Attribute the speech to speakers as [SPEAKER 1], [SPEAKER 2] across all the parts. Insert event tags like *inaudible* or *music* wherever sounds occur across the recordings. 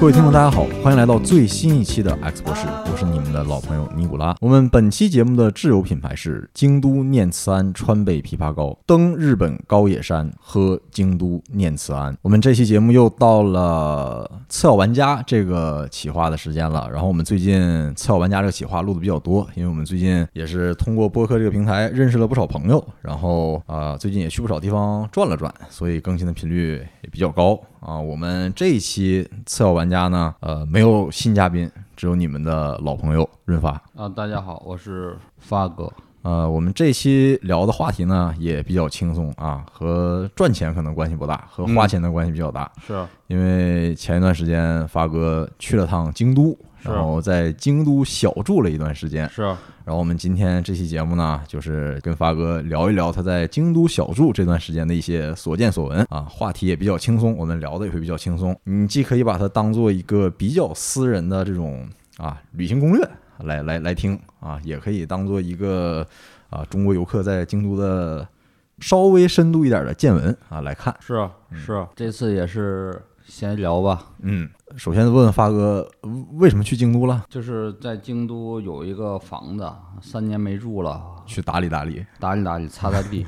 [SPEAKER 1] 各位听众，大家好，欢迎来到最新一期的 X 博士，我是你们的老朋友尼古拉。我们本期节目的挚友品牌是京都念慈庵川贝枇杷膏，登日本高野山，喝京都念慈庵。我们这期节目又到了次要玩家这个企划的时间了。然后我们最近次要玩家这个企划录的比较多，因为我们最近也是通过播客这个平台认识了不少朋友，然后啊、呃最近也去不少地方转了转，所以更新的频率也比较高。啊，我们这一期次要玩家呢，呃，没有新嘉宾，只有你们的老朋友润发。
[SPEAKER 2] 啊，大家好，我是发哥。
[SPEAKER 1] 呃，我们这期聊的话题呢也比较轻松啊，和赚钱可能关系不大，和花钱的关系比较大。
[SPEAKER 2] 是
[SPEAKER 1] 因为前一段时间发哥去了趟京都，
[SPEAKER 2] 是
[SPEAKER 1] 然后在京都小住了一段时间。
[SPEAKER 2] 是，
[SPEAKER 1] 然后我们今天这期节目呢，就是跟发哥聊一聊他在京都小住这段时间的一些所见所闻啊，话题也比较轻松，我们聊的也会比较轻松。你既可以把它当做一个比较私人的这种啊旅行攻略来来来听啊，也可以当做一个啊中国游客在京都的稍微深度一点的见闻啊来看。
[SPEAKER 2] 是是，嗯这次也是闲聊吧。
[SPEAKER 1] 嗯，首先问问发哥为什么去京都了？
[SPEAKER 2] 就是在京都有一个房子，三年没住了，
[SPEAKER 1] 去打理打理。
[SPEAKER 2] 打理打理，擦擦 *laughs* 地，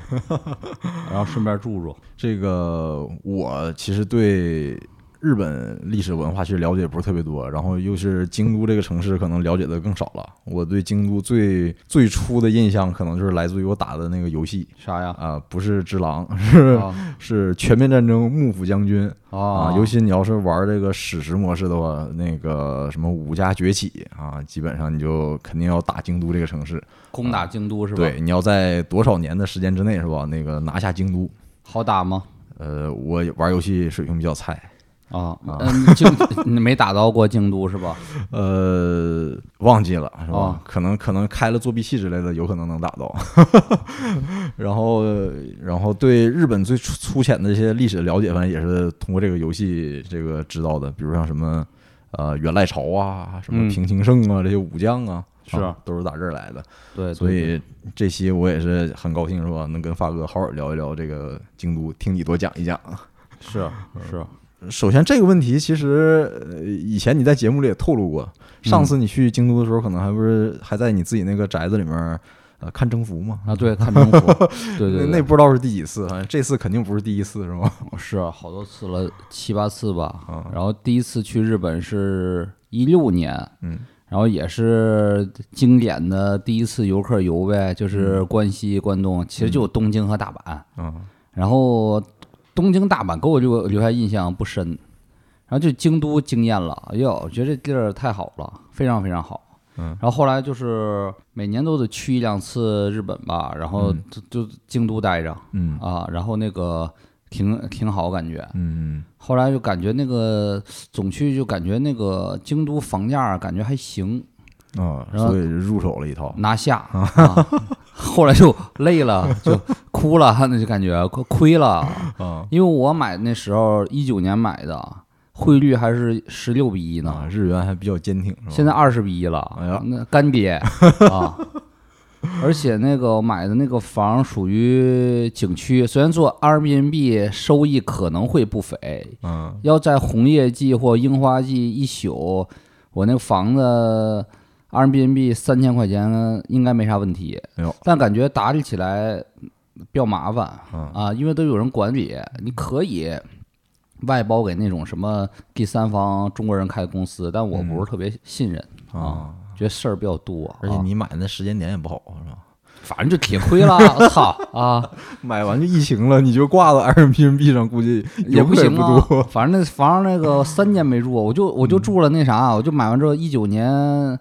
[SPEAKER 2] 然后顺便住住。
[SPEAKER 1] 这个我其实对日本历史文化其实了解不是特别多，然后又是京都这个城市，可能了解的更少了。我对京都最最初的印象，可能就是来自于我打的那个游戏
[SPEAKER 2] 啥呀？
[SPEAKER 1] 啊、不是只狼， *laughs* 是
[SPEAKER 2] 啊 *laughs*
[SPEAKER 1] 是全面战争幕府将军啊。
[SPEAKER 2] 啊，
[SPEAKER 1] 尤其你要是玩这个史实模式的话，那个什么武家崛起啊，基本上你就肯定要打京都这个城市。
[SPEAKER 2] 攻打京都是吧？，
[SPEAKER 1] 对，你要在多少年的时间之内是吧？那个拿下京都。
[SPEAKER 2] 好打吗？
[SPEAKER 1] 呃，我玩游戏水平比较菜，
[SPEAKER 2] *laughs* 啊，嗯，京你没打到过京都是吧？
[SPEAKER 1] 呃，忘记了是吧？
[SPEAKER 2] 哦
[SPEAKER 1] 可能可能开了作弊器之类的，有可能能打
[SPEAKER 2] *laughs*
[SPEAKER 1] 到。然后然后对日本最粗粗浅的一些历史了解，反正也是通过这个游戏这个知道的，比如像什么呃元赖朝啊，什么
[SPEAKER 2] 嗯
[SPEAKER 1] 平清盛啊，这些武将啊。
[SPEAKER 2] 是
[SPEAKER 1] 啊都是打这儿来的，
[SPEAKER 2] 对，
[SPEAKER 1] 所
[SPEAKER 2] 对
[SPEAKER 1] 以这期我也是很高兴，是吧？能跟发哥好好聊一聊这个京都，听你多讲一讲。
[SPEAKER 2] 是是
[SPEAKER 1] 首先这个问题，其实呃，以前你在节目里也透露过，上次你去京都的时候，可能还不是还在你自己那个宅子里面，呃，看征服吗？
[SPEAKER 2] 啊，对，看征 *laughs* 服，对对
[SPEAKER 1] 那那
[SPEAKER 2] 对，
[SPEAKER 1] 不知道是第几次，反正这次肯定不是第一次，是吗？
[SPEAKER 2] 是好多次了，七八次吧。
[SPEAKER 1] 啊
[SPEAKER 2] 然后第一次去日本是一六年，
[SPEAKER 1] 嗯，
[SPEAKER 2] 然后也是经典的第一次游客游呗，就是关西、关东，其实就有东京和大阪。
[SPEAKER 1] 嗯，
[SPEAKER 2] 然后东京、大阪给我留留下印象不深，然后就京都惊艳了，哎呦，我觉得这地儿太好了，非常非常好。
[SPEAKER 1] 嗯
[SPEAKER 2] 然后后来就是每年都得去一两次日本吧，然后就就京都待着
[SPEAKER 1] 嗯
[SPEAKER 2] 啊，然后那个挺挺好感觉，
[SPEAKER 1] 嗯
[SPEAKER 2] 后来就感觉那个总去就感觉那个京都房价儿感觉还行，
[SPEAKER 1] 啊，
[SPEAKER 2] 然后
[SPEAKER 1] 所以入手了一套，
[SPEAKER 2] 拿下啊。后来就累了，就哭了，那就感觉亏亏了。
[SPEAKER 1] 啊
[SPEAKER 2] 因为我买那时候一九年买的，汇率还是十六比一呢，
[SPEAKER 1] 啊，日元还比较坚挺，是吧？
[SPEAKER 2] 现在二十比一了，
[SPEAKER 1] 哎呀
[SPEAKER 2] 那干瘪
[SPEAKER 1] *laughs*
[SPEAKER 2] 啊！而且那个我买的那个房属于景区，虽然做 Airbnb 收益可能会不菲，
[SPEAKER 1] 嗯
[SPEAKER 2] 要在红叶季或樱花季一宿，我那房子 Airbnb 三千块钱应该没啥问题
[SPEAKER 1] 哎呦。
[SPEAKER 2] 但感觉打理起来比较麻烦
[SPEAKER 1] 嗯
[SPEAKER 2] 啊，因为都有人管理，你可以。外包给那种什么第三方中国人开的公司，但我
[SPEAKER 1] 嗯
[SPEAKER 2] 不是特别信任，
[SPEAKER 1] 啊，
[SPEAKER 2] 觉得事儿比较多，
[SPEAKER 1] 而且
[SPEAKER 2] 啊
[SPEAKER 1] 你买的时间点也不好，是吧？
[SPEAKER 2] 反正就铁亏了，我 *laughs* 操 *laughs* 啊，
[SPEAKER 1] 买完就疫情了，你就挂到 Airbnb 上，估计
[SPEAKER 2] 也
[SPEAKER 1] 不
[SPEAKER 2] 行
[SPEAKER 1] 不
[SPEAKER 2] 啊
[SPEAKER 1] 多。。
[SPEAKER 2] 反正那房那个三年没住，我就我就住了那啥，我就买完之后一九年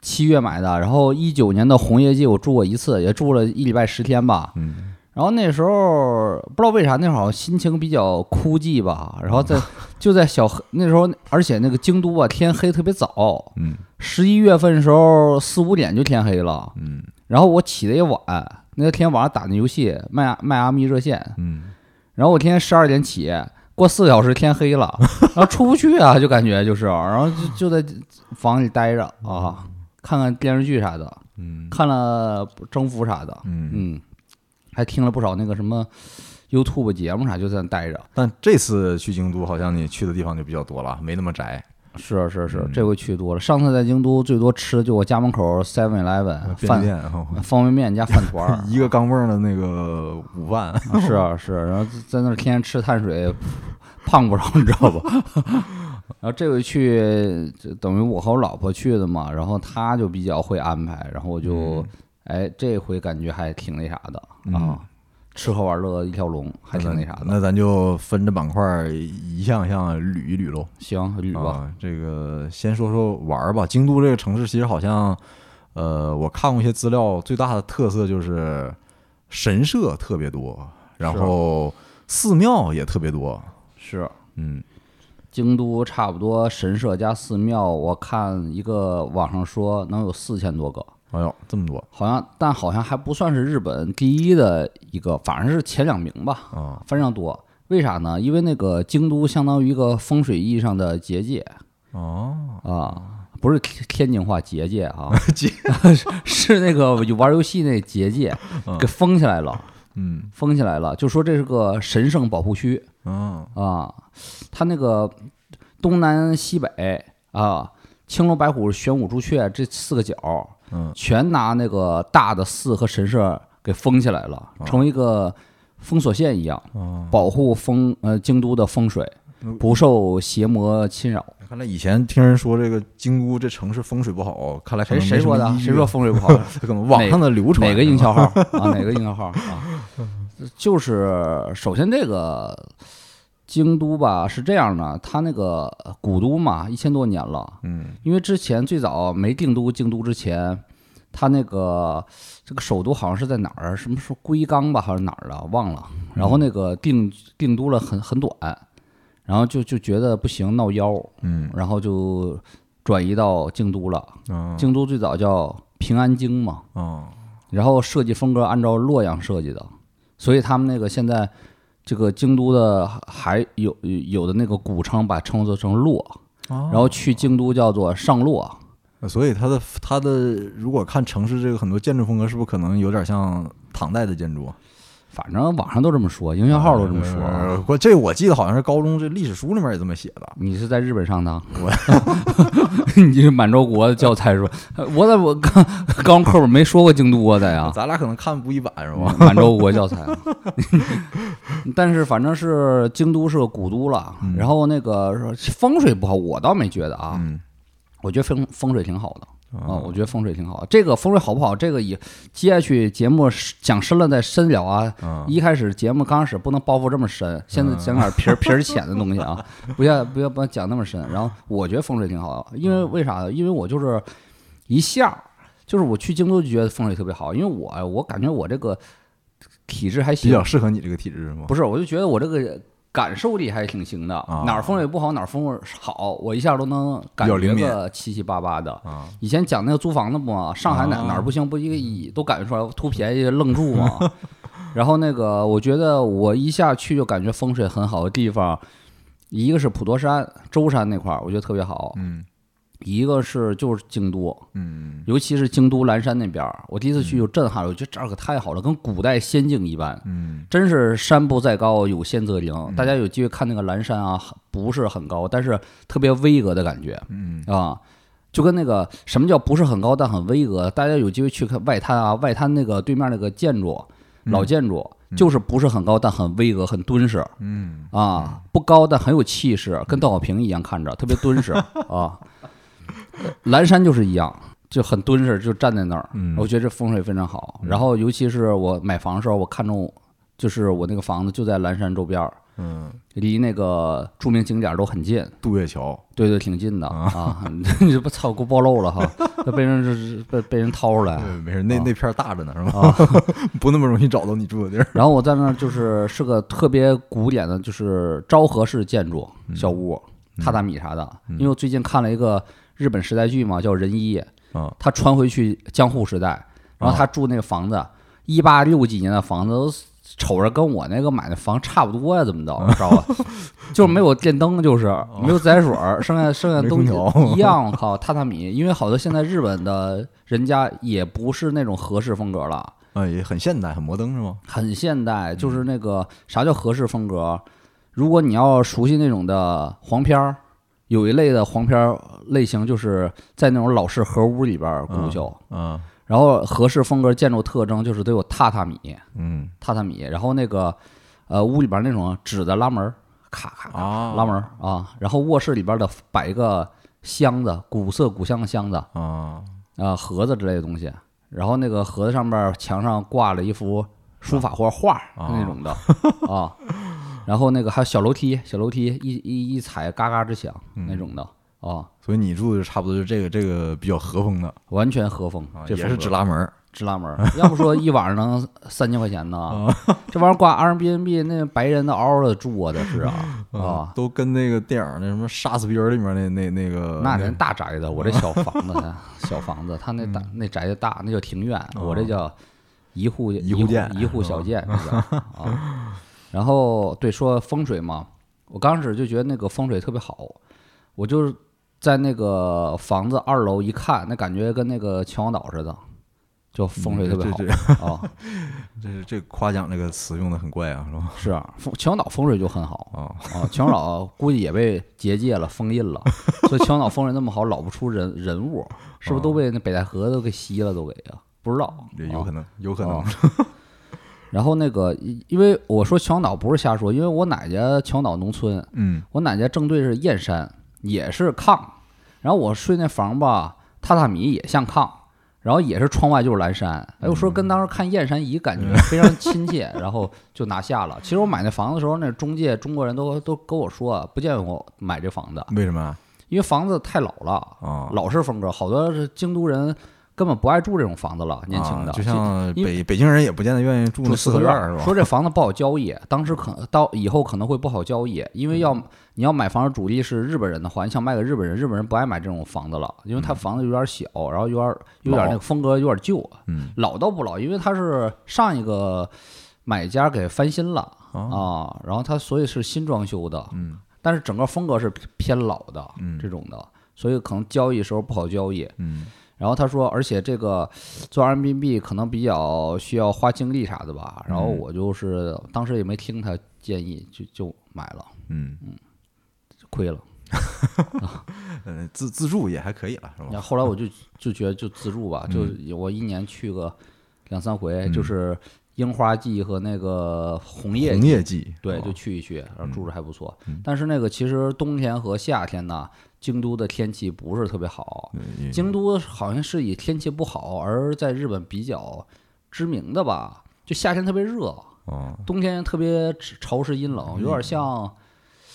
[SPEAKER 2] 七月买的，然后一九年的红叶季我住过一次，也住了一礼拜十天吧。
[SPEAKER 1] *laughs* 嗯
[SPEAKER 2] 然后那时候不知道为啥，那会儿好像心情比较枯寂吧。然 *laughs* 后在就在小黑那时候，而且那个京都啊，天黑特别早，
[SPEAKER 1] 嗯
[SPEAKER 2] 十一月份的时候四五点就天黑了。
[SPEAKER 1] 嗯
[SPEAKER 2] 然后我起的也晚，那天晚上打那游戏《迈迈阿密热线》，
[SPEAKER 1] 嗯，
[SPEAKER 2] 然后我天天十二点起，过四个小时天黑 *laughs* 了，然后出不去啊，就感觉就是，然后就就在房里待着啊，看看电视剧啥的，
[SPEAKER 1] 嗯
[SPEAKER 2] 看了征服啥的，
[SPEAKER 1] 嗯
[SPEAKER 2] 嗯，还听了不少那个什么 YouTube 节目啥，就在那待着。
[SPEAKER 1] 但这次去京都，好像你去的地方就比较多了，没那么宅。
[SPEAKER 2] 是是是
[SPEAKER 1] 嗯，
[SPEAKER 2] 这回去多了。上次在京都最多吃的就我家门口 Seven Eleven
[SPEAKER 1] 便利
[SPEAKER 2] 饭呃
[SPEAKER 1] 店哈，，
[SPEAKER 2] 方便面加饭团儿 *laughs*
[SPEAKER 1] 一个钢镚儿的那个午饭，
[SPEAKER 2] 是
[SPEAKER 1] 哦
[SPEAKER 2] 啊是啊，然后在那儿天天吃碳水，胖不少，你知道吧？ *laughs* 然后这回去就等于我和我老婆去的嘛，然后她就比较会安排，然后我就、哎这回感觉还挺那啥的啊，
[SPEAKER 1] 嗯
[SPEAKER 2] 吃喝玩乐一条龙，还挺那啥的。
[SPEAKER 1] *laughs* 那咱就分着板块儿一项项捋一捋喽。
[SPEAKER 2] 行，捋吧，
[SPEAKER 1] 啊，这个先说说玩儿吧。京都这个城市其实好像，呃，我看过一些资料，最大的特色就是神社特别多，然
[SPEAKER 2] 是啊
[SPEAKER 1] 后寺庙也特别多。
[SPEAKER 2] 是
[SPEAKER 1] 嗯
[SPEAKER 2] 京都差不多神社加寺庙，我看一个网上说能有四千多个，
[SPEAKER 1] 哎呦，这么多
[SPEAKER 2] 好像但好像还不算是日本第一的一个，反正是前两名吧，
[SPEAKER 1] 啊！
[SPEAKER 2] 非常多。为啥呢？因为那个京都相当于一个风水意义上的结界
[SPEAKER 1] 哦，
[SPEAKER 2] 啊，不是天天津话结界啊，是那个玩游戏那结界给封起来了，
[SPEAKER 1] 嗯
[SPEAKER 2] 封起来了，就说这是个神圣保护区。
[SPEAKER 1] 嗯
[SPEAKER 2] 啊，它那个东南西北啊，青龙白虎玄武朱雀这四个角，
[SPEAKER 1] 嗯，
[SPEAKER 2] 全拿那个大的寺和神社给封起来了，
[SPEAKER 1] 啊
[SPEAKER 2] 成为一个封锁线一样，
[SPEAKER 1] 哦，
[SPEAKER 2] 保护风呃京都的风水
[SPEAKER 1] 嗯
[SPEAKER 2] 不受邪魔侵扰。
[SPEAKER 1] 看来以前听人说这个京都这城市风水不好，看来可
[SPEAKER 2] 谁
[SPEAKER 1] 能没
[SPEAKER 2] 谁
[SPEAKER 1] 什么
[SPEAKER 2] 说的
[SPEAKER 1] 依
[SPEAKER 2] 啊？
[SPEAKER 1] 据
[SPEAKER 2] 谁说风水不好？
[SPEAKER 1] 可能网上的流传
[SPEAKER 2] 哪个营销号啊？哪个营销号啊？ *laughs* 就是首先这个京都吧是这样的，它那个古都嘛一千多年了，
[SPEAKER 1] 嗯
[SPEAKER 2] 因为之前最早没定都京都之前，它那个这个首都好像是在哪儿，什么时候龟冈吧，还是哪儿了，忘了。然后那个定定都了很很短，然后就就觉得不行闹妖，
[SPEAKER 1] 嗯
[SPEAKER 2] 然后就转移到京都了。
[SPEAKER 1] 嗯
[SPEAKER 2] 京都最早叫平安京嘛，
[SPEAKER 1] 哦
[SPEAKER 2] 然后设计风格按照洛阳设计的，所以他们那个现在这个京都的还有有的那个古称把称作成洛，然后去京都叫做上洛。
[SPEAKER 1] 所以它的它的，如果看城市这个很多建筑风格，是不是可能有点像唐代的建筑？啊
[SPEAKER 2] 反正网上都这么说，营销号都这么说。
[SPEAKER 1] 呃。我这我记得好像是高中这历史书里面也这么写的。
[SPEAKER 2] 你是在日本上的？ *laughs* 你是满洲国的教材是吧？我在我刚刚课本没说过京都啊，
[SPEAKER 1] *laughs*
[SPEAKER 2] 在啊，嗯
[SPEAKER 1] 咱俩可能看不一版是吧？
[SPEAKER 2] 满洲国教材啊。 *laughs* 但是反正是京都是个古都了，然后那个风水不好，我倒没觉得啊，
[SPEAKER 1] 嗯
[SPEAKER 2] 我觉得风风水挺好的。啊、我觉得风水挺好。这个风水好不好？这个也接下去节目是讲深了再深聊啊。
[SPEAKER 1] 嗯
[SPEAKER 2] 一开始节目刚开始不能包袱这么深，现
[SPEAKER 1] 啊
[SPEAKER 2] 在讲点皮儿皮儿浅的东西啊， *laughs* 不要不要不要讲那么深。然后我觉得风水挺好，啊因为为啥？因为我就是一下儿，就是我去京都就觉得风水特别好，因为我我感觉我这个体质还
[SPEAKER 1] 比
[SPEAKER 2] 行
[SPEAKER 1] 较，适合你这个体质是吗？
[SPEAKER 2] 不是，我就觉得我这个。感受力还挺行的，
[SPEAKER 1] 啊
[SPEAKER 2] 哪儿风水不好，哪儿风水好，我一下都能感
[SPEAKER 1] 比较灵敏
[SPEAKER 2] 觉个七七八八的。
[SPEAKER 1] 啊，
[SPEAKER 2] 以前讲那个租房子不嘛，上海哪
[SPEAKER 1] 啊
[SPEAKER 2] 哪儿不行，不一个一都感觉出来，图便宜愣住嘛。
[SPEAKER 1] *laughs*
[SPEAKER 2] 然后那个，我觉得我一下去就感觉风水很好的地方，一个是普陀山、舟山那块儿，我觉得特别好；
[SPEAKER 1] 嗯
[SPEAKER 2] 一个是就是京都，
[SPEAKER 1] 嗯
[SPEAKER 2] 尤其是京都岚山那边儿，我第一次去就震撼了，我觉得这儿可太好了，跟古代仙境一般。
[SPEAKER 1] 嗯
[SPEAKER 2] 真是山不在高，有仙则灵。大家有机会看那个岚山啊，不是很高，但是特别巍峨的感觉。
[SPEAKER 1] 嗯
[SPEAKER 2] 啊，就跟那个什么叫不是很高但很巍峨，大家有机会去看外滩啊，外滩那个对面那个建筑，
[SPEAKER 1] 嗯
[SPEAKER 2] 老建筑、就是不是很高但很巍峨，很敦实
[SPEAKER 1] 嗯
[SPEAKER 2] 啊，不高但很有气势，跟邓小平一样看着特别
[SPEAKER 1] *laughs*
[SPEAKER 2] 敦实啊。呃蓝山就是一样。就很敦实，就站在那儿，
[SPEAKER 1] 嗯
[SPEAKER 2] 我觉得这风水非常好。然后，尤其是我买房的时候，我看中，就是我那个房子就在蓝山周边儿，
[SPEAKER 1] 嗯，
[SPEAKER 2] 离那个著名景点儿都很近，
[SPEAKER 1] 渡月桥
[SPEAKER 2] 对对，挺近的啊！ *laughs* 你这不操，给我暴露了哈， *laughs* 这被人这被被人掏出来
[SPEAKER 1] 对，没事，那
[SPEAKER 2] 啊
[SPEAKER 1] 那片儿大着呢是吧？
[SPEAKER 2] 啊！
[SPEAKER 1] *laughs* 不那么容易找到你住的地
[SPEAKER 2] *laughs*
[SPEAKER 1] 儿。
[SPEAKER 2] 然后我在那儿就是是个特别古典的，就是昭和式建筑
[SPEAKER 1] 嗯
[SPEAKER 2] 小屋，榻榻米啥的。因为我最近看了一个日本时代剧嘛，叫《仁一》，
[SPEAKER 1] 啊，
[SPEAKER 2] 他穿回去江户时代，然
[SPEAKER 1] 嗯
[SPEAKER 2] 后他住那个房子，一八六几年的房子都瞅着跟我那个买的房差不多呀，怎么着，
[SPEAKER 1] *laughs*
[SPEAKER 2] 知道吧？就是没有电灯，就是没有自来水儿，剩
[SPEAKER 1] *laughs*
[SPEAKER 2] 下剩下
[SPEAKER 1] 嗯没
[SPEAKER 2] 都
[SPEAKER 1] 空调
[SPEAKER 2] 一样。我靠，榻榻米，因为好多现在日本的人家也不是那种合适风格了，
[SPEAKER 1] 啊，也很现代，很摩登是吗？
[SPEAKER 2] 很现代，
[SPEAKER 1] 嗯
[SPEAKER 2] 就是那个啥叫合适风格？如果你要熟悉那种的黄片儿，有一类的黄片儿类型，就是在那种老式河屋里边儿
[SPEAKER 1] 嗯
[SPEAKER 2] 古旧，
[SPEAKER 1] 啊，
[SPEAKER 2] 然后合适风格建筑特征就是都有榻榻米，
[SPEAKER 1] 嗯
[SPEAKER 2] 榻榻米，然后那个呃屋里边那种纸的拉门儿，咔咔咔
[SPEAKER 1] 啊
[SPEAKER 2] 拉门儿啊，然后卧室里边的摆一个箱子，古色古香的箱子，
[SPEAKER 1] 啊，
[SPEAKER 2] 啊，盒子之类的东西，然后那个盒子上面墙上挂了一幅书法或者画儿
[SPEAKER 1] 啊
[SPEAKER 2] 那
[SPEAKER 1] *laughs*
[SPEAKER 2] 种的啊，然后那个还有小楼梯，小楼梯一一一踩嘎嘎直响
[SPEAKER 1] 嗯
[SPEAKER 2] 那种的啊，
[SPEAKER 1] 所以你住的差不多就这个这个比较和风的
[SPEAKER 2] 完全和风
[SPEAKER 1] 啊，，
[SPEAKER 2] 这
[SPEAKER 1] 也
[SPEAKER 2] 风
[SPEAKER 1] 是
[SPEAKER 2] 格
[SPEAKER 1] 直拉门儿
[SPEAKER 2] 直拉门儿，要不说一晚上能三千块钱呢，
[SPEAKER 1] 啊
[SPEAKER 2] 这玩意儿挂 Airbnb 那白人的嗷嗷的住啊，这
[SPEAKER 1] *laughs*
[SPEAKER 2] 是啊啊，
[SPEAKER 1] 都跟那个电影儿那什么《杀死比尔》里面那那呃那嗯个
[SPEAKER 2] 那人大宅子，我这小房子
[SPEAKER 1] *laughs*
[SPEAKER 2] 小房子，他那大
[SPEAKER 1] 嗯
[SPEAKER 2] 那宅子大，那叫庭院，我这叫一户
[SPEAKER 1] 哦一户建
[SPEAKER 2] 一户小建，这叫
[SPEAKER 1] *laughs*
[SPEAKER 2] 啊。然后对说风水嘛，我刚开始就觉得那个风水特别好，我就是在那个房子二楼一看，那感觉跟那个秦皇岛似的，就风水特别
[SPEAKER 1] 这
[SPEAKER 2] 好
[SPEAKER 1] 这
[SPEAKER 2] 啊。
[SPEAKER 1] 这是这夸奖这个词用的很怪啊，是吧？
[SPEAKER 2] 是啊，风秦皇岛风水就很好
[SPEAKER 1] 啊
[SPEAKER 2] 啊，秦皇岛估计也被结界了、封印了，所以秦皇岛风水那么好，老不出人人物，是不是都被那北戴河都给吸了，都给啊？不知道，
[SPEAKER 1] 也有可
[SPEAKER 2] 啊
[SPEAKER 1] 能，有可能
[SPEAKER 2] 啊。然后那个，因因为我说秦皇岛不是瞎说，因为我奶家秦皇岛农村，
[SPEAKER 1] 嗯
[SPEAKER 2] 我奶家正对是燕山，也是炕，然后我睡那房吧，榻榻米也像炕。然后也是窗外就是蓝山，哎，我
[SPEAKER 1] 嗯
[SPEAKER 2] 说跟当时看《燕山移》感觉非常亲切，然后就拿下了。其实我买那房子的时候，那中介中国人都都跟我说不建议我买这房子，
[SPEAKER 1] 为什么啊
[SPEAKER 2] 因为房子太老了，
[SPEAKER 1] 啊？
[SPEAKER 2] 老式风格，好多是京都人根本不爱住这种房子了，年轻的。
[SPEAKER 1] 啊就像
[SPEAKER 2] 因为
[SPEAKER 1] 北北京人也不见得愿意住那
[SPEAKER 2] 住
[SPEAKER 1] 四
[SPEAKER 2] 四
[SPEAKER 1] 合
[SPEAKER 2] 合
[SPEAKER 1] 院
[SPEAKER 2] 院
[SPEAKER 1] 儿
[SPEAKER 2] 儿
[SPEAKER 1] 是吧？
[SPEAKER 2] 说这房子不好交易，当时可到以后可能会不好交易，因
[SPEAKER 1] 嗯
[SPEAKER 2] 为要你要买房的主力是日本人的话，你想卖给日本人，日本人不爱买这种房子了，因为他房子有点小，然后有点有点那个风格有点旧，
[SPEAKER 1] 嗯
[SPEAKER 2] 老倒不老，因为他是上一个买家给翻新了啊，然后他所以是新装修的，
[SPEAKER 1] 哦嗯，
[SPEAKER 2] 但是整个风格是偏老的，
[SPEAKER 1] 嗯
[SPEAKER 2] 这种的，所以可能交易时候不好交易，
[SPEAKER 1] 嗯
[SPEAKER 2] 然后他说，而且这个做 Airbnb 可能比较需要花精力啥的吧。然后
[SPEAKER 1] 嗯
[SPEAKER 2] 我就是当时也没听他建议，就就买了，
[SPEAKER 1] 嗯，
[SPEAKER 2] 亏了。
[SPEAKER 1] 哦呃自自助也还可以了是吧？
[SPEAKER 2] 然后后来我就就觉得就自助吧，
[SPEAKER 1] 嗯
[SPEAKER 2] 就我一年去个两三回，就是樱花季和那个红叶
[SPEAKER 1] 红
[SPEAKER 2] 季
[SPEAKER 1] 叶季
[SPEAKER 2] 对，就
[SPEAKER 1] 哦嗯
[SPEAKER 2] 去一去，然后住着还不错。但是那个其实冬天和夏天呢，京都的天气不是特别好。
[SPEAKER 1] 对也
[SPEAKER 2] 京都好像是以天气不好而在日本比较知名的吧，就夏天特别热，
[SPEAKER 1] 哦
[SPEAKER 2] 冬天特别潮湿阴
[SPEAKER 1] 嗯
[SPEAKER 2] 冷，有点像，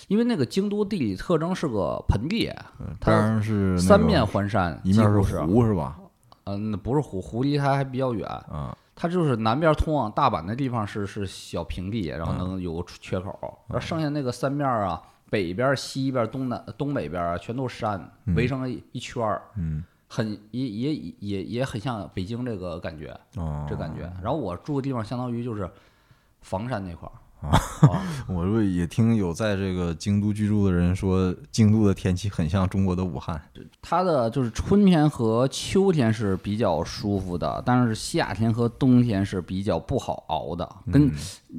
[SPEAKER 2] 因为那个京都地理特征是个盆地，
[SPEAKER 1] 呃
[SPEAKER 2] 它
[SPEAKER 1] 边儿是那
[SPEAKER 2] 三
[SPEAKER 1] 个
[SPEAKER 2] 面环山，
[SPEAKER 1] 一面
[SPEAKER 2] 几乎
[SPEAKER 1] 是
[SPEAKER 2] 是，
[SPEAKER 1] 湖是吧？
[SPEAKER 2] 嗯，那不是湖，湖离它还比较远，
[SPEAKER 1] 啊
[SPEAKER 2] 它就是南边通往大阪的地方是是小平地，然后
[SPEAKER 1] 嗯
[SPEAKER 2] 能有个缺口，然后剩下那个三面啊，北边、西边、东南、东北边啊，全都是山，围成了一一圈儿，
[SPEAKER 1] 嗯
[SPEAKER 2] 很也也也也很像北京这个感觉，
[SPEAKER 1] 哦，
[SPEAKER 2] 这感觉。然后我住的地方相当于就是房山那块儿， *laughs* 啊
[SPEAKER 1] 我说也听有在这个京都居住的人说，京都的天气很像中国的武汉。
[SPEAKER 2] 它的就是春天和秋天是比较舒服的，但是夏天和冬天是比较不好熬的，跟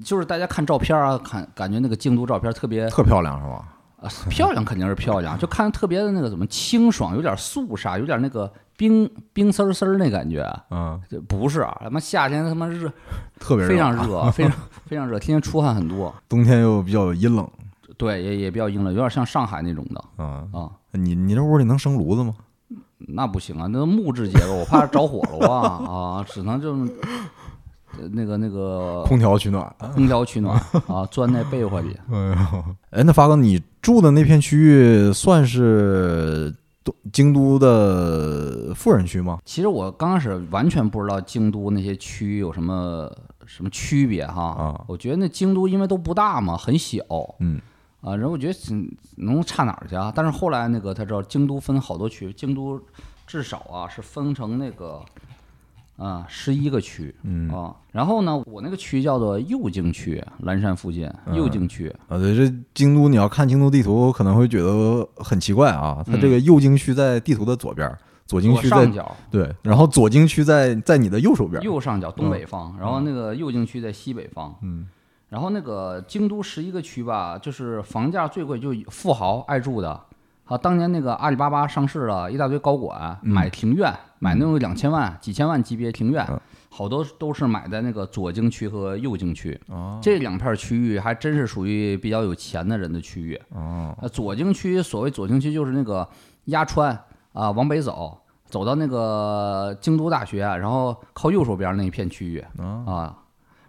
[SPEAKER 2] 就是大家看照片啊，看感觉那个京都照片
[SPEAKER 1] *laughs*
[SPEAKER 2] 特别
[SPEAKER 1] 特漂亮是吧？
[SPEAKER 2] 啊，漂亮肯定是漂亮，就看着特别的那个怎么清爽，有点肃杀，有点那个冰冰丝儿丝儿那感觉。
[SPEAKER 1] 嗯，
[SPEAKER 2] 这不是啊，他妈夏天他妈热，
[SPEAKER 1] 特别热
[SPEAKER 2] 非常热，非常非常热，天天出汗很多。
[SPEAKER 1] 冬天又比较阴冷
[SPEAKER 2] 对，也也比较阴冷，有点像上海那种的
[SPEAKER 1] 啊。
[SPEAKER 2] 啊。
[SPEAKER 1] 你你这屋里能生炉子吗？
[SPEAKER 2] 那不行啊，那木质结构，我怕着火了啊啊，只能这么呃那个那个
[SPEAKER 1] 空调取暖。
[SPEAKER 2] 空调取暖啊，钻在被窝里。
[SPEAKER 1] 哎呦，哎，那发哥，你住的那片区域算是都京都的富人区吗？
[SPEAKER 2] 其实我刚开始完全不知道京都那些区域有什么什么区别哈。
[SPEAKER 1] 啊
[SPEAKER 2] 我觉得那京都因为都不大嘛，很小
[SPEAKER 1] 嗯
[SPEAKER 2] 啊，然后我觉得嗯能差哪儿去啊？但是后来那个他知道京都分好多区，京都至少啊是分成那个啊十一个区
[SPEAKER 1] 嗯
[SPEAKER 2] 啊。然后呢，我那个区叫做右京区，蓝山附近右京区。
[SPEAKER 1] 啊，对，这京都你要看京都地图，可能会觉得很奇怪啊。它这个右京区在地图的左边，左京
[SPEAKER 2] 嗯左
[SPEAKER 1] 区在
[SPEAKER 2] 上角，
[SPEAKER 1] 对，然后左京区在在你的右手边。
[SPEAKER 2] 右上角东北方，然后那个右京区在西北方，
[SPEAKER 1] 嗯，
[SPEAKER 2] 然后那个京都十一个区吧，就是房价最贵，就富豪爱住的，啊，当年那个阿里巴巴上市了一大堆高管
[SPEAKER 1] 嗯
[SPEAKER 2] 买庭院，买那种两千万、几千万级别庭院
[SPEAKER 1] 嗯，
[SPEAKER 2] 好多都是买在那个左京区和右京区
[SPEAKER 1] 哦
[SPEAKER 2] 这两片区域，还真是属于比较有钱的人的区域。
[SPEAKER 1] 哦，
[SPEAKER 2] 啊，左京区所谓左京区就是那个鸭川啊，往北走，走到那个京都大学，然后靠右手边那一片区域
[SPEAKER 1] 哦
[SPEAKER 2] 啊。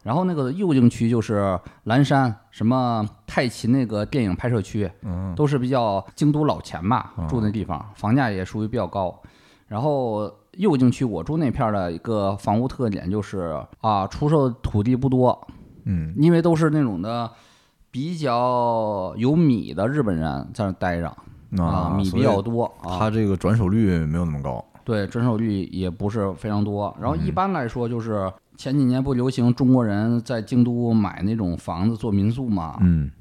[SPEAKER 2] 然后那个右京区就是岚山，什么太秦那个电影拍摄区，
[SPEAKER 1] 嗯，
[SPEAKER 2] 都是比较京都老钱吧
[SPEAKER 1] 嗯，
[SPEAKER 2] 住那地方房价也属于比较高。然后右京区我住那片儿的一个房屋特点就是啊，出售土地不多，
[SPEAKER 1] 嗯
[SPEAKER 2] 因为都是那种的比较有米的日本人在那儿待着啊，米比较，多啊，
[SPEAKER 1] 它这个转手率没有那么高。
[SPEAKER 2] 对转手率也不是非常多。然后
[SPEAKER 1] 嗯
[SPEAKER 2] 一般来说就是前几年不流行中国人在京都买那种房子做民宿嘛，
[SPEAKER 1] 嗯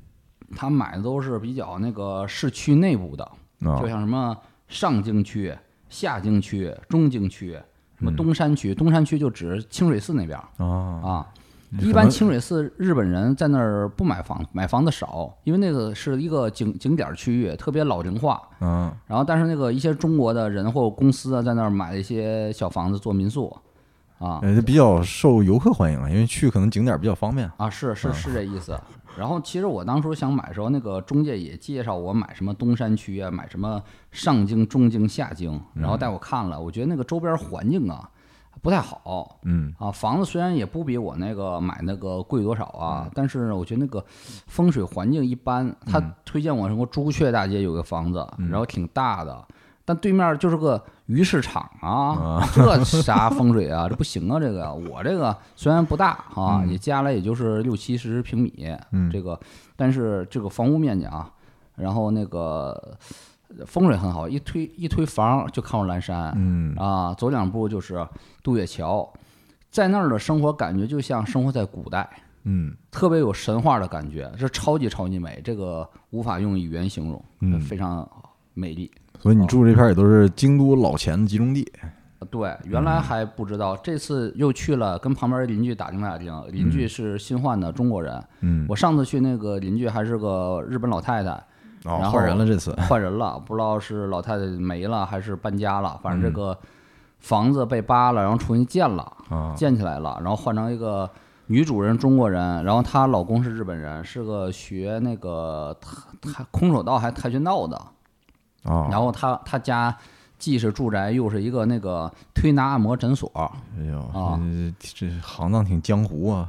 [SPEAKER 2] 他买的都是比较那个市区内部的，
[SPEAKER 1] 啊
[SPEAKER 2] 就像什么上京区、下京区、中京区，什么东山区，东山区就指清水寺那边儿
[SPEAKER 1] 嗯啊，
[SPEAKER 2] 啊。
[SPEAKER 1] 可
[SPEAKER 2] 一般
[SPEAKER 1] 能
[SPEAKER 2] 清水寺日本人在那儿不买房，买房子少，因为那个是一个景景点区域，特别老龄化。
[SPEAKER 1] 嗯
[SPEAKER 2] 然后，但是那个一些中国的人或公司啊，在那儿买一些小房子做民宿，啊
[SPEAKER 1] 呃，比较受游客欢迎啊，因为去可能景点比较方便。
[SPEAKER 2] 啊，是是是这意思。然后，其实我当初想买的时候，那个中介也介绍我买什么东山区啊，买什么上京、中京、下京，然后带我看了，我觉得那个周边环境啊不太好，
[SPEAKER 1] 嗯
[SPEAKER 2] 啊，房子虽然也不比我那个买那个贵多少
[SPEAKER 1] 嗯
[SPEAKER 2] 啊，但是呢，我觉得那个风水环境一般。他推荐我什么朱雀大街有个房子，
[SPEAKER 1] 嗯
[SPEAKER 2] 然后挺大的，但对面就是个鱼市场啊，这啥风水啊？这不行啊！这个我这个虽然不大啊，也加来也就是六七十平米，
[SPEAKER 1] 嗯
[SPEAKER 2] 这个但是这个房屋面积啊，然后那个风水很好，一推一推房就看着蓝山，
[SPEAKER 1] 嗯
[SPEAKER 2] 啊，走两步就是渡月桥，在那儿的生活感觉就像生活在古代，
[SPEAKER 1] 嗯
[SPEAKER 2] 特别有神话的感觉，这超级超级美，这个无法用语言形容，
[SPEAKER 1] 嗯
[SPEAKER 2] 非常美丽。
[SPEAKER 1] 所
[SPEAKER 2] 啊
[SPEAKER 1] 以你住这片儿也都是京都老钱的集中地。
[SPEAKER 2] 对，
[SPEAKER 1] 嗯
[SPEAKER 2] 原来还不知道，这次又去了，跟旁边邻居打听打听，邻居是新换的中国人，
[SPEAKER 1] 嗯，
[SPEAKER 2] 我上次去那个邻居还是个日本老太
[SPEAKER 1] *laughs*
[SPEAKER 2] 太，然
[SPEAKER 1] 哦，
[SPEAKER 2] 后
[SPEAKER 1] 换人了这次。
[SPEAKER 2] 换人了，不知道是老太太没了还是搬家了，反正
[SPEAKER 1] 嗯
[SPEAKER 2] 这个房子被扒了，然后重新建了。
[SPEAKER 1] 啊，
[SPEAKER 2] 建起来了，然后换成一个女主人中国人，然后她老公是日本人，是个学那个跆跆空手道还跆拳道的，
[SPEAKER 1] 哦，
[SPEAKER 2] 然后她她家既是住宅又是一个那个推拿按摩诊所，
[SPEAKER 1] 哎呦，
[SPEAKER 2] 啊
[SPEAKER 1] 这这行当挺江湖啊。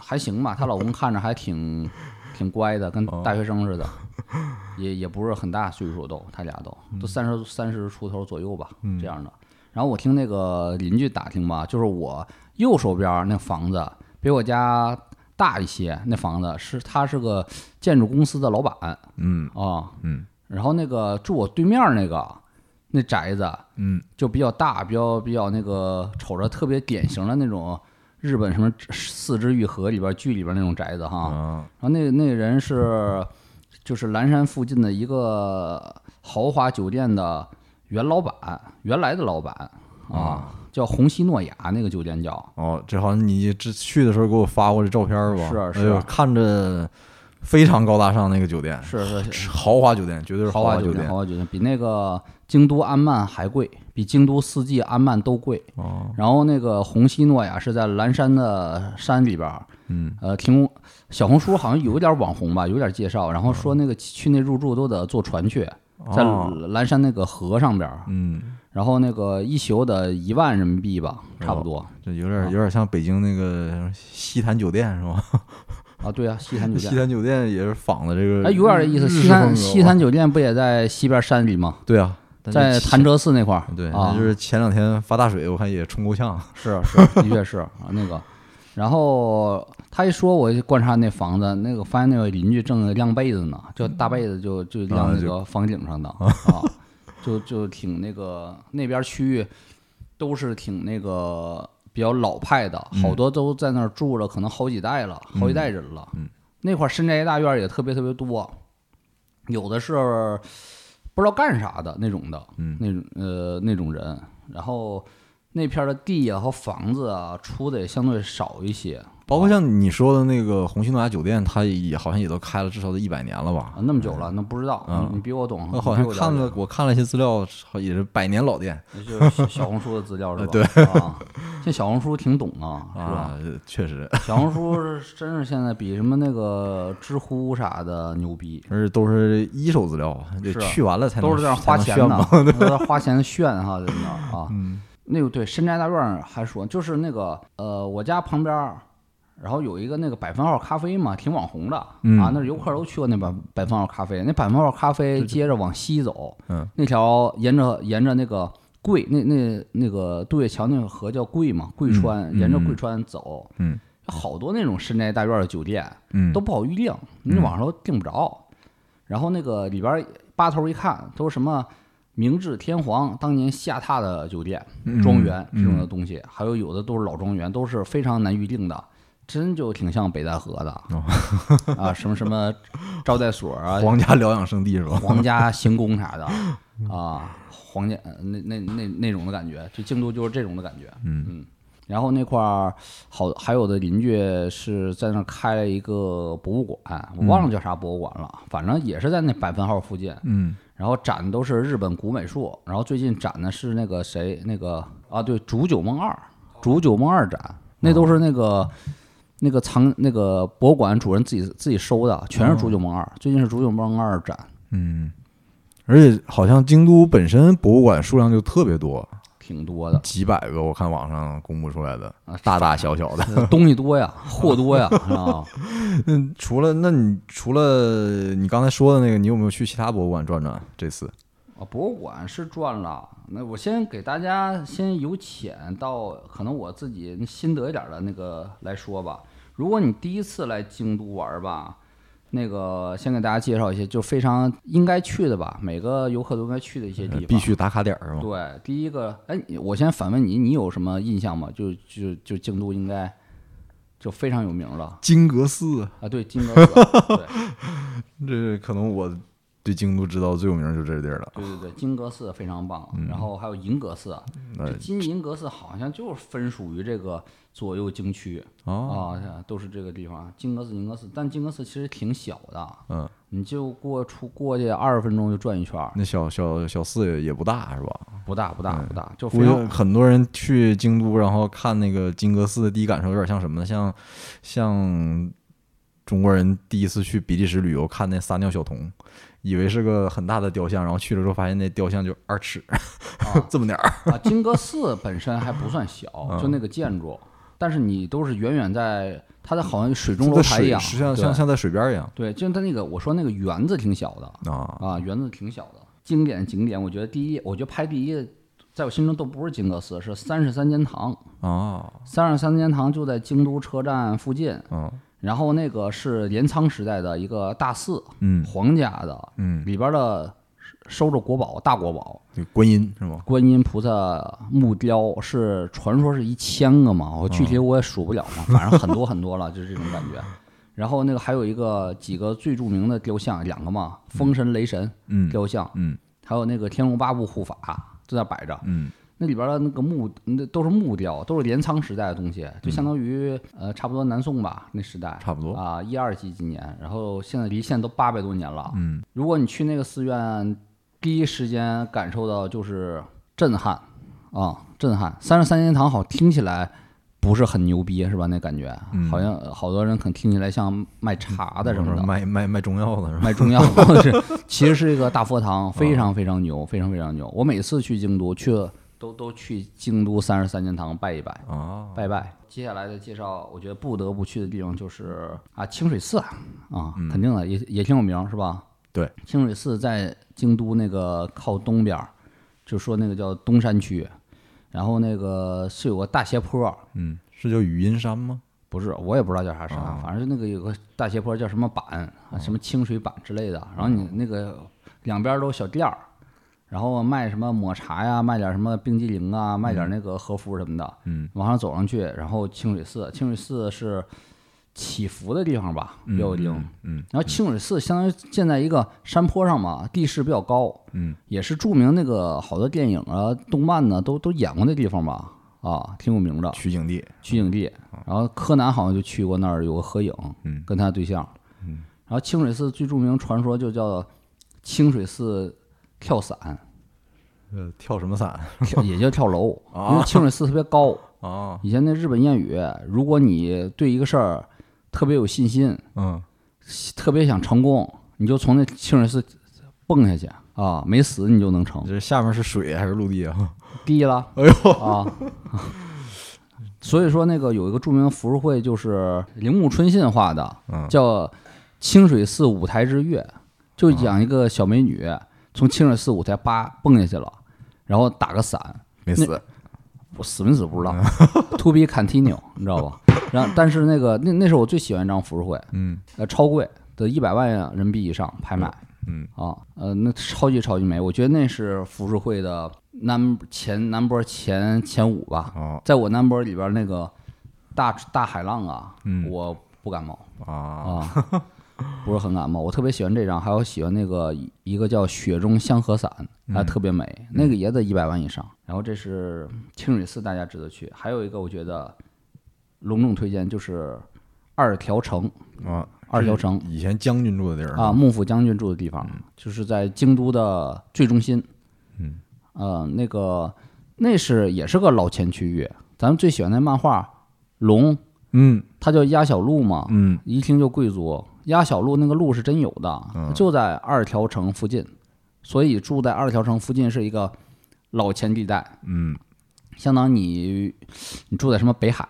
[SPEAKER 2] 还行吧，她老公看着还挺 *laughs* 挺乖的，跟大学生似的， *laughs* 也也不是很大岁数都，他俩都都三十三十出头左右吧，这样的。然后我听那个邻居打听吧，就是我右手边儿那房子比我家大一些，那房子是他是个建筑公司的老板啊、
[SPEAKER 1] 嗯嗯
[SPEAKER 2] 然后那个住我对面儿那个那宅子
[SPEAKER 1] 嗯
[SPEAKER 2] 就比较大，比较比较那个瞅着特别典型的那种日本什么四肢愈合里边儿剧里边儿那种宅子哈。
[SPEAKER 1] 啊，
[SPEAKER 2] 然后那那个人是就是蓝山附近的一个豪华酒店的原老板，原来的老板啊，叫红西诺亚那个酒店叫。
[SPEAKER 1] 哦，这好像你这去的时候给我发过这照片儿吧？
[SPEAKER 2] 是啊是啊
[SPEAKER 1] 哎呦，看着非常高大上那个酒店，
[SPEAKER 2] 是是
[SPEAKER 1] 豪华酒店，绝对是
[SPEAKER 2] 豪
[SPEAKER 1] 华
[SPEAKER 2] 华酒
[SPEAKER 1] 店
[SPEAKER 2] 豪。华酒店比那个京都安曼还贵，比京都四季安曼都贵。
[SPEAKER 1] 哦，
[SPEAKER 2] 然后那个红西诺亚是在蓝山的山里边儿，
[SPEAKER 1] 嗯，
[SPEAKER 2] 呃，提供小红书好像有点网红吧，有点介绍，然后说那个去那入住都得坐船去，在
[SPEAKER 1] 嗯哦
[SPEAKER 2] 蓝山那个河上边儿，
[SPEAKER 1] 嗯，
[SPEAKER 2] 然后那个一宿得一万人民币吧，差不多、
[SPEAKER 1] 这有点有点像北京那个西坛酒店是吧？
[SPEAKER 2] 啊。对啊，西坛
[SPEAKER 1] *laughs*
[SPEAKER 2] 酒
[SPEAKER 1] 西
[SPEAKER 2] 店，
[SPEAKER 1] 坛酒店也是仿的这个，
[SPEAKER 2] 哎，有点这意思。
[SPEAKER 1] 日式
[SPEAKER 2] 西
[SPEAKER 1] 风
[SPEAKER 2] 坛
[SPEAKER 1] 格
[SPEAKER 2] 西
[SPEAKER 1] 吧
[SPEAKER 2] 坛酒店不也在西边山里吗？
[SPEAKER 1] 对啊，但是
[SPEAKER 2] 在
[SPEAKER 1] 前
[SPEAKER 2] 潭。柘寺那块儿，
[SPEAKER 1] 对，
[SPEAKER 2] 啊
[SPEAKER 1] 那就，是前两天发大水，我看也冲够呛。
[SPEAKER 2] 是是，的确是啊那个。然后他一说，我就观察那房子，那个发现那个邻居正晾被子呢，就大被子就就
[SPEAKER 1] 啊
[SPEAKER 2] 晾那
[SPEAKER 1] 就
[SPEAKER 2] 个房顶上
[SPEAKER 1] *laughs*
[SPEAKER 2] 的啊，就就挺那个那边区域都是挺那个比较老派的，好多都在那儿住了，可能好几代了，好几代人了。
[SPEAKER 1] 嗯
[SPEAKER 2] 那块儿深宅大院也特别特别多，有的是不知道干啥的那种的，
[SPEAKER 1] 嗯
[SPEAKER 2] 那种呃那种人，然后那片儿的地啊和房子啊出的也相对少一些
[SPEAKER 1] 包括像你说的那个红星诺雅酒店，它也好像也都开了至少得一百年了吧
[SPEAKER 2] 啊，？那么久了，那不知道，
[SPEAKER 1] 嗯
[SPEAKER 2] 你你比我懂，
[SPEAKER 1] 那好像
[SPEAKER 2] 你比我
[SPEAKER 1] 看
[SPEAKER 2] 解
[SPEAKER 1] 了，我看了一些资料，好也是百年老店
[SPEAKER 2] 就是小小红书的资料是吧？
[SPEAKER 1] *laughs* 对
[SPEAKER 2] 啊，这小红书挺懂啊，是吧？
[SPEAKER 1] 啊，确实，
[SPEAKER 2] *laughs* 小红书是真是现在比什么那个知乎啥的牛逼，
[SPEAKER 1] 而且都是一手资料，啊得
[SPEAKER 2] 是
[SPEAKER 1] 去完了才能
[SPEAKER 2] 都是在那儿花钱
[SPEAKER 1] 才能炫
[SPEAKER 2] 呢
[SPEAKER 1] 嘛，
[SPEAKER 2] 都 *laughs* 在那儿花钱炫哈，在那儿啊。那个对，深宅大院儿还说，就是那个呃，我家旁边儿，然后有一个那个百分号咖啡嘛，挺网红的、
[SPEAKER 1] 嗯
[SPEAKER 2] 啊，那游客都去过那百百分号咖啡，那百分号咖啡接着往西走，
[SPEAKER 1] 嗯，
[SPEAKER 2] 那条沿着沿着那个桂那那那个渡月桥那个河叫桂嘛，桂川，
[SPEAKER 1] 嗯
[SPEAKER 2] 沿着
[SPEAKER 1] 嗯
[SPEAKER 2] 桂川走，
[SPEAKER 1] 嗯，
[SPEAKER 2] 好多那种深宅大院儿的酒店，
[SPEAKER 1] 嗯，
[SPEAKER 2] 都不好预定，你网上都订不着。然后那个里边八头一看，都是什么明治天皇当年下榻的酒店、
[SPEAKER 1] 嗯
[SPEAKER 2] 庄园这种的东西，还有有的都是老庄园，都是非常难预定的。真就挺像北戴河的、啊，什么什么招待所
[SPEAKER 1] *laughs*
[SPEAKER 2] 啊，
[SPEAKER 1] 嗯皇家疗养圣地是吧？
[SPEAKER 2] 皇家行宫啥的啊，皇家呃那那那那种的感觉，就京都就是这种的感觉。嗯然后那块儿好，还有的邻居是在那儿开了一个博物馆，我忘了叫啥博物馆了，反正也是在那百分号附近。
[SPEAKER 1] 嗯，
[SPEAKER 2] 然后展都是日本古美术，然后最近展的是那个谁那个啊，对，竹久梦二，竹久梦二展，那都是那个、那个藏那个博物馆主人自己自己收的，全是竹久梦二。最近是竹久梦二展，
[SPEAKER 1] 而且好像京都本身博物馆数量就特别多，
[SPEAKER 2] 挺多的，
[SPEAKER 1] 几百个，我看网上公布出来的
[SPEAKER 2] 啊，
[SPEAKER 1] 大大小小的。
[SPEAKER 2] 东西多呀，货多呀，啊，
[SPEAKER 1] 嗯，除了那你除了你刚才说的那个，你有没有去其他博物馆转转？这次
[SPEAKER 2] 啊，博物馆是转了。那我先给大家先由浅到可能我自己心得一点的那个来说吧。如果你第一次来京都玩儿吧，那个先给大家介绍一些就非常应该去的吧，每个游客都应该去的一些地
[SPEAKER 1] 呃
[SPEAKER 2] 方。
[SPEAKER 1] 必须打卡点儿是吗？
[SPEAKER 2] 对，第一个，哎，我先反问你，你有什么印象吗？就就就京都应该就非常有名了
[SPEAKER 1] 金阁寺，
[SPEAKER 2] 啊，对，金阁寺，对。
[SPEAKER 1] 这可能我对京都知道最有名就这地儿了。
[SPEAKER 2] 对对
[SPEAKER 1] *laughs*
[SPEAKER 2] 对，金阁寺非常棒，然后还有银阁寺，
[SPEAKER 1] 嗯
[SPEAKER 2] 啊
[SPEAKER 1] 那
[SPEAKER 2] 这金银阁寺好像就是分属于这个左右京区
[SPEAKER 1] 哦，
[SPEAKER 2] 啊，都是这个地方，金阁寺、银阁寺，但金阁寺其实挺小的，
[SPEAKER 1] 嗯，
[SPEAKER 2] 你就过出过去二十分钟就转一圈儿，
[SPEAKER 1] 那小小小寺也也不大是吧？
[SPEAKER 2] 不大不大
[SPEAKER 1] 嗯
[SPEAKER 2] 不大，就
[SPEAKER 1] 我
[SPEAKER 2] 非
[SPEAKER 1] 觉
[SPEAKER 2] 常
[SPEAKER 1] 得很多人去京都，然后看那个金阁寺的第一感受有点像什么呢？像像中国人第一次去比利时旅游看那撒尿小童，以为是个很大的雕像，然后去了之后发现那雕像就二尺， *laughs* 这么点儿。
[SPEAKER 2] 啊，金阁寺本身还不算小，
[SPEAKER 1] 嗯
[SPEAKER 2] 就那个建筑，但是你都是远远在它的好像水中楼
[SPEAKER 1] 在
[SPEAKER 2] 台一
[SPEAKER 1] 水
[SPEAKER 2] 样，
[SPEAKER 1] 是像
[SPEAKER 2] 对
[SPEAKER 1] 像像在水边一样
[SPEAKER 2] 对，就是它那个我说那个园子挺小的，
[SPEAKER 1] 啊。
[SPEAKER 2] 啊，园子挺小的。经典景点，我觉得第一，我觉得排第一，在我心中都不是金阁寺，是三十三间堂。
[SPEAKER 1] 哦，
[SPEAKER 2] 三十三间堂就在京都车站附近，
[SPEAKER 1] 嗯
[SPEAKER 2] 然后那个是镰仓时代的一个大寺，
[SPEAKER 1] 嗯
[SPEAKER 2] 皇家的，
[SPEAKER 1] 嗯，
[SPEAKER 2] 里边的收着国宝，大国宝，
[SPEAKER 1] 那观音是吗？
[SPEAKER 2] 观音菩萨木雕是传说是一千个嘛，我具
[SPEAKER 1] 嗯
[SPEAKER 2] 体我也数不了嘛，反正很多很多了，就是这种感觉。然后那个还有一个几个最著名的雕像，两个嘛，风神、雷神
[SPEAKER 1] 嗯
[SPEAKER 2] 雕像，
[SPEAKER 1] 嗯
[SPEAKER 2] 还有那个《天龙八部》护法就在那摆着，
[SPEAKER 1] 嗯，
[SPEAKER 2] 那里边的那个木那都是木雕，都是镰仓时代的东西，就相当于、呃差不多南宋吧那时代，
[SPEAKER 1] 嗯差不多
[SPEAKER 2] 啊一二几几年，然后现在离现在都八百多年了，
[SPEAKER 1] 嗯，
[SPEAKER 2] 如果你去那个寺院，第一时间感受到就是震撼啊，震撼！三十三间堂好听起来。不是很牛逼是吧？那感觉、
[SPEAKER 1] 嗯
[SPEAKER 2] 好像呃好多人可能听起来像卖茶的什么的，
[SPEAKER 1] 卖卖卖中药的是吧？
[SPEAKER 2] 卖中药是，其实是一个大佛堂，非常非常牛，非常非常牛。我每次去京都，去了都都去京都三十三间堂拜一拜，
[SPEAKER 1] 啊，
[SPEAKER 2] 拜拜。接下来的介绍，我觉得不得不去的地方就是啊清水寺啊，啊肯定的也也挺有名是吧？
[SPEAKER 1] 对，
[SPEAKER 2] 清水寺在京都那个靠东边儿，就说那个叫东山区，然后那个是有个大斜坡儿，
[SPEAKER 1] 嗯，是叫语音山吗？
[SPEAKER 2] 不是，我也不知道叫啥山，
[SPEAKER 1] 啊
[SPEAKER 2] 反正就那个有个大斜坡叫什么板啊，什么清水板之类
[SPEAKER 1] 啊
[SPEAKER 2] 的。然后你那个两边都有小店儿，然后卖什么抹茶呀，卖点什么冰激凌啊，卖点那个和服什么的。
[SPEAKER 1] 嗯，
[SPEAKER 2] 往上走上去，然后清水寺，清水寺是起伏的地方吧，比较有灵。
[SPEAKER 1] 嗯
[SPEAKER 2] 然后清水寺相当于建在一个山坡上嘛，地势比较高，
[SPEAKER 1] 嗯，
[SPEAKER 2] 也是著名那个好多电影啊、动漫呢都都演过那地方吧。啊，挺有名的
[SPEAKER 1] 取景地，
[SPEAKER 2] 取景地。然后柯南好像就去过那儿有个合影，
[SPEAKER 1] 啊嗯
[SPEAKER 2] 跟他对象。
[SPEAKER 1] 嗯
[SPEAKER 2] 然后清水寺最著名传说就叫清水寺跳
[SPEAKER 1] *laughs*
[SPEAKER 2] 伞，
[SPEAKER 1] 呃，跳什么伞
[SPEAKER 2] 跳也叫跳楼，
[SPEAKER 1] 啊
[SPEAKER 2] 因为清水寺特别高。
[SPEAKER 1] 啊？
[SPEAKER 2] 以前那日本谚语，如果你对一个事儿特别有信心，
[SPEAKER 1] 嗯，
[SPEAKER 2] 特别想成功，你就从那清水寺蹦下去啊，没死你就能成。
[SPEAKER 1] 这下面是水还是陆地啊？
[SPEAKER 2] 低了，
[SPEAKER 1] 哎呦
[SPEAKER 2] 啊！所以说那个有一个著名浮世绘，就是铃木春信画的，
[SPEAKER 1] 嗯
[SPEAKER 2] 叫《清水寺舞台之月》，就
[SPEAKER 1] 嗯
[SPEAKER 2] 讲一个小美女从清水寺舞台叭蹦下去了，然后打个伞，
[SPEAKER 1] 没死，
[SPEAKER 2] 我死没死不知道
[SPEAKER 1] 嗯
[SPEAKER 2] *laughs* ，to be continue，你知道吧？然后但是那个那那是我最喜欢一张浮世绘，
[SPEAKER 1] 嗯
[SPEAKER 2] 呃，超贵，得一百万人民币以上拍卖。
[SPEAKER 1] 嗯
[SPEAKER 2] 啊，呃，那超级超级美，我觉得那是浮世绘的 number 前 number 前前五吧，
[SPEAKER 1] 哦
[SPEAKER 2] 在我 number 里边那个大大海浪啊，
[SPEAKER 1] 嗯
[SPEAKER 2] 我不感冒
[SPEAKER 1] 啊
[SPEAKER 2] 啊，不是很感冒。我特别喜欢这张，还有喜欢那个一一个叫雪中香河伞，还特别美，那个也得一百万以上。然后这是清水寺，大家值得去。还有一个我觉得隆重推荐就是二条城，
[SPEAKER 1] 啊！
[SPEAKER 2] 二条城
[SPEAKER 1] 这以前将军住的地儿
[SPEAKER 2] 啊，，幕府将军住的地方，就是在京都的最中心。
[SPEAKER 1] 嗯，
[SPEAKER 2] 呃，那个那是也是个老钱区域。咱们最喜欢的漫画《龙》，
[SPEAKER 1] 嗯
[SPEAKER 2] 它叫鸭小路嘛，
[SPEAKER 1] 嗯
[SPEAKER 2] 一听就贵族。鸭小路那个路是真有的，
[SPEAKER 1] 嗯
[SPEAKER 2] 就在二条城附近，所以住在二条城附近是一个老钱地带，
[SPEAKER 1] 嗯
[SPEAKER 2] 相当你你住在什么北海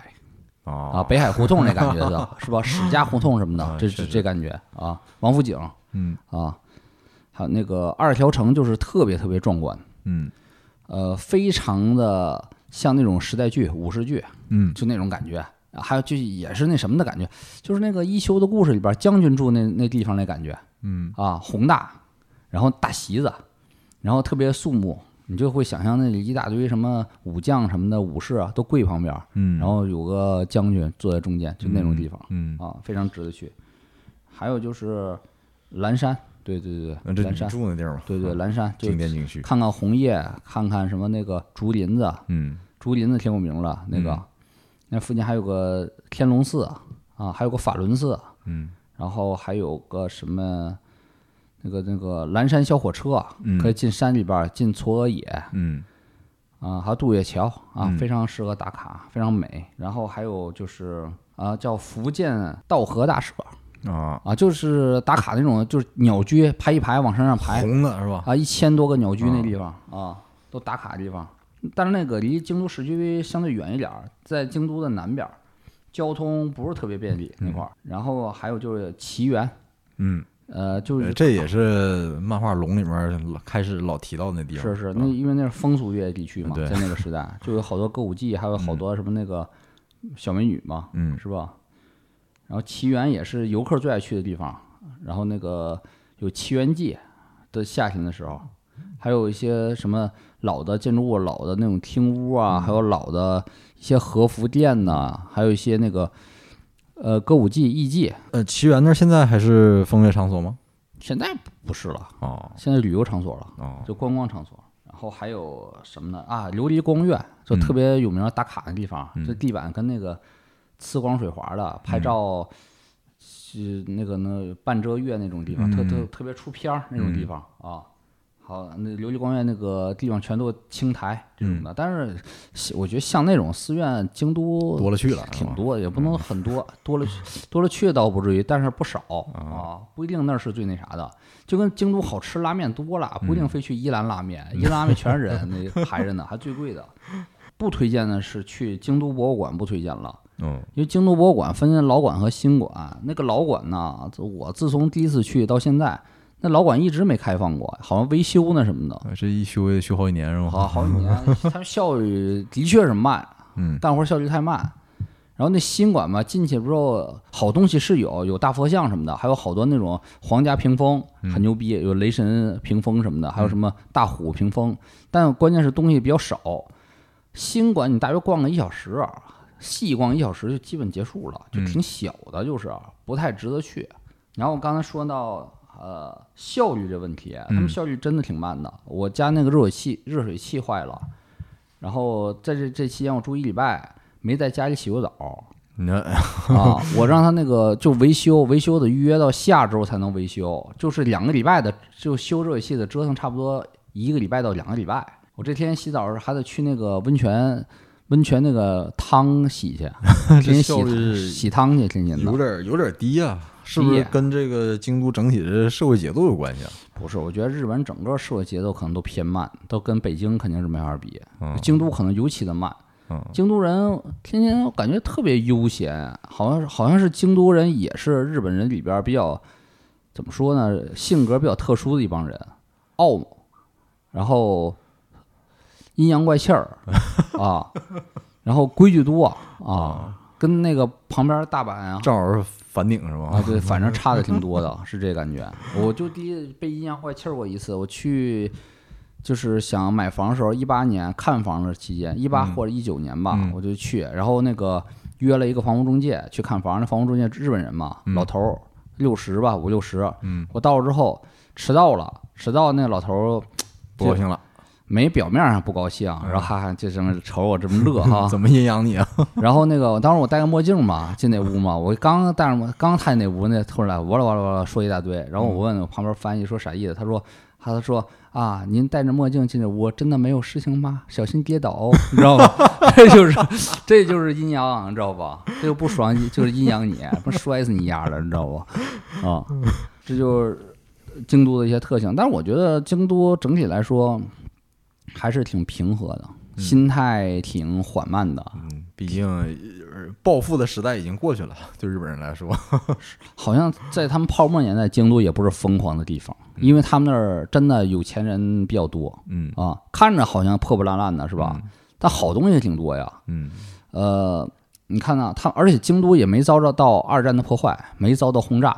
[SPEAKER 2] 啊，
[SPEAKER 1] 啊
[SPEAKER 2] 北海胡同那感
[SPEAKER 1] *laughs*
[SPEAKER 2] 觉的是吧？史家胡同什么
[SPEAKER 1] 啊
[SPEAKER 2] 的，这
[SPEAKER 1] 确
[SPEAKER 2] 这
[SPEAKER 1] 实
[SPEAKER 2] 这感觉啊，王府井。
[SPEAKER 1] 嗯
[SPEAKER 2] 啊，还有那个二条城就是特别特别壮观，
[SPEAKER 1] 嗯
[SPEAKER 2] 呃，非常的像那种时代剧、武士剧，
[SPEAKER 1] 嗯
[SPEAKER 2] 就那种感觉。啊还有就也是那什么的感觉，就是那个一休的故事里边将军住那那地方那感觉
[SPEAKER 1] 嗯
[SPEAKER 2] 啊，宏大，然后大席子，然后特别肃穆，你就会想象那里一大堆什么武将什么的武士啊都跪旁边，
[SPEAKER 1] 嗯，
[SPEAKER 2] 然后有个将军坐在中间，就那种地方、
[SPEAKER 1] 嗯，
[SPEAKER 2] 啊，非常值得去。还有就是蓝山，对对对
[SPEAKER 1] 那啊这
[SPEAKER 2] 对，蓝
[SPEAKER 1] 你
[SPEAKER 2] 山，
[SPEAKER 1] 住那地儿吗？
[SPEAKER 2] 对对，
[SPEAKER 1] 啊，
[SPEAKER 2] 蓝山就
[SPEAKER 1] 景点景区，
[SPEAKER 2] 看看红叶，看看什么那个竹林子，
[SPEAKER 1] 嗯
[SPEAKER 2] 竹林子挺有名了。那个、
[SPEAKER 1] 嗯
[SPEAKER 2] 那附近还有个天龙寺啊，还有个法轮寺，
[SPEAKER 1] 嗯
[SPEAKER 2] 然后还有个什么那个那个蓝山小火车，
[SPEAKER 1] 嗯
[SPEAKER 2] 可以进山里边儿进嵯峨野
[SPEAKER 1] 嗯
[SPEAKER 2] 啊，还有渡月桥啊，
[SPEAKER 1] 嗯
[SPEAKER 2] 非常适合打卡，非常美。然后还有就是啊，叫福建道和大社
[SPEAKER 1] 啊，
[SPEAKER 2] 啊，就是打卡那种，就是鸟居排一排往山上排，
[SPEAKER 1] 红的是吧？
[SPEAKER 2] 啊，一千多个鸟居那地方啊，都打卡地方。但是那个离京都市区相对远一点儿，在京都的南边儿，交通不是特别便利那块儿。然后还有就是奇缘，
[SPEAKER 1] 嗯，
[SPEAKER 2] 呃，就
[SPEAKER 1] 呃
[SPEAKER 2] 是
[SPEAKER 1] 这也是漫画龙里面老开始老提到那地方，
[SPEAKER 2] 是是，那因为那是风俗业地区
[SPEAKER 1] 嗯
[SPEAKER 2] 嘛，
[SPEAKER 1] 对
[SPEAKER 2] 在那个时代，就有好多歌舞伎，还有好多什么那个小美女嘛，
[SPEAKER 1] 嗯
[SPEAKER 2] 是吧？然后奇缘也是游客最爱去的地方，然后那个有奇缘记的夏天的时候，还有一些什么老的建筑物、老的那种厅屋啊，还有
[SPEAKER 1] 嗯
[SPEAKER 2] 老的一些和服店呐、还有一些那个呃歌舞伎艺伎，
[SPEAKER 1] 呃，奇缘那儿现在还是风月场所吗？
[SPEAKER 2] 现在不不是了，
[SPEAKER 1] 哦
[SPEAKER 2] 现在旅游场所了。
[SPEAKER 1] 哦，
[SPEAKER 2] 就观光场所。然后还有什么呢？啊，琉璃光院就特别有名儿打卡的地方，
[SPEAKER 1] 嗯
[SPEAKER 2] 就地板跟那个呲光水滑的，拍照是那个那半遮月那种地方，特特
[SPEAKER 1] 嗯
[SPEAKER 2] 特别出片儿那种地方、啊。好，那琉璃光院那个地方全都青苔这种
[SPEAKER 1] 嗯
[SPEAKER 2] 的，但是像我觉得像那种寺院，京都
[SPEAKER 1] 多了去了
[SPEAKER 2] 挺
[SPEAKER 1] 是吧嗯
[SPEAKER 2] 多，也不能很多，多了去多了去倒不至于，但是不少啊，不一定那儿是最那啥的。就跟京都好吃拉面多了，不一
[SPEAKER 1] 嗯
[SPEAKER 2] 定非去伊兰拉面，伊兰拉面全
[SPEAKER 1] *laughs*
[SPEAKER 2] 是人，那排着呢，还最贵的。不推荐的是去京都博物馆，不推荐了，
[SPEAKER 1] 嗯
[SPEAKER 2] 因为京都博物馆分老馆和新馆。那个老馆呢，我自从第一次去到现在，那老馆一直没开放过，好像维修呢什么的，
[SPEAKER 1] 呃这一修也修好几年是吗？*laughs*
[SPEAKER 2] 好好几年，他们效率的确是慢，
[SPEAKER 1] 嗯
[SPEAKER 2] 干活效率太慢。然后那新馆嘛，进去之后好东西是有，有大佛像什么的，还有好多那种皇家屏风，
[SPEAKER 1] 嗯
[SPEAKER 2] 很牛逼，有雷神屏风什么的，还有什么大虎屏风。但关键是东西比较少，新馆你大约逛个一小时啊，细逛一小时就基本结束了，就
[SPEAKER 1] 嗯
[SPEAKER 2] 挺小的，就是啊不太值得去。然后我刚才说到呃
[SPEAKER 1] 嗯
[SPEAKER 2] 效率这问题，他们效率真的挺慢的。我家那个热水器热水器坏了，然后在这这期间，我住一礼拜，没在家里洗
[SPEAKER 1] *laughs*
[SPEAKER 2] 过澡
[SPEAKER 1] 你看，
[SPEAKER 2] 啊。我让他那个就维修，维修的预约到下周才能维修，就是两个礼拜的，就修这个戏的折腾，差不多一个礼拜到两个礼拜。我这天洗澡的时候还得去那个温泉，温泉那个汤
[SPEAKER 1] *laughs*
[SPEAKER 2] 洗去，天天洗
[SPEAKER 1] 效率
[SPEAKER 2] 汤洗汤去，天天的
[SPEAKER 1] 有。点有点低啊，是不
[SPEAKER 2] 低
[SPEAKER 1] 是
[SPEAKER 2] 啊
[SPEAKER 1] 跟这个京都整体的社会节奏有关系啊？
[SPEAKER 2] 不是，我觉得日本整个社会节奏可能都偏慢，都跟北京肯定是没法比，
[SPEAKER 1] 嗯
[SPEAKER 2] 京都可能尤其的慢。
[SPEAKER 1] 嗯
[SPEAKER 2] 京都人天天我感觉特别悠闲，好像是好像是京都人也是日本人里边比较怎么说呢，性格比较特殊的一帮人，傲慢，然后阴阳怪
[SPEAKER 1] *laughs*
[SPEAKER 2] 气儿啊，然后规矩多啊，跟那个旁边大阪啊
[SPEAKER 1] 正好是反顶是
[SPEAKER 2] 啊，
[SPEAKER 1] 吗？
[SPEAKER 2] *laughs* 对，反正差的挺多的，是这感觉。我就第一被阴阳怪气儿过一次，我去就是想买房的时候，一八年看房的期间，一八或者一九年吧，
[SPEAKER 1] 嗯
[SPEAKER 2] 我就去，然后那个约了一个房屋中介去看房，那房屋中介日本人嘛，老头儿六十吧，五六十，
[SPEAKER 1] 嗯，
[SPEAKER 2] 我到了之后迟到了，迟到那老头儿
[SPEAKER 1] 不高兴了，，
[SPEAKER 2] 没表面上不高兴，然后哈哈就这么瞅我这么乐哈
[SPEAKER 1] 怎么阴阳
[SPEAKER 2] *laughs*
[SPEAKER 1] 你啊？
[SPEAKER 2] 然后那个，当时我戴个墨镜嘛，进那屋嘛，我刚戴上墨，刚踏进那屋，那突然来哇啦哇啦哇啦说一大堆。然后我问我旁边翻译说啥意思，他说，他说啊，您戴着墨镜进这屋，真的没有事情吗？小心跌倒哦，你知道吗？ *laughs* 这就是，这就是阴阳，你知道吧？这就不爽，就是阴阳你，不摔死你丫的，你知道不？啊，这就是京都的一些特性。但是我觉得京都整体来说还是挺平和的，心态挺缓慢的。
[SPEAKER 1] 嗯，毕竟呃暴富的时代已经过去了，对日本人来说，
[SPEAKER 2] 好像在他们泡沫年代，京都也不是疯狂的地方，因为他们那儿真的有钱人比较多
[SPEAKER 1] 嗯
[SPEAKER 2] 啊，看着好像破破烂烂的是吧？但好东西挺多呀。
[SPEAKER 1] 嗯，
[SPEAKER 2] 呃，你看啊，他而且京都也没遭着到二战的破坏，没遭到轰炸。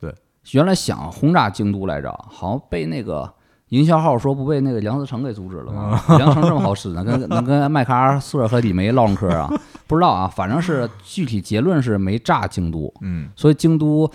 [SPEAKER 1] 对，
[SPEAKER 2] 原来想轰炸京都来着，好像被那个营销号说不被那个梁思成给阻止了吗？ *laughs* 梁思成这么好使呢，跟能跟麦克阿瑟和李梅唠上嗑啊？不知道啊，反正是具体结论是没炸京都。
[SPEAKER 1] 嗯，
[SPEAKER 2] 所以京都，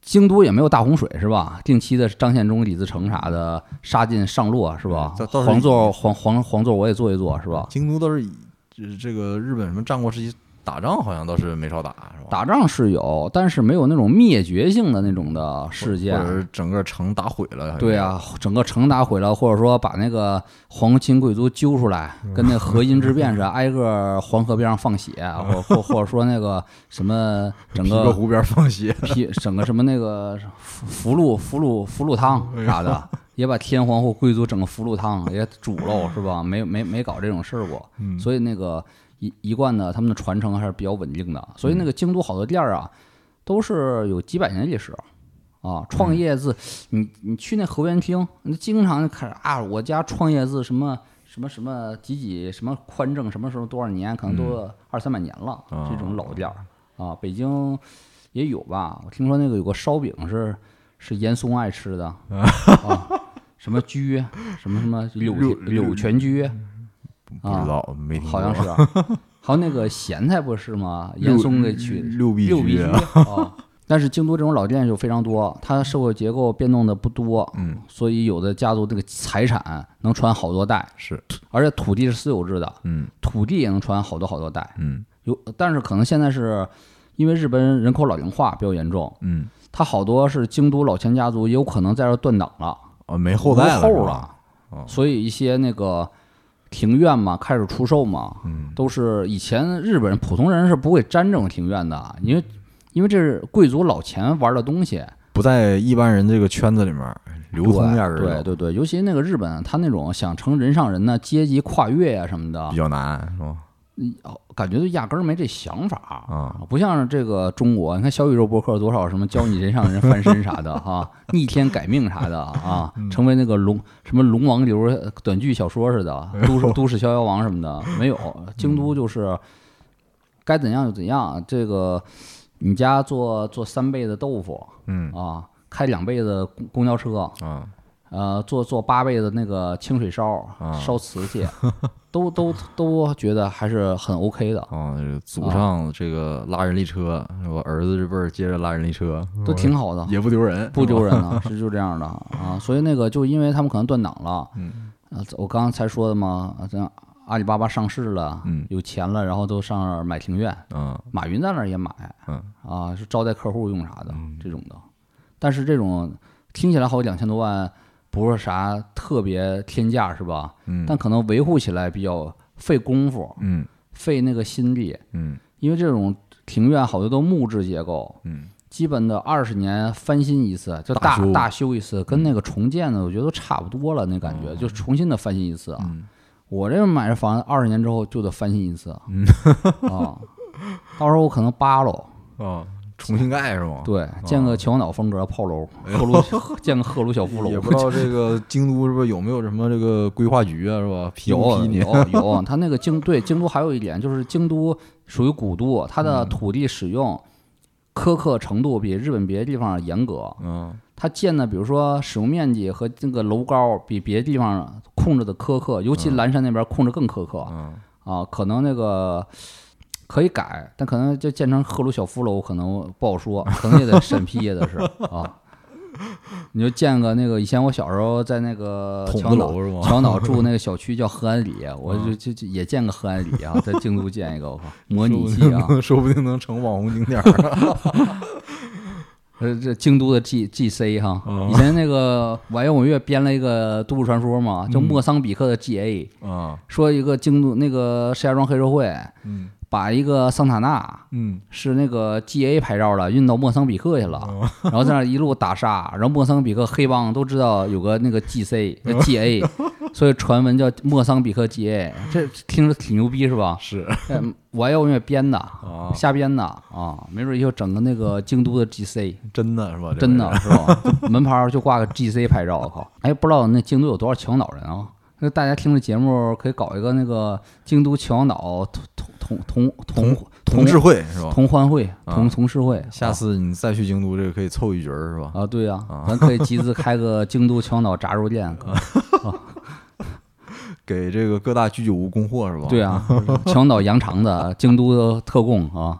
[SPEAKER 2] 京都也没有大洪水是吧？定期的张献忠、李自成啥的杀进上洛是吧
[SPEAKER 1] 嗯倒？倒是嗯
[SPEAKER 2] 黄座黄黄黄座我也坐一坐是吧？
[SPEAKER 1] 京都倒是以这这个日本什么战国时期打仗好像倒是没少打，是吧？
[SPEAKER 2] 打仗是有，但是没有那种灭绝性的那种的事件
[SPEAKER 1] 或。者是整个城打毁了，
[SPEAKER 2] 对啊，整个城打毁了，或者说把那个皇亲贵族揪出来，
[SPEAKER 1] 嗯
[SPEAKER 2] 跟那河阴之变似的，挨个黄河边上放血，或或或者说那个什么
[SPEAKER 1] *laughs*
[SPEAKER 2] 整
[SPEAKER 1] 皮
[SPEAKER 2] 个
[SPEAKER 1] 克湖边放血，
[SPEAKER 2] 皮整个什么那个福福禄福禄福禄汤啥的，也把天皇或贵族整个福禄汤也煮喽，是吧？没没没搞这种事儿过，
[SPEAKER 1] 嗯
[SPEAKER 2] 所以那个一一贯的他们的传承还是比较稳定的。所以
[SPEAKER 1] 嗯
[SPEAKER 2] 那个京都好多店儿啊，都是有几百年历史啊。创业自
[SPEAKER 1] 嗯
[SPEAKER 2] 你你去那河源厅，你经常看啊，我家创业自什么。什么什么几几什么宽正什么时候多少年，可能都二三百年了，
[SPEAKER 1] 嗯啊
[SPEAKER 2] 这种老店儿啊，北京也有吧？我听说那个有个烧饼是是严嵩爱吃的，啊，什么居，什么
[SPEAKER 1] *laughs*
[SPEAKER 2] 什么柳
[SPEAKER 1] 柳
[SPEAKER 2] 柳泉居，
[SPEAKER 1] 嗯不知道没听过，
[SPEAKER 2] 好像
[SPEAKER 1] *laughs*
[SPEAKER 2] 是啊。还有那个咸菜不是吗？严嵩那区
[SPEAKER 1] 六必
[SPEAKER 2] 六必居
[SPEAKER 1] 居啊， *laughs*
[SPEAKER 2] 啊。但是京都这种老店就非常多，它社会结构变动的不多，
[SPEAKER 1] 嗯，
[SPEAKER 2] 所以有的家族这个财产能传好多代，
[SPEAKER 1] 是，
[SPEAKER 2] 而且土地是私有制的，
[SPEAKER 1] 嗯
[SPEAKER 2] 土地也能传好多好多代。
[SPEAKER 1] 嗯
[SPEAKER 2] 有，但是可能现在是因为日本人口老龄化比较严重，
[SPEAKER 1] 嗯，
[SPEAKER 2] 他好多是京都老钱家族，也有可能在这儿断档了，
[SPEAKER 1] 啊，没后代
[SPEAKER 2] 无
[SPEAKER 1] 是
[SPEAKER 2] 后啊
[SPEAKER 1] 吧，
[SPEAKER 2] 了
[SPEAKER 1] 哦，
[SPEAKER 2] 所以一些那个庭院嘛，开始出售嘛，
[SPEAKER 1] 嗯
[SPEAKER 2] 都是以前日本人普通人是不会沾这种庭院的，因为因为这是贵族老钱玩的东西，
[SPEAKER 1] 不在一般人这个圈子里面流通，压根儿就
[SPEAKER 2] 对对对，尤其那个日本，他那种想成人上人呢，阶级跨越啊呀、什么的
[SPEAKER 1] 比，较难，是吧？
[SPEAKER 2] 感觉就压根儿没这想法
[SPEAKER 1] 啊，
[SPEAKER 2] 不像这个中国，你看小宇宙博客多少什么教你人上人翻身啥的 *laughs* 哈、逆天改命啥的啊，
[SPEAKER 1] 嗯
[SPEAKER 2] 成为那个龙什么龙王流短剧小说似的，
[SPEAKER 1] 哎
[SPEAKER 2] 都市都市逍遥王什么的没有，
[SPEAKER 1] 嗯
[SPEAKER 2] 京都就是该怎样就怎样，这个你家做做三倍的豆腐
[SPEAKER 1] 嗯
[SPEAKER 2] 啊，开两倍的公公交车，
[SPEAKER 1] 啊，
[SPEAKER 2] 呃，做做八倍的那个清水烧
[SPEAKER 1] 啊
[SPEAKER 2] 烧瓷器，都都都觉得还是很 OK 的。
[SPEAKER 1] 啊，这个祖上这个拉人力车，我儿子这辈儿接着拉人力车，
[SPEAKER 2] 都挺好的，
[SPEAKER 1] 也啊不丢人，
[SPEAKER 2] 不丢人啊，是就这样的啊。所以那个就因为他们可能断档了，
[SPEAKER 1] 嗯
[SPEAKER 2] 呃，我刚刚才说的嘛，这样阿里巴巴上市了，
[SPEAKER 1] 嗯
[SPEAKER 2] 有钱了，然后都上那儿买庭院，
[SPEAKER 1] 嗯
[SPEAKER 2] 马云在那儿也买，
[SPEAKER 1] 嗯
[SPEAKER 2] 啊，是招待客户用啥的这种的。但是这种听起来好像两千多万不是啥特别天价是吧？
[SPEAKER 1] 嗯
[SPEAKER 2] 但可能维护起来比较费功夫，
[SPEAKER 1] 嗯
[SPEAKER 2] 费那个心力，
[SPEAKER 1] 嗯
[SPEAKER 2] 因为这种庭院好多都木质结构，
[SPEAKER 1] 嗯
[SPEAKER 2] 基本的二十年翻新一次，就
[SPEAKER 1] 大
[SPEAKER 2] 大
[SPEAKER 1] 修
[SPEAKER 2] 大修一次，跟那个重建的我觉得都差不多了，那感觉就重新的翻新一次啊。
[SPEAKER 1] 嗯
[SPEAKER 2] 我这买这房子二十年之后就得翻新一次啊， *laughs* 啊到时候我可能扒喽。
[SPEAKER 1] 嗯哦，重新盖是吗？
[SPEAKER 2] 对，建个乔脑风格炮楼，赫鲁建个赫鲁晓夫楼
[SPEAKER 1] 哎 *laughs* 也，不知道这个京都是不是有没有什么这个规划局啊，是吧？ *laughs* 批不
[SPEAKER 2] 有
[SPEAKER 1] 批你？
[SPEAKER 2] 有有，他那个京对京都还有一点就是京都属于古都，它的土地使用苛刻程度比日本别的地方严格，
[SPEAKER 1] 嗯
[SPEAKER 2] 它建的比如说使用面积和这个楼高比别的地方控制的苛刻，尤其蓝山那边控制更苛刻
[SPEAKER 1] 嗯
[SPEAKER 2] 啊，可能那个。可以改，但可能就建成赫鲁晓夫楼，可能不好说，可能也得审批，也得是啊。你就建个那个，以前我小时候在那个
[SPEAKER 1] 筒子
[SPEAKER 2] 桥脑
[SPEAKER 1] 楼是吗啊
[SPEAKER 2] 桥脑住那个小区叫和安里，我就就就也建个和安里啊，在京都建一个，我
[SPEAKER 1] *laughs*
[SPEAKER 2] 靠，模拟器啊，
[SPEAKER 1] 能 *laughs* 说不定能成网红景点儿。
[SPEAKER 2] 呃，这京都的 G G C 哈，
[SPEAKER 1] 啊
[SPEAKER 2] 以前那个玩摇滚乐编了一个都市传说嘛，
[SPEAKER 1] 嗯
[SPEAKER 2] 叫莫桑比克的 G A，、
[SPEAKER 1] *laughs* 啊，
[SPEAKER 2] 说一个京都那个石家庄黑社会
[SPEAKER 1] 嗯
[SPEAKER 2] 把一个桑塔纳
[SPEAKER 1] 嗯
[SPEAKER 2] 是那个 G A 牌照的运到莫桑比克去了，
[SPEAKER 1] 哦
[SPEAKER 2] 然后在那儿一路打
[SPEAKER 1] *laughs*
[SPEAKER 2] 杀，然后莫桑比克黑帮都知道有个那个 G
[SPEAKER 1] 哦
[SPEAKER 2] C
[SPEAKER 1] *laughs*
[SPEAKER 2] G A，所以传闻叫莫桑比克 G A，这听着挺牛逼
[SPEAKER 1] *laughs*
[SPEAKER 2] 是吧？
[SPEAKER 1] 是
[SPEAKER 2] 嗯，玩摇滚乐编的，
[SPEAKER 1] 啊，
[SPEAKER 2] 瞎编的啊，没准以后整个那个京都的 G C。
[SPEAKER 1] 真的是吧？这
[SPEAKER 2] 真的是吧？ *laughs* 门牌儿就挂个 GC 牌照，我靠！哎，不知道那京都有多少桥脑人啊？那大家听这节目可以搞一个那个京都桥脑同同同同同
[SPEAKER 1] 同事会是吧？
[SPEAKER 2] 同欢会
[SPEAKER 1] 啊
[SPEAKER 2] 同同事会。
[SPEAKER 1] 下次你再去京都，这个可以凑一局儿是吧？
[SPEAKER 2] 啊，对呀，咱可以集资开个京
[SPEAKER 1] *laughs*
[SPEAKER 2] 都桥脑炸肉店。
[SPEAKER 1] 给这个各大居酒屋供货是吧？
[SPEAKER 2] 对啊，
[SPEAKER 1] *laughs*
[SPEAKER 2] 桥脑羊肠子，京都的特供啊。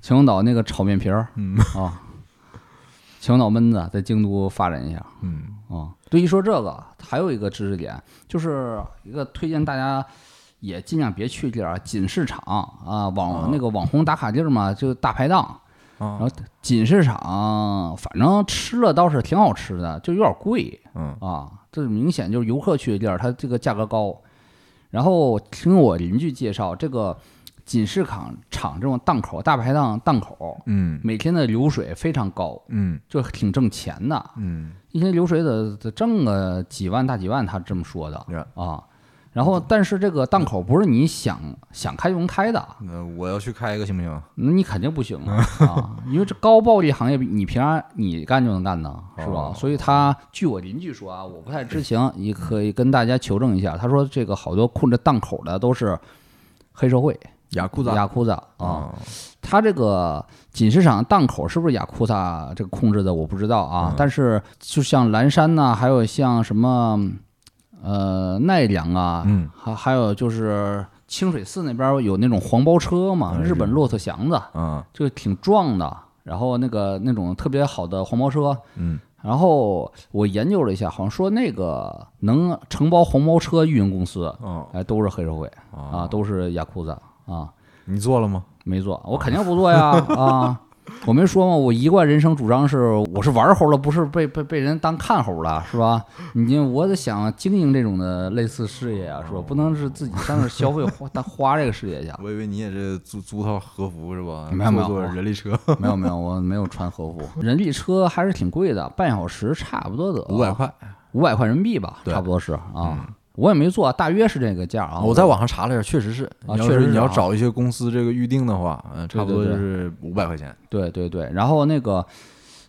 [SPEAKER 2] 桥脑那个炒面皮儿
[SPEAKER 1] 嗯
[SPEAKER 2] 啊，桥脑焖子在京都发展一下。
[SPEAKER 1] 嗯
[SPEAKER 2] 啊、对，一说这个，还有一个知识点，就是一个推荐大家也尽量别去地儿啊，锦市场啊，网、那个网红打卡地儿嘛，就大排档。然
[SPEAKER 1] 啊
[SPEAKER 2] 后锦市场，反正吃了倒是挺好吃的，就有点贵
[SPEAKER 1] 嗯
[SPEAKER 2] 啊。这明显就是游客去的地儿，它这个价格高。然后听我邻居介绍，这个锦市场场这种档口、大排档档口，
[SPEAKER 1] 嗯
[SPEAKER 2] 每天的流水非常高，
[SPEAKER 1] 嗯
[SPEAKER 2] 就挺挣钱的。
[SPEAKER 1] 嗯，
[SPEAKER 2] 一天流水得得挣个几万大几万，他这么说的
[SPEAKER 1] 是
[SPEAKER 2] 啊。然后，但是这个档口不是你想想开就能开的，
[SPEAKER 1] 嗯那我要去开一个行不行？
[SPEAKER 2] 那你肯定不行啊啊，因为这高暴利行业，你凭啥你干就能干呢？是吧？
[SPEAKER 1] 哦
[SPEAKER 2] 所以他据我邻居说啊，我不太知情，也可以跟大家求证一下。他说这个好多控制档口的都是黑社会、
[SPEAKER 1] 雅库
[SPEAKER 2] 雅
[SPEAKER 1] 扎
[SPEAKER 2] 库扎
[SPEAKER 1] 哦
[SPEAKER 2] 啊。，他这个锦市场档口是不是雅库萨这个控制的，我不知道啊。
[SPEAKER 1] 嗯
[SPEAKER 2] 但是就像蓝山呐、还有像什么呃奈良啊，
[SPEAKER 1] 嗯
[SPEAKER 2] 还还有就是清水寺那边有那种黄包车嘛，
[SPEAKER 1] 嗯
[SPEAKER 2] 日本骆驼祥子，
[SPEAKER 1] 啊
[SPEAKER 2] 就挺壮的。然后那个那种特别好的黄包车，
[SPEAKER 1] 嗯
[SPEAKER 2] 然后我研究了一下，好像说那个能承包黄包车运营公司，
[SPEAKER 1] 哦
[SPEAKER 2] 哎，都是黑社会啊，
[SPEAKER 1] 啊，
[SPEAKER 2] 都是雅库萨啊。
[SPEAKER 1] 你做了吗？
[SPEAKER 2] 没做，我肯定不做呀啊！我没说吗？我一贯人生主张是，我是玩猴了，不是被被被人当看猴了，是吧？你我得想经营这种的类似事业啊，是吧？不能是自己上那儿消费花花这个事业去。
[SPEAKER 1] 我以为你也是租租套和服是吧？
[SPEAKER 2] 没有没有
[SPEAKER 1] 坐坐人力车，
[SPEAKER 2] 没有没有，我没有穿和服，人力车还是挺贵的，半小时差不多得
[SPEAKER 1] 五百块。
[SPEAKER 2] *laughs* 五百块人民币吧，
[SPEAKER 1] 对嗯
[SPEAKER 2] 差不多是啊。我也没做，大约是这个价啊。
[SPEAKER 1] 我在网上查了一下，确实是，
[SPEAKER 2] 啊
[SPEAKER 1] 你要
[SPEAKER 2] 确实是
[SPEAKER 1] 你要
[SPEAKER 2] 啊
[SPEAKER 1] 找一些公司这个预定的话，嗯，差不多
[SPEAKER 2] 对
[SPEAKER 1] 就
[SPEAKER 2] 对
[SPEAKER 1] 是五百块钱。
[SPEAKER 2] 对对对，然后那个，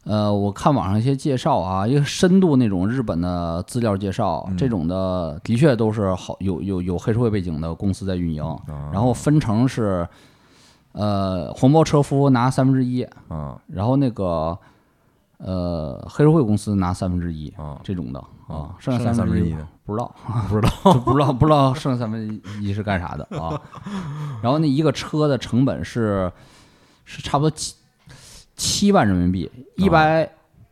[SPEAKER 2] 呃，我看网上一些介绍啊，一个深度那种日本的资料介绍，
[SPEAKER 1] 嗯
[SPEAKER 2] 这种的的确都是好有有有黑社会背景的公司在运营，
[SPEAKER 1] 哦
[SPEAKER 2] 然后分成是，呃，黄包车夫拿三分之一，
[SPEAKER 1] 啊
[SPEAKER 2] 然后那个，呃，黑社会公司拿三分之一
[SPEAKER 1] 啊
[SPEAKER 2] 这种的啊
[SPEAKER 1] 啊，
[SPEAKER 2] 剩下
[SPEAKER 1] 剩下
[SPEAKER 2] 三之
[SPEAKER 1] 三分之一呢
[SPEAKER 2] 不知道。
[SPEAKER 1] *laughs* 不知道，
[SPEAKER 2] *laughs* 就不知道不知道剩下三分一是干啥的啊。 *laughs* 然后那一个车的
[SPEAKER 1] 啊
[SPEAKER 2] 成本是是差不多七七万人民币，一百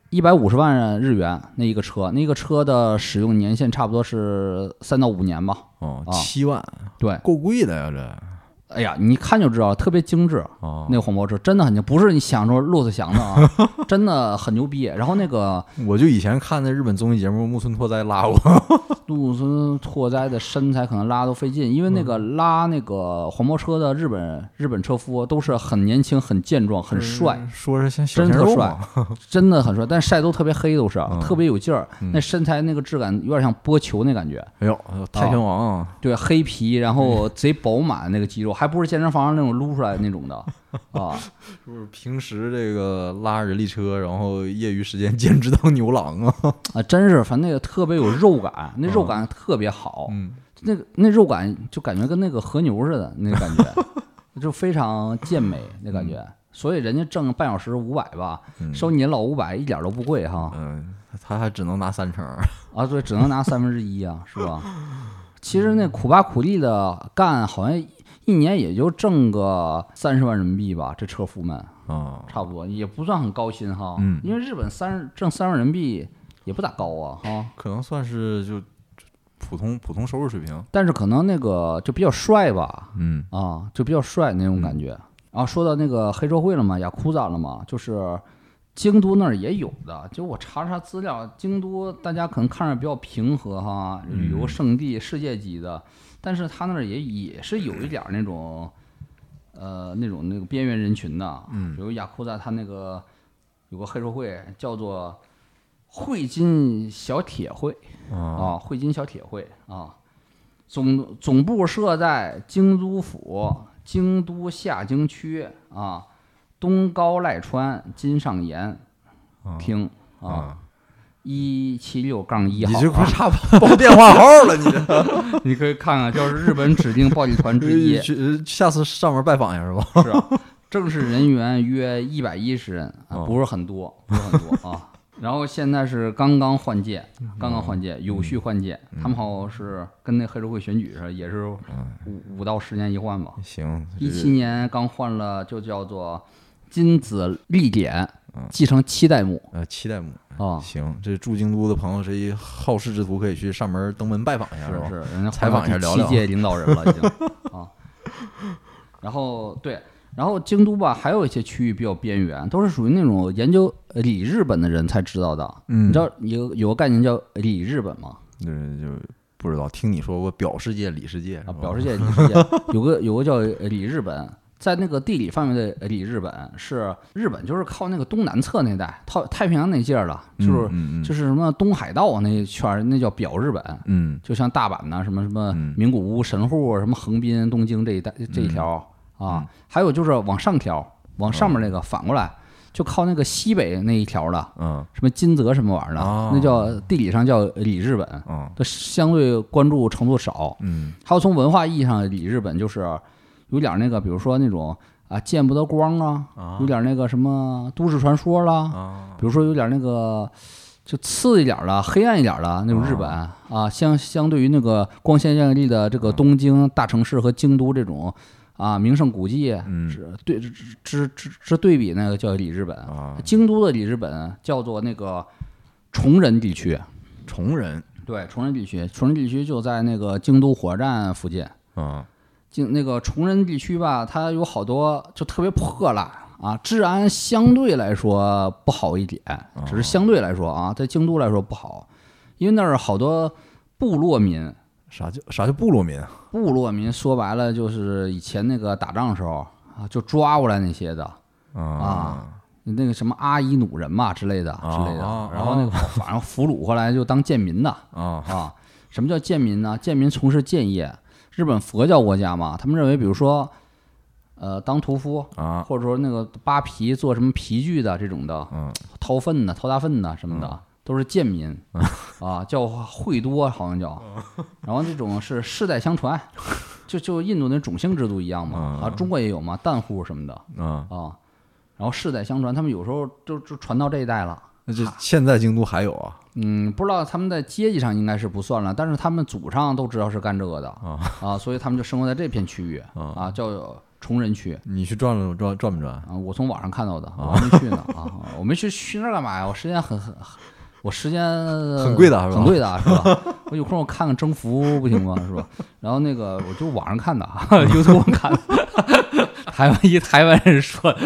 [SPEAKER 2] 一百五十万日元那一个车，那个车的使用年限差不多是三到五年吧。
[SPEAKER 1] 哦，
[SPEAKER 2] 啊
[SPEAKER 1] 七万
[SPEAKER 2] 对，
[SPEAKER 1] 够贵的呀，这
[SPEAKER 2] 哎呀，你一看就知道，特别精致。
[SPEAKER 1] 哦，
[SPEAKER 2] 那个黄包车真的很牛，不是你想说骆驼祥的
[SPEAKER 1] *laughs*
[SPEAKER 2] 啊，真的很牛逼。然后那个
[SPEAKER 1] 我就以前看那日本综艺节目，木村拓哉拉过，
[SPEAKER 2] 陆村拓哉的身材可能拉都费劲，因为那个
[SPEAKER 1] 嗯
[SPEAKER 2] 拉那个黄包车的日本日本车夫都是很年轻、很健壮、很帅，
[SPEAKER 1] *laughs* 说是像嗯小
[SPEAKER 2] 真
[SPEAKER 1] 鲜
[SPEAKER 2] 特
[SPEAKER 1] 肉
[SPEAKER 2] 帅
[SPEAKER 1] 嘛，，
[SPEAKER 2] 真的很帅，但晒都特别黑，都是、啊
[SPEAKER 1] 嗯
[SPEAKER 2] 特别有劲儿，
[SPEAKER 1] 嗯
[SPEAKER 2] 那身材那个质感有点像波球那感觉，
[SPEAKER 1] 哎呦，哎呦太拳王啊，
[SPEAKER 2] 对，黑皮，然
[SPEAKER 1] 嗯
[SPEAKER 2] 后贼饱满那个肌肉，还不是健身房那种撸出来
[SPEAKER 1] *laughs*
[SPEAKER 2] 那种的啊，
[SPEAKER 1] 就是平时这个拉人力车，然后业余时间兼职当牛郎啊，
[SPEAKER 2] 啊，真是，反正那个特别有肉感，那肉感特别好，
[SPEAKER 1] 嗯，
[SPEAKER 2] 那个那肉感就感觉跟那个和牛似的，那个感
[SPEAKER 1] *laughs*
[SPEAKER 2] 觉就非常健美那感觉。所以人家挣半小时五百吧，
[SPEAKER 1] 嗯
[SPEAKER 2] 收你老五百一点都不贵哈
[SPEAKER 1] *laughs* 嗯，他还只能拿三成，
[SPEAKER 2] 啊，对，只能拿三分之一啊，是吧？
[SPEAKER 1] 嗯
[SPEAKER 2] *laughs* 其实那苦巴苦力的干，好像一年也就挣个三十万人民币吧，这车夫们
[SPEAKER 1] 啊，
[SPEAKER 2] 差不多，也不算很高薪哈。
[SPEAKER 1] 嗯
[SPEAKER 2] 因为日本三挣三万人民币也不咋高啊哈，
[SPEAKER 1] 可能算是就就普通普通收入水平，
[SPEAKER 2] 但是可能那个就比较帅吧，
[SPEAKER 1] 嗯
[SPEAKER 2] 啊，就比较帅那种感觉。然后说到那个黑社会了嘛，雅库扎了嘛，就是京都那儿也有的。就我查了查资料，京都大家可能看着比较平和哈，旅游胜地、世界级的，但是他那儿也也是有一点儿那种，呃，那种那个边缘人群的。嗯，比如雅库扎他那个有个黑社会叫做汇金小铁会。
[SPEAKER 1] 啊，
[SPEAKER 2] 啊，汇金小铁会啊，总总部设在京都府京都下京区啊东高濑川金上岩
[SPEAKER 1] 啊
[SPEAKER 2] 厅啊
[SPEAKER 1] 啊，一
[SPEAKER 2] 一七六杠一
[SPEAKER 1] 你
[SPEAKER 2] 号
[SPEAKER 1] 这
[SPEAKER 2] 啊
[SPEAKER 1] 快，差不多报电话号了，你这。
[SPEAKER 2] *laughs* 你可以看看，就是日本指定暴力团 *laughs* 之
[SPEAKER 1] *laughs*
[SPEAKER 2] 一，是
[SPEAKER 1] 去下次上门拜访一下是吧？ *laughs*
[SPEAKER 2] 吧正式人员约一百一十人，啊
[SPEAKER 1] 哦
[SPEAKER 2] 不是很多，不是很多啊。然后现在是刚刚换届，刚刚换届，有序换届，他们好像是跟那黑社会选举似的，也是五五到十年一换吧。
[SPEAKER 1] 行，
[SPEAKER 2] 一七年刚换了，就叫做金子历典，继承七代目
[SPEAKER 1] 呃七代目
[SPEAKER 2] 啊，
[SPEAKER 1] 行，这住京都的朋友，谁好事之徒可以去上门登门拜访一下，
[SPEAKER 2] 是
[SPEAKER 1] 吧？
[SPEAKER 2] 是，人家
[SPEAKER 1] 采访一下
[SPEAKER 2] 换到
[SPEAKER 1] 聊
[SPEAKER 2] 第
[SPEAKER 1] 聊
[SPEAKER 2] 七届领导人了已经啊。然后对，然后京都吧，还有一些区域比较边缘，都是属于那种研究呃理日本的人才知道的。
[SPEAKER 1] 嗯
[SPEAKER 2] 你知道有有个概念叫理日本吗？
[SPEAKER 1] 就是就不知道，听你说过表世界、里世界是
[SPEAKER 2] 啊，
[SPEAKER 1] 吧
[SPEAKER 2] 表世界理世界 *laughs* 有个有个叫呃理日本，在那个地理范围的呃理日本是日本，就是靠那个东南侧那带，靠太平洋那界儿了，
[SPEAKER 1] 嗯
[SPEAKER 2] 就是
[SPEAKER 1] 嗯嗯
[SPEAKER 2] 就是什么东海道那一圈儿，那叫表日本，
[SPEAKER 1] 嗯
[SPEAKER 2] 就像大阪呐、什么什么
[SPEAKER 1] 嗯
[SPEAKER 2] 名古屋、神户、啊什么横滨、东京这一带这一条、
[SPEAKER 1] 嗯
[SPEAKER 2] 啊，还有就是往上调，往上面那个反过来，就靠那个西北那一条了，
[SPEAKER 1] 嗯
[SPEAKER 2] 什么金泽什么玩意儿的，
[SPEAKER 1] 哦
[SPEAKER 2] 那叫地理上叫里日本，
[SPEAKER 1] 嗯
[SPEAKER 2] 它相对关注程度少。
[SPEAKER 1] 嗯
[SPEAKER 2] 还有从文化意义上，里日本就是有点那个，比如说那种啊见不得光啊，
[SPEAKER 1] 啊
[SPEAKER 2] 有点那个什么都市传说啦，
[SPEAKER 1] 啊
[SPEAKER 2] 比如说有点那个就次一点儿的、黑暗一点儿的那种日本啊，相相对于那个光鲜亮丽的这
[SPEAKER 1] 啊
[SPEAKER 2] 个东京大城市和京都这种啊名胜古迹，
[SPEAKER 1] 嗯
[SPEAKER 2] 是对之之之之对比那个叫里日本，
[SPEAKER 1] 啊，
[SPEAKER 2] 京都的里日本叫做那个崇仁地区，
[SPEAKER 1] 崇人
[SPEAKER 2] 对，崇仁地区，崇仁地区就在那个京都火车站附近。
[SPEAKER 1] 啊
[SPEAKER 2] 就那个崇仁地区吧，它有好多就特别破烂啊，治安相对来说不好一点，只是相对来说啊，在京都来说不好，因为那儿好多部落民，
[SPEAKER 1] 啥叫啥叫部落民啊？
[SPEAKER 2] 部落民说白了就是以前那个打仗的时候啊，就抓过来那些的，
[SPEAKER 1] 啊
[SPEAKER 2] 那个什么阿伊努人嘛之类的之类的，
[SPEAKER 1] 啊
[SPEAKER 2] 然后那个反正俘虏回来就当贱民的，
[SPEAKER 1] 啊
[SPEAKER 2] 啊，什么叫贱民呢？贱民从事贱业。日本佛教国家嘛，他们认为，比如说，呃，当屠夫，
[SPEAKER 1] 啊
[SPEAKER 2] 或者说那个扒皮做什么皮具的这种的，
[SPEAKER 1] 嗯
[SPEAKER 2] 掏粪的、掏大粪的什么的，都是
[SPEAKER 1] *laughs*
[SPEAKER 2] 贱民啊，叫惠多好像叫。
[SPEAKER 1] 嗯
[SPEAKER 2] 然后这种是世代相传，就就印度那种姓制度一样嘛，
[SPEAKER 1] 嗯
[SPEAKER 2] 啊，中国也有嘛，疍户什么的
[SPEAKER 1] 啊，
[SPEAKER 2] 啊。然后世代相传，他们有时候就就传到这一代了。
[SPEAKER 1] 那这现在京都还有啊？
[SPEAKER 2] 嗯，不知道他们在阶级上应该是不算了，但是他们祖上都知道是干这个的啊所以他们就生活在这片区域啊，叫崇仁区
[SPEAKER 1] 你去转了转转不转？
[SPEAKER 2] 啊，我从网上看到的，我还没去呢啊， *laughs* 我没去去那儿干嘛呀？我时间很很，我时间
[SPEAKER 1] *laughs* 很贵的是吧
[SPEAKER 2] 很贵的是吧？我有空我看看征服不行吗？是吧？然后那个我就网上看的 *laughs* 啊，YouTube 看的， *laughs* 台湾一台湾人说的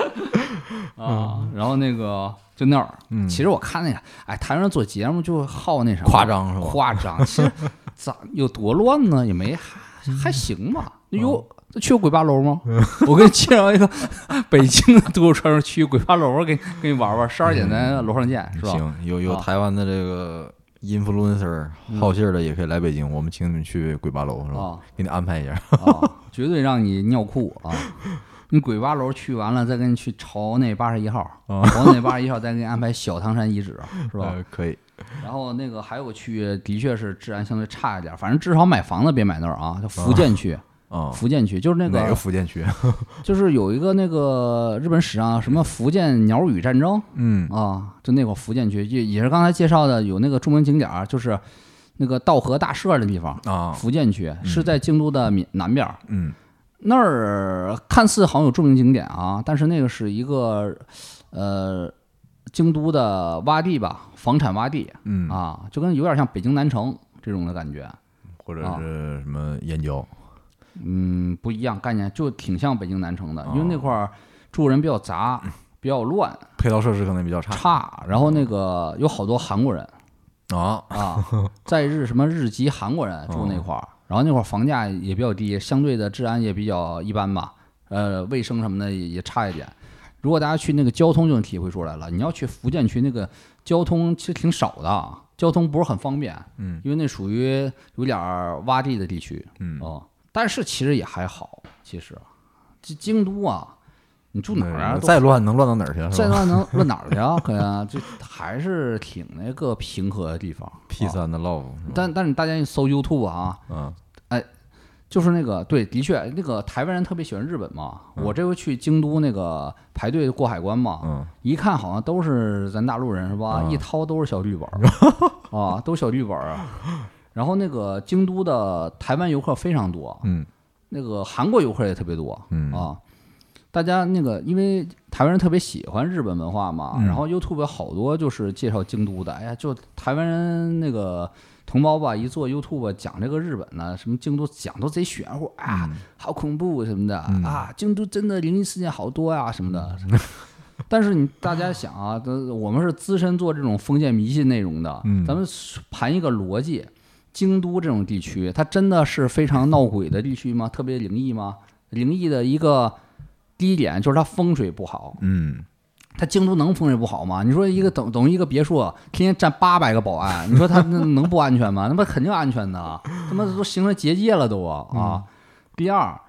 [SPEAKER 2] 啊，然后那个就那儿，
[SPEAKER 1] 嗯
[SPEAKER 2] 其实我看那个，哎，台湾人做节目就好那啥，
[SPEAKER 1] 夸张是吧
[SPEAKER 2] 夸张，其实咋有多乱呢？也没还还行
[SPEAKER 1] *laughs* 哦
[SPEAKER 2] 吧。哟，去过鬼八楼吗？
[SPEAKER 1] 嗯
[SPEAKER 2] *laughs* 我给你介绍一个 *laughs* 北京的都市传说区鬼八楼， *laughs* 给你给你玩玩。十二点咱楼上见，是吧？
[SPEAKER 1] 嗯行，有有
[SPEAKER 2] 啊
[SPEAKER 1] 台湾的这个 influencer 好信儿的也可以来北京，我们请你们去鬼八楼是吧？
[SPEAKER 2] 啊
[SPEAKER 1] 给你安排一下。
[SPEAKER 2] 啊，绝对让你尿裤啊！你鬼八楼去完了，再跟你去朝内八十一号，
[SPEAKER 1] 啊
[SPEAKER 2] 朝内八十一号再给你安排小汤山遗址，是
[SPEAKER 1] *laughs*
[SPEAKER 2] 吧？
[SPEAKER 1] 呃？可以。
[SPEAKER 2] 然后那个还有个区域的确是治安相对差一点，反正至少买房子别买那儿啊，叫福建区，
[SPEAKER 1] 啊，
[SPEAKER 2] 福建区就是那
[SPEAKER 1] 哪个福建区？
[SPEAKER 2] 就是有一个那个日本史上什么福建鸟语战争
[SPEAKER 1] 嗯
[SPEAKER 2] 啊，就那块福建区，也也是刚才介绍的有那个著名景点儿，就是那个道和大社的地方，
[SPEAKER 1] 啊，
[SPEAKER 2] 福建区是在京都的闽南边儿。
[SPEAKER 1] 嗯
[SPEAKER 2] 那儿看似好像有著名景点啊，但是那个是一个呃京都的洼地吧，房产洼地
[SPEAKER 1] 嗯，
[SPEAKER 2] 啊，就跟有点像北京南城这种的感觉。
[SPEAKER 1] 或者
[SPEAKER 2] 啊
[SPEAKER 1] 是什么燕郊？
[SPEAKER 2] 嗯，不一样概念，就挺像北京南城的，因为
[SPEAKER 1] 哦嗯
[SPEAKER 2] 那块儿住人比较杂，比较乱。
[SPEAKER 1] 配套设施可能比较差
[SPEAKER 2] 差，然后那个有好多韩国人
[SPEAKER 1] 啊。
[SPEAKER 2] 啊，在日什么日籍韩国
[SPEAKER 1] 哦
[SPEAKER 2] 人住那块儿，然后那块儿房价也比较低，相对的治安也比较一般吧，呃，卫生什么的也也差一点。如果大家去那个交通就能体会出来了，你要去福建区那个交通其实挺少的啊，交通不是很方便，
[SPEAKER 1] 嗯，
[SPEAKER 2] 因为那属于有点儿洼地的地区，
[SPEAKER 1] 嗯
[SPEAKER 2] 哦，但是其实也还好，其实，这京都啊，你住哪儿啊？
[SPEAKER 1] 那
[SPEAKER 2] 都
[SPEAKER 1] 嗯再乱能乱到哪儿去？啊是
[SPEAKER 2] 这
[SPEAKER 1] 吧
[SPEAKER 2] 段能 *laughs* 问哪儿去啊？可能就还是挺那个平和的地方。
[SPEAKER 1] P
[SPEAKER 2] 啊
[SPEAKER 1] 三的 love，是吧
[SPEAKER 2] 但但是大家一搜 YouTube 啊，
[SPEAKER 1] 嗯
[SPEAKER 2] 就是那个对，的确那个台湾人特别喜欢日本嘛。我这回去京都那个排队过海关嘛，
[SPEAKER 1] 嗯
[SPEAKER 2] 一看好像都是咱大陆人是吧？
[SPEAKER 1] 嗯
[SPEAKER 2] 一掏都是小绿本儿
[SPEAKER 1] *laughs*
[SPEAKER 2] 啊，都是小绿本儿啊。然后那个京都的台湾游客非常多，
[SPEAKER 1] 嗯
[SPEAKER 2] 那个韩国游客也特别多，
[SPEAKER 1] 嗯
[SPEAKER 2] 啊，大家那个因为台湾人特别喜欢日本文化嘛，
[SPEAKER 1] 嗯
[SPEAKER 2] 然后 YouTube 有好多就是介绍京都的，哎呀，就台湾人那个同胞吧，一做 YouTube 讲这个日本呢，什么京都讲都贼玄乎啊，好恐怖什么的、
[SPEAKER 1] 嗯
[SPEAKER 2] 啊，京都真的灵异事件好多呀、什么的。 *laughs* 但是你大家想啊，都我们是资深做这种封建迷信内容的，
[SPEAKER 1] 嗯
[SPEAKER 2] 咱们盘一个逻辑，京都这种地区，它真的是非常闹鬼的地区吗？特别灵异吗？灵异的一个第一点就是它风水不好，
[SPEAKER 1] 嗯，
[SPEAKER 2] 它京都能风水不好吗？你说一个等等于一个别墅，天天站八百个保安，你说它那能不安全吗？那不肯定安全的，他妈都形成结界了都啊！
[SPEAKER 1] 嗯
[SPEAKER 2] 啊第二，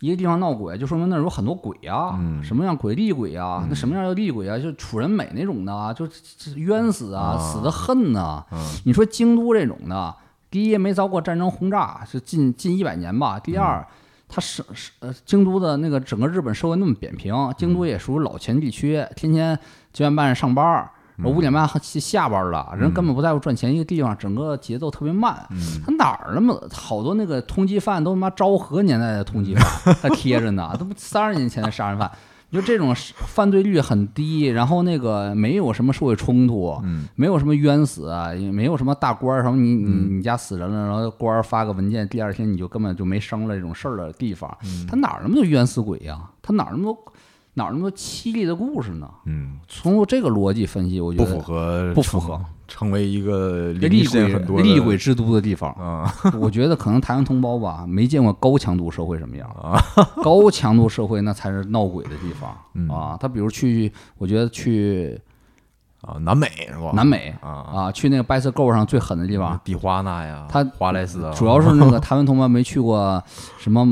[SPEAKER 2] 一个地方闹鬼，就说明那儿有很多鬼啊，
[SPEAKER 1] 嗯
[SPEAKER 2] 什么样鬼厉鬼啊，那什么样叫厉鬼啊？就楚人美那种的啊，就就冤死啊，
[SPEAKER 1] 啊
[SPEAKER 2] 死的恨呐、
[SPEAKER 1] 嗯
[SPEAKER 2] 你说京都这种的，第一没遭过战争轰炸，是近近一百年吧。第二，
[SPEAKER 1] 嗯
[SPEAKER 2] 它是是呃京都的那个整个日本社会那么扁平，京都也属于老钱地区，天天九点半上班儿，五点半下下班了，人根本不在乎赚钱。一个地方整个节奏特别慢，他哪儿那么好多那个通缉犯都他妈昭和年代的通缉犯，还贴着呢，都不三十年前的杀人犯。你说这种是犯罪率很低，然后那个没有什么社会冲突，
[SPEAKER 1] 嗯
[SPEAKER 2] 没有什么冤死，啊也没有什么大官儿什么你你你家死人了，然后官儿发个文件，第二天你就根本就没声了这种事儿的地方，他哪儿那么多冤死鬼呀、他哪儿那么多哪儿那么多凄厉的故事呢？
[SPEAKER 1] 嗯，
[SPEAKER 2] 从这个逻辑分析，我觉
[SPEAKER 1] 不
[SPEAKER 2] 得
[SPEAKER 1] 符合，
[SPEAKER 2] 不符合，
[SPEAKER 1] 成为一个灵异
[SPEAKER 2] 厉
[SPEAKER 1] 事件很多
[SPEAKER 2] 鬼
[SPEAKER 1] 的
[SPEAKER 2] 厉鬼之都的地方。 *laughs*
[SPEAKER 1] 啊
[SPEAKER 2] 我觉得可能台湾同胞吧，没见过高强度社会什么样 *laughs*
[SPEAKER 1] 啊。
[SPEAKER 2] 高强度社会那才是闹鬼的地方、
[SPEAKER 1] 嗯
[SPEAKER 2] 啊。他比如去，我觉得去
[SPEAKER 1] 啊，南美是吧？
[SPEAKER 2] 南美嗯
[SPEAKER 1] 啊
[SPEAKER 2] 啊，去那个白色沟上最狠的地方，
[SPEAKER 1] 蒂花纳呀，
[SPEAKER 2] 它
[SPEAKER 1] 华莱士啊，
[SPEAKER 2] 主要是那个台湾同胞没去过什么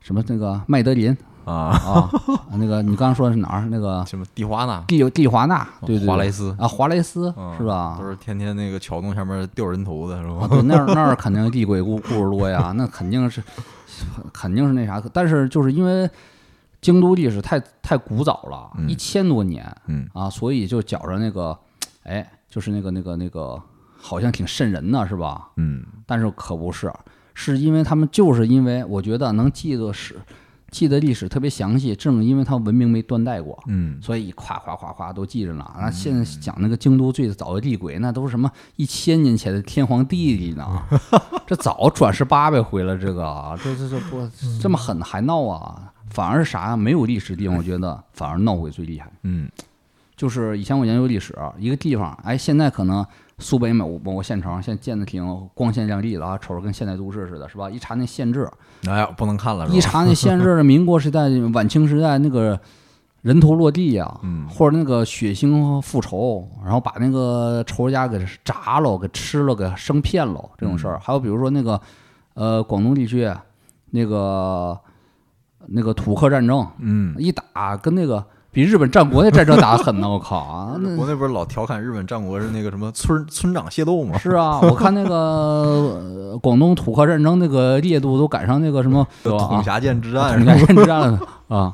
[SPEAKER 2] 什么那个麦德林
[SPEAKER 1] 啊， *laughs*
[SPEAKER 2] 啊，那个你刚刚说的是哪儿？那个
[SPEAKER 1] 什么蒂花纳、
[SPEAKER 2] 蒂蒂华纳，对对，
[SPEAKER 1] 华莱斯
[SPEAKER 2] 斯啊，华莱斯
[SPEAKER 1] 嗯
[SPEAKER 2] 是吧？
[SPEAKER 1] 都是天天那个桥洞下面掉人头的是
[SPEAKER 2] 啊，
[SPEAKER 1] 吧？
[SPEAKER 2] 对，那儿那儿肯定厉鬼故故事多呀， *laughs* 那肯定是肯定是那啥，但是就是因为京都历史太太古早了，
[SPEAKER 1] 嗯
[SPEAKER 2] 一千多年
[SPEAKER 1] 嗯
[SPEAKER 2] 啊，所以就觉着那个，哎，就是那个那个那个，好像挺瘆人的是吧？
[SPEAKER 1] 嗯
[SPEAKER 2] 但是可不是，是因为他们就是因为我觉得能记得是记得历史特别详细，正因为它文明没断代过，
[SPEAKER 1] 嗯
[SPEAKER 2] 所以夸夸夸夸都记着呢。那现在讲那个京都最早的厉鬼，那都是什么一千年前的天皇弟弟 *laughs* 呢？这早转世八百回了，这个这这这不这么狠还闹啊？反而是啥呀？没有历史地方，我觉得反而闹鬼最厉害。
[SPEAKER 1] 嗯
[SPEAKER 2] 就是以前我研究历史，一个地方，哎，现在可能苏北某某个县城现在建的挺光鲜亮丽的啊，瞅着跟现代都市似的，是吧？一查那县志，
[SPEAKER 1] 哎呀，不能看了
[SPEAKER 2] 一
[SPEAKER 1] 是吧？
[SPEAKER 2] 查那县志的民国时代、 *laughs* 晚清时代那个人头落地呀、
[SPEAKER 1] 嗯
[SPEAKER 2] 或者那个血腥复仇，然后把那个仇家给炸了、给吃了、给生骗了这种事
[SPEAKER 1] 嗯
[SPEAKER 2] 儿。还有比如说那个呃广东地区那个那个土客战争，
[SPEAKER 1] 嗯，
[SPEAKER 2] 一打跟那个比日本战国那战争打得狠呢，我靠
[SPEAKER 1] *laughs*
[SPEAKER 2] 啊！那
[SPEAKER 1] 国内不是老调侃日本战国是那个什么村村长械斗吗？
[SPEAKER 2] *laughs* 是啊，我看那个呃广东土客战争那个烈度都赶上那个什么对吧
[SPEAKER 1] 统辖县之
[SPEAKER 2] 啊
[SPEAKER 1] 战
[SPEAKER 2] 统
[SPEAKER 1] 是吧
[SPEAKER 2] 辖县之战了 *laughs* 啊，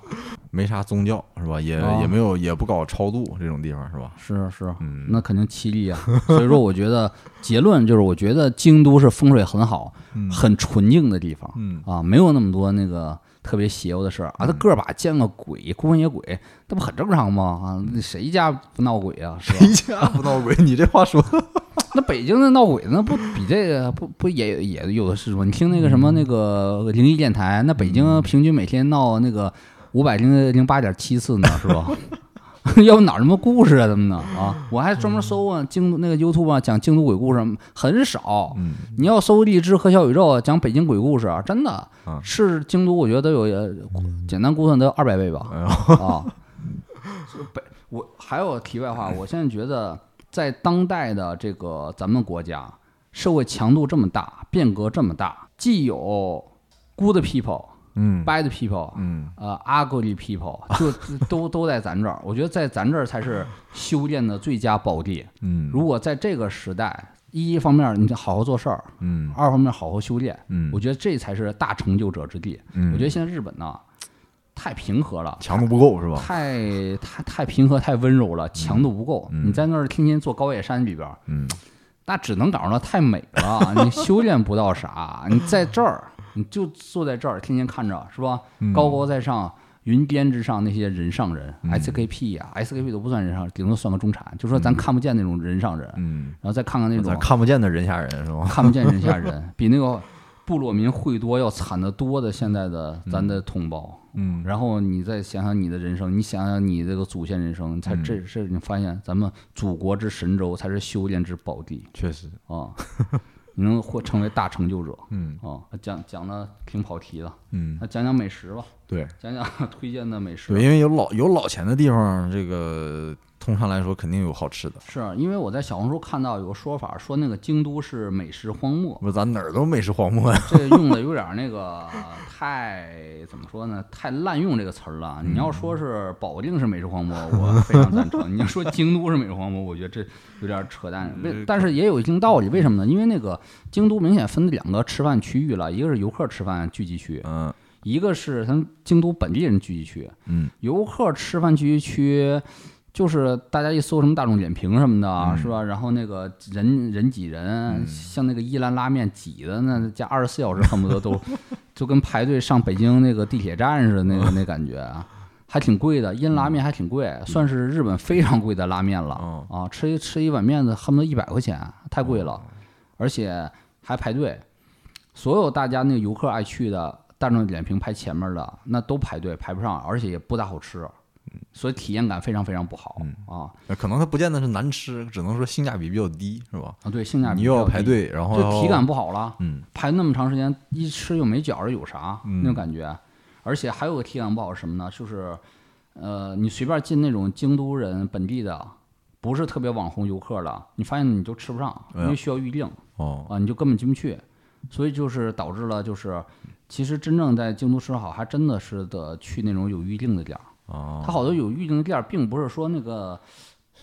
[SPEAKER 1] 没啥宗教是吧？也
[SPEAKER 2] 啊
[SPEAKER 1] 也没有也不搞超度这种地方是吧？
[SPEAKER 2] 是是，
[SPEAKER 1] 嗯
[SPEAKER 2] 那肯定凄厉啊。所以说，我觉得结论就是，我觉得京都是风水很好、
[SPEAKER 1] 嗯
[SPEAKER 2] 很纯净的地方 *laughs*
[SPEAKER 1] 嗯 *laughs*
[SPEAKER 2] 啊，没有那么多那个特别邪乎的事儿啊。他个把见个鬼，孤魂野鬼，那不很正常吗？啊，那谁家不闹鬼啊？是吧？
[SPEAKER 1] 谁家不闹鬼？你这话说的，
[SPEAKER 2] *laughs* 那北京的闹鬼那不比这个不不也也有的是吗？你听那个什么那个灵异电台，那北京平均每天闹那个五百零零八点七次呢，是吧？ *laughs* 要不哪儿什么故事啊，他们呢啊？我还专门搜啊，京都那个 YouTube 啊，讲京都鬼故事很少。
[SPEAKER 1] 嗯
[SPEAKER 2] 你要搜荔枝和小宇宙啊讲北京鬼故事啊，真的
[SPEAKER 1] 嗯
[SPEAKER 2] 是京都，我觉得都有呃简单估算得有二百倍吧。
[SPEAKER 1] 哎呦
[SPEAKER 2] 啊， *laughs* 就北我还有题外话，我现在觉得在当代的这个咱们国家，社会强度这么大，变革这么大，既有 good people、
[SPEAKER 1] 嗯
[SPEAKER 2] bad people，
[SPEAKER 1] 嗯
[SPEAKER 2] 呃，ugly people，就都都在咱这儿。我觉得在咱这儿才是修炼的最佳宝地。
[SPEAKER 1] 嗯
[SPEAKER 2] 如果在这个时代，一方面你好好做事儿，
[SPEAKER 1] 嗯
[SPEAKER 2] 二方面好好修炼，
[SPEAKER 1] 嗯
[SPEAKER 2] 我觉得这才是大成就者之地。
[SPEAKER 1] 嗯，
[SPEAKER 2] 我觉得现在日本呢，太平和了。
[SPEAKER 1] 强度不够是吧？
[SPEAKER 2] 太太太平和太温柔了，强度不够。
[SPEAKER 1] 嗯
[SPEAKER 2] 你在那儿天天坐高野山里边儿，
[SPEAKER 1] 嗯
[SPEAKER 2] 那只能搞得太美了，你修炼不到啥。你在这儿，你就坐在这儿，天天看着是吧？
[SPEAKER 1] 嗯
[SPEAKER 2] 高高在上，云巅之上那些人上人、
[SPEAKER 1] 嗯
[SPEAKER 2] SKP 呀、SKP 都不算人上，顶多算个中产，就说咱看不见那种人上人，
[SPEAKER 1] 嗯，
[SPEAKER 2] 然后再看看那种啊
[SPEAKER 1] 咱看不见的人吓人是 *laughs* 吧？
[SPEAKER 2] 看不见人下人， *laughs* 比那个部落民会多要惨得多的现在的咱的同胞。
[SPEAKER 1] 嗯
[SPEAKER 2] 然后你再想想你的人生，你想想你这个祖先人生，你才这这你发现咱们祖国之神州才是修炼之宝地
[SPEAKER 1] *laughs* 确实，
[SPEAKER 2] 啊！ *laughs* 你能获成为大成就者
[SPEAKER 1] 嗯
[SPEAKER 2] 啊！讲讲的挺跑题的，
[SPEAKER 1] 嗯，
[SPEAKER 2] 那讲讲美食吧，
[SPEAKER 1] 对
[SPEAKER 2] 讲讲推荐的美
[SPEAKER 1] 对，
[SPEAKER 2] 食。
[SPEAKER 1] 因为有老有老钱的地方，这个通常来说肯定有好吃的。
[SPEAKER 2] 是啊因为我在小红书看到有个说法，说那个京都是美食荒漠，
[SPEAKER 1] 不，咱哪儿都美食荒漠呀。
[SPEAKER 2] 这用的有点儿那个太怎么说呢？太滥用这个词儿了。你要说是保定是美食荒漠，我非常赞成；你要说京都是美食荒漠，我觉得这有点儿扯淡。为但是也有一定道理，为什么呢？因为那个京都明显分两个吃饭区域了，一个是游客吃饭聚集区，
[SPEAKER 1] *laughs* 嗯
[SPEAKER 2] 一个是咱京都本地人聚集区。
[SPEAKER 1] 嗯
[SPEAKER 2] 游客吃饭聚集区，就是大家一搜什么大众点评什么的，啊
[SPEAKER 1] 嗯
[SPEAKER 2] 是吧？然后那个人人挤人，像那个一兰拉面挤的那加二十四小时，恨不得都 *laughs* 就跟排队上北京那个地铁站似的，那
[SPEAKER 1] *laughs*
[SPEAKER 2] 个那感觉啊，还挺贵的。一兰拉面还挺贵，
[SPEAKER 1] 嗯
[SPEAKER 2] 算是日本非常贵的拉面了、
[SPEAKER 1] 哦
[SPEAKER 2] 啊！吃一吃一碗面子恨不得一百块钱，啊太贵了，而且还排队。所有大家那个游客爱去的大众点评排前面的，那都排队排不上，而且也不大好吃，
[SPEAKER 1] 嗯
[SPEAKER 2] 所以体验感非常非常不好、啊
[SPEAKER 1] 那嗯可能它不见得是难吃，只能说性价比比较低，是吧？
[SPEAKER 2] 啊！对，性价比
[SPEAKER 1] 你又要
[SPEAKER 2] 比较
[SPEAKER 1] 排
[SPEAKER 2] 低，
[SPEAKER 1] 队，然后
[SPEAKER 2] 就体
[SPEAKER 1] 要
[SPEAKER 2] 感不好了，
[SPEAKER 1] 嗯
[SPEAKER 2] 排那么长时间，一吃又没觉着有啥、
[SPEAKER 1] 嗯
[SPEAKER 2] 那种感觉，而且还有个体感不好是什么呢？就是呃，你随便进那种京都人本地的。不是特别网红游客了，你发现你就吃不上，
[SPEAKER 1] 哎
[SPEAKER 2] 因
[SPEAKER 1] 呀
[SPEAKER 2] 为需要预定。
[SPEAKER 1] 哦
[SPEAKER 2] 啊，你就根本进不去，所以就是导致了就是，其实真正在京都吃好，还真的是的去那种有预定的店儿，
[SPEAKER 1] 哦
[SPEAKER 2] 它好多有预定的店儿，并不是说那个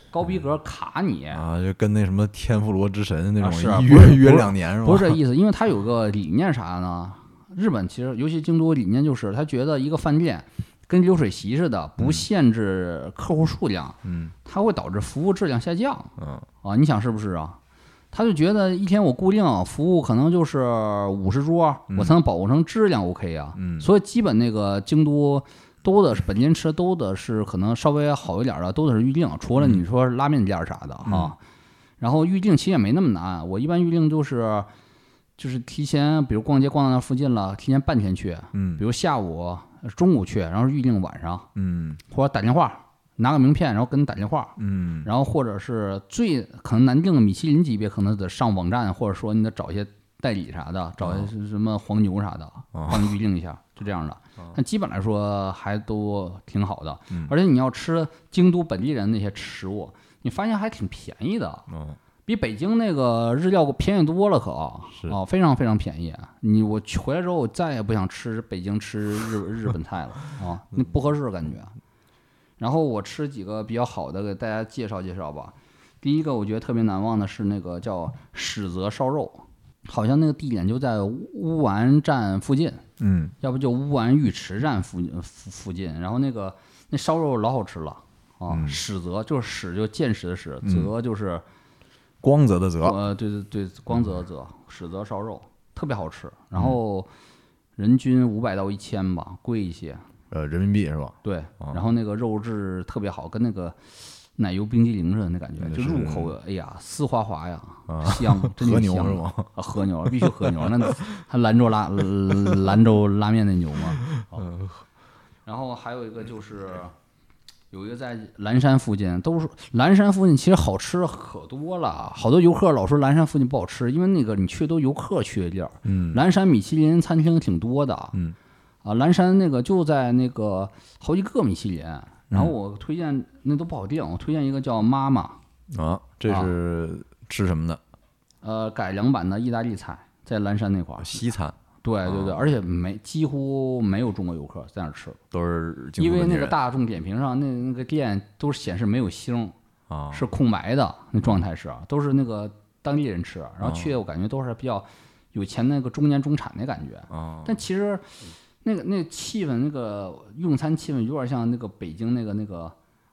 [SPEAKER 2] 高逼格卡你，
[SPEAKER 1] 啊，就跟那什么天妇罗之神那
[SPEAKER 2] 啊是啊
[SPEAKER 1] 种一
[SPEAKER 2] 不
[SPEAKER 1] 约
[SPEAKER 2] 是
[SPEAKER 1] 约
[SPEAKER 2] 不是
[SPEAKER 1] 两年是吧？
[SPEAKER 2] 不是这意思，因为它有个理念啥呢？日本其实尤其京都理念就是，他觉得一个饭店跟流水席似的，不限制客户数量，
[SPEAKER 1] 嗯
[SPEAKER 2] 它会导致服务质量下降
[SPEAKER 1] 嗯
[SPEAKER 2] 啊，你想是不是啊？他就觉得一天我固定服务可能就是五十桌，我才能保证质量 OK 啊。
[SPEAKER 1] 嗯
[SPEAKER 2] 所以基本那个京都都的是本间吃都的是可能稍微好一点的，都的是预定，除了你说拉面店儿啥的
[SPEAKER 1] 嗯
[SPEAKER 2] 哈、然后预定其实也没那么难，我一般预定就是就是提前，比如逛街逛到那附近了，提前半天去，
[SPEAKER 1] 嗯
[SPEAKER 2] 比如下午、呃中午去，然后预定晚上，
[SPEAKER 1] 嗯
[SPEAKER 2] 或者打电话拿个名片，然后跟你打电话。
[SPEAKER 1] 嗯
[SPEAKER 2] 然后或者是最可能难定的米其林级别，可能得上网站，或者说你得找一些代理啥的，找一些什么黄牛啥的，
[SPEAKER 1] 哦
[SPEAKER 2] 帮你预定一下，就这样的。但基本来说还都挺好的
[SPEAKER 1] 嗯，
[SPEAKER 2] 而且你要吃京都本地人那些食物，你发现还挺便宜的，
[SPEAKER 1] 哦
[SPEAKER 2] 比北京那个日料便宜多了可，
[SPEAKER 1] 是
[SPEAKER 2] 啊，非常非常便宜。你我去回来之后，我再也不想吃北京吃日 *laughs* 日本菜了啊，那不合适感觉。啊然后我吃几个比较好的，给大家介绍介绍吧。第一个我觉得特别难忘的是那个叫史泽烧肉，好像那个地点就在乌丸站附近，
[SPEAKER 1] 嗯
[SPEAKER 2] 要不就乌丸浴池站附附附近，然后那个那烧肉老好吃了啊！
[SPEAKER 1] 嗯
[SPEAKER 2] 史泽就是史就见识的史，
[SPEAKER 1] 嗯
[SPEAKER 2] 泽就是、
[SPEAKER 1] 光泽的泽，
[SPEAKER 2] 呃，对对对，光泽泽史泽烧肉特别好吃，
[SPEAKER 1] 嗯
[SPEAKER 2] 然后人均五百到一千吧，贵一些。
[SPEAKER 1] 呃，人民币是吧？
[SPEAKER 2] 对，
[SPEAKER 1] 哦
[SPEAKER 2] 然后那个肉质特别好，跟那个奶油冰激凌似的那感觉，
[SPEAKER 1] 那
[SPEAKER 2] 就是入口哎呀丝滑滑呀，
[SPEAKER 1] 啊 *laughs*
[SPEAKER 2] 香，真
[SPEAKER 1] 和
[SPEAKER 2] 的
[SPEAKER 1] 牛
[SPEAKER 2] 香
[SPEAKER 1] 是吗？
[SPEAKER 2] 啊，和牛 *laughs* 必须和牛，那还兰州拉兰州拉面那牛
[SPEAKER 1] 嗯
[SPEAKER 2] 吗？啊然后还有一个就是有一个在蓝山附近，都是蓝山附近其实好吃可多了，啊好多游客老说蓝山附近不好吃，因为那个你去都游客去的地儿，
[SPEAKER 1] 嗯
[SPEAKER 2] 蓝山米其林餐厅挺多的，
[SPEAKER 1] 嗯，
[SPEAKER 2] 啊，蓝山那个就在那个好几个米其林，然后
[SPEAKER 1] 嗯
[SPEAKER 2] 我推荐那都不好定，我推荐一个叫妈妈，
[SPEAKER 1] *laughs* 啊，这
[SPEAKER 2] 啊
[SPEAKER 1] 是吃什么的？
[SPEAKER 2] 呃，改良版的意大利菜，在蓝山那块儿，
[SPEAKER 1] 西餐
[SPEAKER 2] 对对
[SPEAKER 1] 啊
[SPEAKER 2] 对，而且没几乎没有中国游客在那儿吃，
[SPEAKER 1] 都是京
[SPEAKER 2] 因
[SPEAKER 1] 都
[SPEAKER 2] 为
[SPEAKER 1] 本地
[SPEAKER 2] 那个
[SPEAKER 1] 人
[SPEAKER 2] 大众点评上那那个店都是显示没有星，
[SPEAKER 1] 啊，
[SPEAKER 2] 是空白的，那状态是啊都是那个当地人吃，啊
[SPEAKER 1] 啊
[SPEAKER 2] 然后去我感觉都是比较有钱那个中年中产的感觉，
[SPEAKER 1] 啊，
[SPEAKER 2] 但其实那个那个气氛，那个用餐气氛有点像那个北京那个那个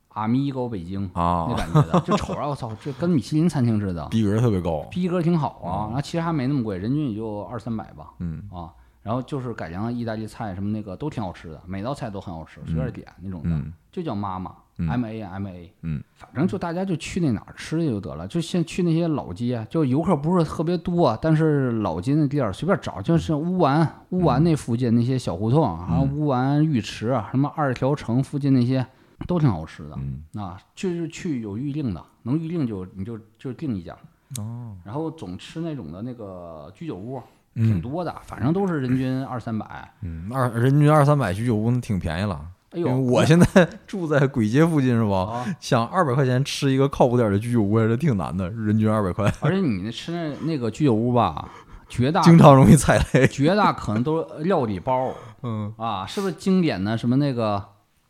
[SPEAKER 2] 阿米狗北京那
[SPEAKER 1] 啊，
[SPEAKER 2] 感觉的，就瞅着我操，这跟米其林餐厅似的，
[SPEAKER 1] 逼格特别高，
[SPEAKER 2] 逼格挺好啊，然后其实还没那么贵，人均也就二三百吧。
[SPEAKER 1] 嗯
[SPEAKER 2] 啊，然后就是改良的意大利菜什么那个都挺好吃的，每道菜都很好吃，随便点那种的，
[SPEAKER 1] 嗯
[SPEAKER 2] 就叫妈妈。
[SPEAKER 1] 嗯
[SPEAKER 2] M A M A，
[SPEAKER 1] 嗯，
[SPEAKER 2] 反正就大家就去那哪儿吃去就得了，就先去那些老街，啊就游客不是特别多，啊但是老街那地儿随便找，就是乌丸乌
[SPEAKER 1] 嗯
[SPEAKER 2] 丸那附近那些小胡同，然后乌丸浴池啊，什么二条城附近那些都挺好吃的。
[SPEAKER 1] 嗯
[SPEAKER 2] 啊，就是去有预定的，能预定就你就就定一家。哦。然后总吃那种的那个居酒屋，啊挺多的，反正都是人均二三百。
[SPEAKER 1] 嗯，二人均二三百居酒屋那挺便宜了。
[SPEAKER 2] 哎
[SPEAKER 1] 因
[SPEAKER 2] 呦，
[SPEAKER 1] 为我现 *laughs* 在住在簋街附近是吧？
[SPEAKER 2] 啊！
[SPEAKER 1] 想二百块钱吃一个靠谱点的居酒屋还是挺难的，人均二百块，
[SPEAKER 2] 而且你那吃那那个居酒屋吧，绝大
[SPEAKER 1] 经常容易踩雷。
[SPEAKER 2] 绝大可能都是料理包
[SPEAKER 1] *laughs* 嗯，
[SPEAKER 2] 啊，是不是经典的什么那个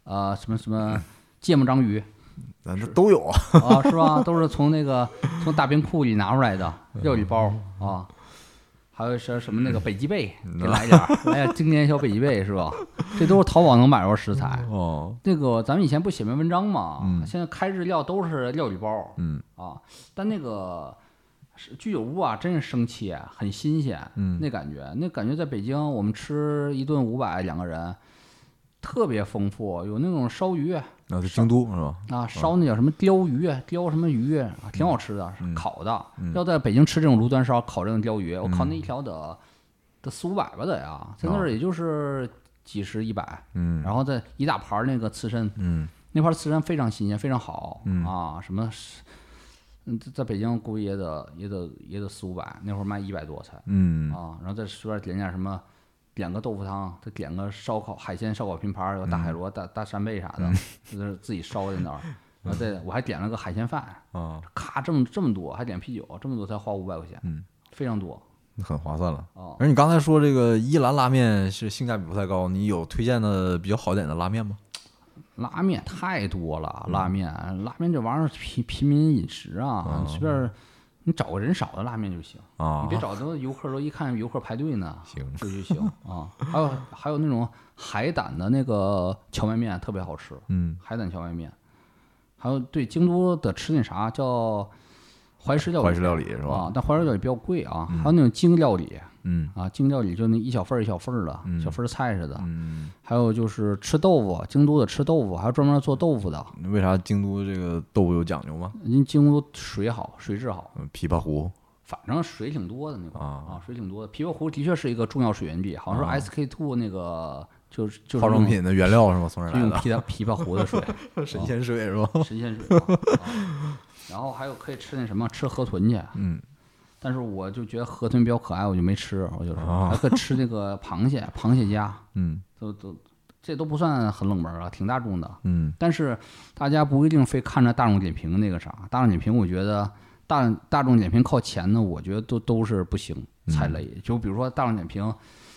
[SPEAKER 2] 呃什么什么芥末章鱼
[SPEAKER 1] 咱这都有啊。
[SPEAKER 2] 啊，是吧？都是从那个从大冰库里拿出来的料理包啊，还有什什么那个北极贝，
[SPEAKER 1] 嗯
[SPEAKER 2] 给来点儿，来点儿经典小北极贝是吧？这都是淘宝能买着食材。
[SPEAKER 1] 哦，
[SPEAKER 2] 那个咱们以前不写篇文章嘛，
[SPEAKER 1] 嗯
[SPEAKER 2] 现在开日料都是料理包
[SPEAKER 1] 嗯
[SPEAKER 2] 啊，但那个是居酒屋啊，真是生气，很新鲜，
[SPEAKER 1] 嗯
[SPEAKER 2] 那感觉，那感觉在北京我们吃一顿五百两个人，特别丰富，有那种烧鱼
[SPEAKER 1] 那是京都是吧？
[SPEAKER 2] 啊，
[SPEAKER 1] 嗯
[SPEAKER 2] 烧那叫什么鲷鱼，鲷什么鱼，啊挺好吃的，是烤的。
[SPEAKER 1] 嗯
[SPEAKER 2] 要在北京吃这种炉端烧烤这种鲷鱼，我靠，那一条得得四五百吧得呀，在那儿也就是几十一百，
[SPEAKER 1] 哦嗯
[SPEAKER 2] 然后再一大盘儿那个刺身，
[SPEAKER 1] 嗯
[SPEAKER 2] 那块儿刺身非常新鲜，非常好、
[SPEAKER 1] 嗯
[SPEAKER 2] 啊，什么是。嗯，在在北京估计也得也得也得四五百，那会儿卖一百多才
[SPEAKER 1] 嗯
[SPEAKER 2] 啊，然后再随便点点什么，点个豆腐汤，再点个烧烤海鲜烧烤拼盘儿，有大
[SPEAKER 1] 嗯
[SPEAKER 2] 海螺、大大扇贝啥的， *laughs* 就是自己烧在那
[SPEAKER 1] *laughs*
[SPEAKER 2] 儿。然后再我还点了个海鲜饭，
[SPEAKER 1] 啊，
[SPEAKER 2] 咔这么这么多，还点啤酒，这么多才花五百块钱，
[SPEAKER 1] 嗯
[SPEAKER 2] 非常多
[SPEAKER 1] 那很划算了。
[SPEAKER 2] 啊。
[SPEAKER 1] 而你刚才说这个伊兰拉面是性价比不太高，你有推荐的比较好一点的拉面吗？
[SPEAKER 2] 拉面太多了，
[SPEAKER 1] 嗯
[SPEAKER 2] 拉面拉面这玩意儿平平民饮食
[SPEAKER 1] 哦
[SPEAKER 2] 啊，你随便儿你找个人少的拉面就行，
[SPEAKER 1] 啊
[SPEAKER 2] 你别，找那游客都一看游客排队呢，
[SPEAKER 1] 行
[SPEAKER 2] 这就行啊。还有还有那种海胆的那个荞麦面特别好吃，
[SPEAKER 1] 嗯
[SPEAKER 2] 海胆荞麦面，还有对京都的吃那啥叫怀石料理
[SPEAKER 1] 怀石料理是吧？
[SPEAKER 2] 啊，但怀石料理比较贵啊，还有那种精料理
[SPEAKER 1] 嗯
[SPEAKER 2] 啊，精料理就那一小份儿一小份儿的、
[SPEAKER 1] 嗯
[SPEAKER 2] 小份儿菜似的，
[SPEAKER 1] 嗯，
[SPEAKER 2] 还有就是吃豆腐，京都的吃豆腐，还有专门做豆腐的，
[SPEAKER 1] 为啥京都这个豆腐有讲究吗？
[SPEAKER 2] 人家京都水好，水质好，
[SPEAKER 1] 嗯琵琶湖
[SPEAKER 2] 反正水挺多的那块儿
[SPEAKER 1] 啊，
[SPEAKER 2] 啊，水挺多的。琵琶湖的确是一个重要水源地，好像说 SK two 那个就是就是
[SPEAKER 1] 化妆
[SPEAKER 2] 用
[SPEAKER 1] 品的原料是吗？从这儿
[SPEAKER 2] 就
[SPEAKER 1] 来
[SPEAKER 2] 用
[SPEAKER 1] 的
[SPEAKER 2] 琵琶琵琶湖的
[SPEAKER 1] *laughs*
[SPEAKER 2] 水，
[SPEAKER 1] 神仙水是吧？ *laughs*
[SPEAKER 2] 神仙水啊。啊然后还有可以吃那什么，吃河豚去。
[SPEAKER 1] 嗯，
[SPEAKER 2] 但是我就觉得河豚比较可爱，我就没吃，我就是
[SPEAKER 1] 啊
[SPEAKER 2] 还可以吃那个螃蟹，螃蟹夹，
[SPEAKER 1] 嗯
[SPEAKER 2] 都都这都不算很冷门啊，挺大众的。
[SPEAKER 1] 嗯
[SPEAKER 2] 但是大家不一定非看着大众点评那个啥，大众点评我觉得大大众点评靠前呢，我觉得都都是不行踩雷。
[SPEAKER 1] 嗯
[SPEAKER 2] 就比如说大众点评，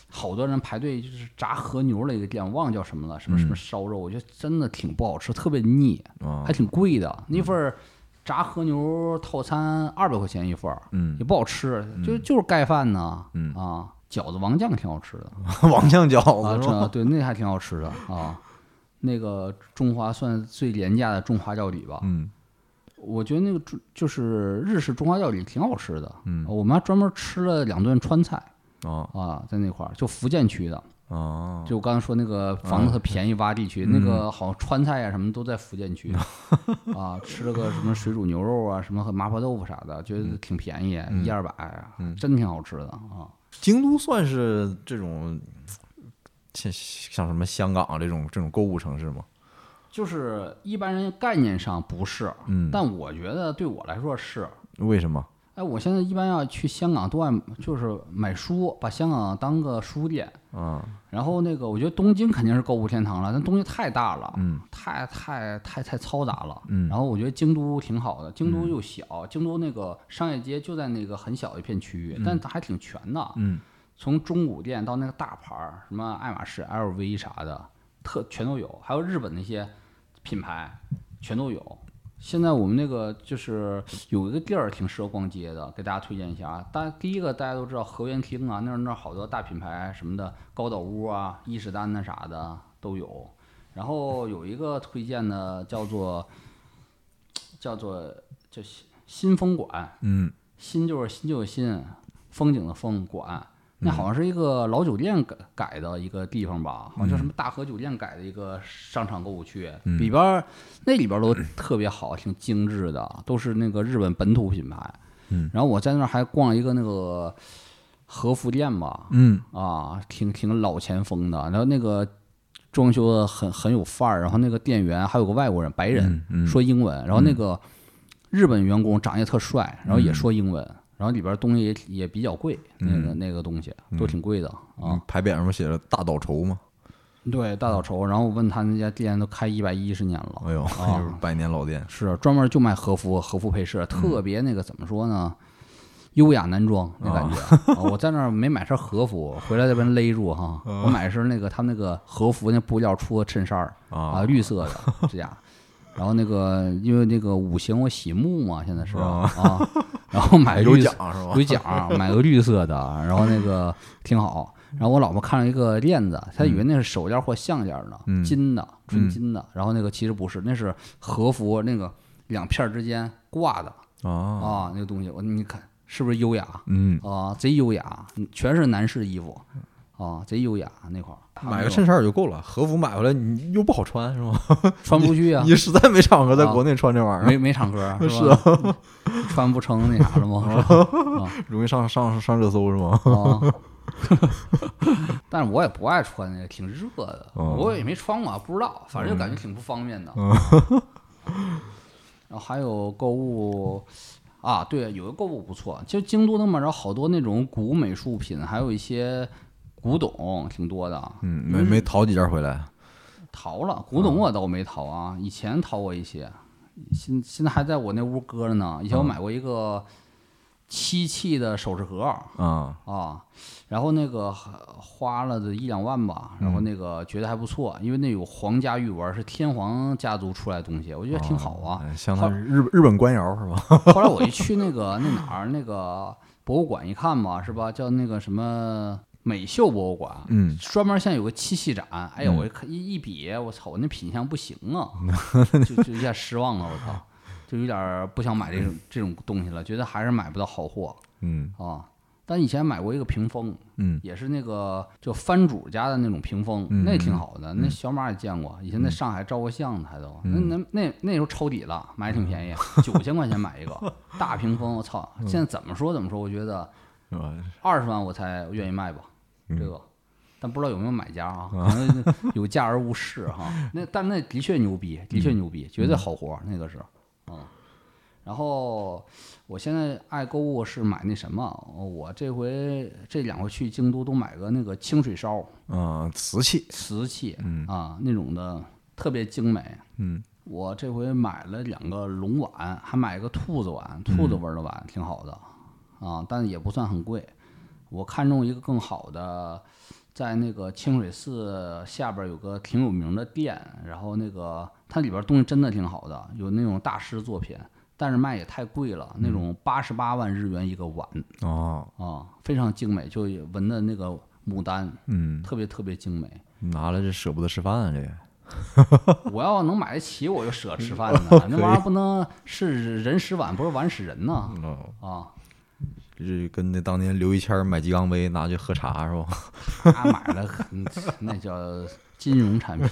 [SPEAKER 2] 好多人排队就是炸和牛那个店，我忘了叫什么了，什么
[SPEAKER 1] 嗯
[SPEAKER 2] 什么烧肉，我觉得真的挺不好吃，特别腻，
[SPEAKER 1] 啊
[SPEAKER 2] 还挺贵的。那份儿炸和牛套餐二百块钱一份儿，
[SPEAKER 1] 嗯
[SPEAKER 2] 也，不好吃，就就是盖饭呢，
[SPEAKER 1] 嗯
[SPEAKER 2] 啊。饺子王酱挺好吃的，
[SPEAKER 1] 王酱
[SPEAKER 2] 啊，
[SPEAKER 1] 饺子是
[SPEAKER 2] 这
[SPEAKER 1] 吧？
[SPEAKER 2] 对，那还挺好吃的啊。那个中华算最廉价的中华料理吧，
[SPEAKER 1] 嗯
[SPEAKER 2] 我觉得那个中就是日式中华料理挺好吃的。嗯，我们还专门吃了两顿川菜
[SPEAKER 1] 啊
[SPEAKER 2] 啊，在那块儿，就福建区的，
[SPEAKER 1] 啊，
[SPEAKER 2] 就我刚才说那个房子便宜洼地区，那个好像川菜啊什么都在福建区啊，吃了个什么水煮牛肉啊，什么和麻婆豆腐啥的，觉得挺便宜，一二百啊，真挺好吃的啊。
[SPEAKER 1] 京都算是这种像像什么香港啊这种这种购物城市吗？
[SPEAKER 2] 就是一般人概念上不是，
[SPEAKER 1] 嗯，
[SPEAKER 2] 但我觉得对我来说是。
[SPEAKER 1] 为什么？
[SPEAKER 2] 哎，我现在一般要去香港都爱就是买书，把香港当个书店。
[SPEAKER 1] 啊，
[SPEAKER 2] 然后那个，我觉得东京肯定是购物天堂了，但东京太大了，
[SPEAKER 1] 嗯
[SPEAKER 2] 太太太太嘈杂了。
[SPEAKER 1] 嗯
[SPEAKER 2] 然后我觉得京都挺好的，京都又小，京都那个商业街就在那个很小的一片区域，但它还挺全的。
[SPEAKER 1] 嗯
[SPEAKER 2] 从中古店到那个大牌儿，什么爱马仕、LV 啥的，特全都有，还有日本那些品牌全都有。现在我们那个就是有一个地儿挺适合逛街的，给大家推荐一下啊。大第一个大家都知道河源町啊，那儿那儿好多大品牌什么的，高岛屋啊、伊势丹那啥的都有。然后有一个推荐的叫做叫做叫新新风馆，
[SPEAKER 1] 嗯
[SPEAKER 2] 新就是新就是新，风景的风馆，那好像是一个老酒店改改的一个地方吧，好像叫什么大和酒店改的一个商场购物区，里边儿那里边儿都特别好，挺精致的，都是那个日本本土品牌。
[SPEAKER 1] 嗯，
[SPEAKER 2] 然后我在那儿还逛了一个那个和服店吧，
[SPEAKER 1] 嗯
[SPEAKER 2] 啊，挺挺老前锋的，然后那个装修的很很有范儿，然后那个店员还有个外国人白人，
[SPEAKER 1] 嗯嗯
[SPEAKER 2] 说英文，然后那个日本员工长得也特帅，然后也说英文，然后里边东西也也比较贵，
[SPEAKER 1] 嗯
[SPEAKER 2] 那个那个东西都挺贵的啊。，
[SPEAKER 1] 牌匾上面写着“大岛愁”嘛。
[SPEAKER 2] 对，大岛愁，然后我问他那家店都开一百一十年了，
[SPEAKER 1] 哎呦， *laughs* 就是百年老店。
[SPEAKER 2] 是专门就卖和服、和服配饰，特别那个怎么说呢？优雅男装那感觉、啊我在那儿没买身和服，回来再被人勒住哈。我买的是那个他们那个和服那布料出的衬衫儿
[SPEAKER 1] 啊
[SPEAKER 2] 绿色的这样。然后那个因为那个五行我喜木嘛，现在是啊然后买
[SPEAKER 1] 有
[SPEAKER 2] 绿色
[SPEAKER 1] 奖是吧？
[SPEAKER 2] 有奖儿，买个绿色的，然后那
[SPEAKER 1] *laughs*
[SPEAKER 2] 个挺好。然后我老婆看了一个链子，她以为那是手链或项链呢，
[SPEAKER 1] 嗯
[SPEAKER 2] 金的，纯金的。然后那个其实不是，那是和服那个两片儿之间挂的
[SPEAKER 1] 啊，
[SPEAKER 2] 啊，那个东西。我你看是不是优雅
[SPEAKER 1] 嗯，
[SPEAKER 2] 啊？贼优雅，全是男士衣服啊，贼优雅那块儿。啊
[SPEAKER 1] 买个衬衫就够了，和服买回来你又不好穿是吧？
[SPEAKER 2] 穿不出去啊，
[SPEAKER 1] *laughs* 你实在没场合在国内穿这玩意
[SPEAKER 2] 没没场
[SPEAKER 1] *laughs*
[SPEAKER 2] 合儿
[SPEAKER 1] 是啊
[SPEAKER 2] 吧？穿不成那啥了吗？ *laughs* 是吧
[SPEAKER 1] 儿，容易上上上热搜是 *laughs* 吗？
[SPEAKER 2] 啊。 *laughs* 但是我也不爱穿那个，挺热的。
[SPEAKER 1] 哦
[SPEAKER 2] 我也没穿过，不知道，反正就感觉挺不方便的。然后还有购物啊，对，有个购物不错，其实京都能买着好多那种古美术品，还有一些古董，挺多的。
[SPEAKER 1] 嗯，没没淘几件回来。啊
[SPEAKER 2] 淘了古董我倒没淘啊，以前淘过一些，现现在还在我那屋搁着呢。以前我买过一个漆器的首饰盒，
[SPEAKER 1] 啊，
[SPEAKER 2] 啊，然后那个花了的一两万吧，
[SPEAKER 1] 嗯
[SPEAKER 2] 然后那个觉得还不错，因为那有皇家玉纹，是天皇家族出来的东西，我觉得挺好啊。
[SPEAKER 1] 哎相当于日日本官窑是吧？
[SPEAKER 2] 后来我一去那个那哪儿那个博物馆一看吧，是吧？叫那个什么美秀博物馆，
[SPEAKER 1] 嗯，
[SPEAKER 2] 专门现在有个漆器展，哎呀，
[SPEAKER 1] 嗯 *laughs*
[SPEAKER 2] 我一看一一比，我操，我那品相不行啊，就就一下失望了，我操。就有点儿不想买这种这种东西了，觉得还是买不到好货
[SPEAKER 1] 嗯
[SPEAKER 2] 啊。但以前买过一个屏风，
[SPEAKER 1] 嗯
[SPEAKER 2] 也是那个就藩主家的那种屏风，
[SPEAKER 1] 嗯
[SPEAKER 2] 那挺好的。
[SPEAKER 1] 嗯
[SPEAKER 2] 那小马也见过，以前在上海照过相呢，还都、
[SPEAKER 1] 嗯
[SPEAKER 2] 那那那那时候抄底了，买挺
[SPEAKER 1] *laughs*
[SPEAKER 2] 便宜，九千块钱买一个大屏风。我操！
[SPEAKER 1] 嗯
[SPEAKER 2] 现在怎么说怎么说，我觉得
[SPEAKER 1] 是吧？
[SPEAKER 2] 二十万我才愿意卖吧，
[SPEAKER 1] 嗯
[SPEAKER 2] 这个。但不知道有没有买家啊？可能有价而无市哈、那但那的确牛逼，的确牛逼，绝对好活儿，那个是，嗯。然后我现在爱购物是买那什么，我这回这两回去京都都买个那个清水烧
[SPEAKER 1] 啊，瓷器，
[SPEAKER 2] 瓷器，
[SPEAKER 1] 嗯
[SPEAKER 2] 啊那种的特别精美。
[SPEAKER 1] 嗯
[SPEAKER 2] 我这回买了两个龙碗，还买个兔子
[SPEAKER 1] 嗯
[SPEAKER 2] 碗，兔子味儿的碗挺好的啊，但也不算很贵。我看中一个更好的，在那个清水寺下边有个挺有名的店，然后那个它里边东西真的挺好的，有那种大师作品，但是卖也太贵了，那种
[SPEAKER 1] 嗯
[SPEAKER 2] 八十八万日元一个碗
[SPEAKER 1] 哦，
[SPEAKER 2] 啊，非常精美，就纹的那个牡丹，
[SPEAKER 1] 嗯，
[SPEAKER 2] 特别特别精美。
[SPEAKER 1] 拿了这舍不得吃饭啊，这个，
[SPEAKER 2] *laughs* 我要能买得起，我就舍吃饭呢。那玩意儿不能是人使碗，不是碗使人呐
[SPEAKER 1] 哦，
[SPEAKER 2] 啊！
[SPEAKER 1] 这跟那当年刘一谦儿买鸡缸杯拿去喝茶是吧？
[SPEAKER 2] 他买了很那叫金融产品，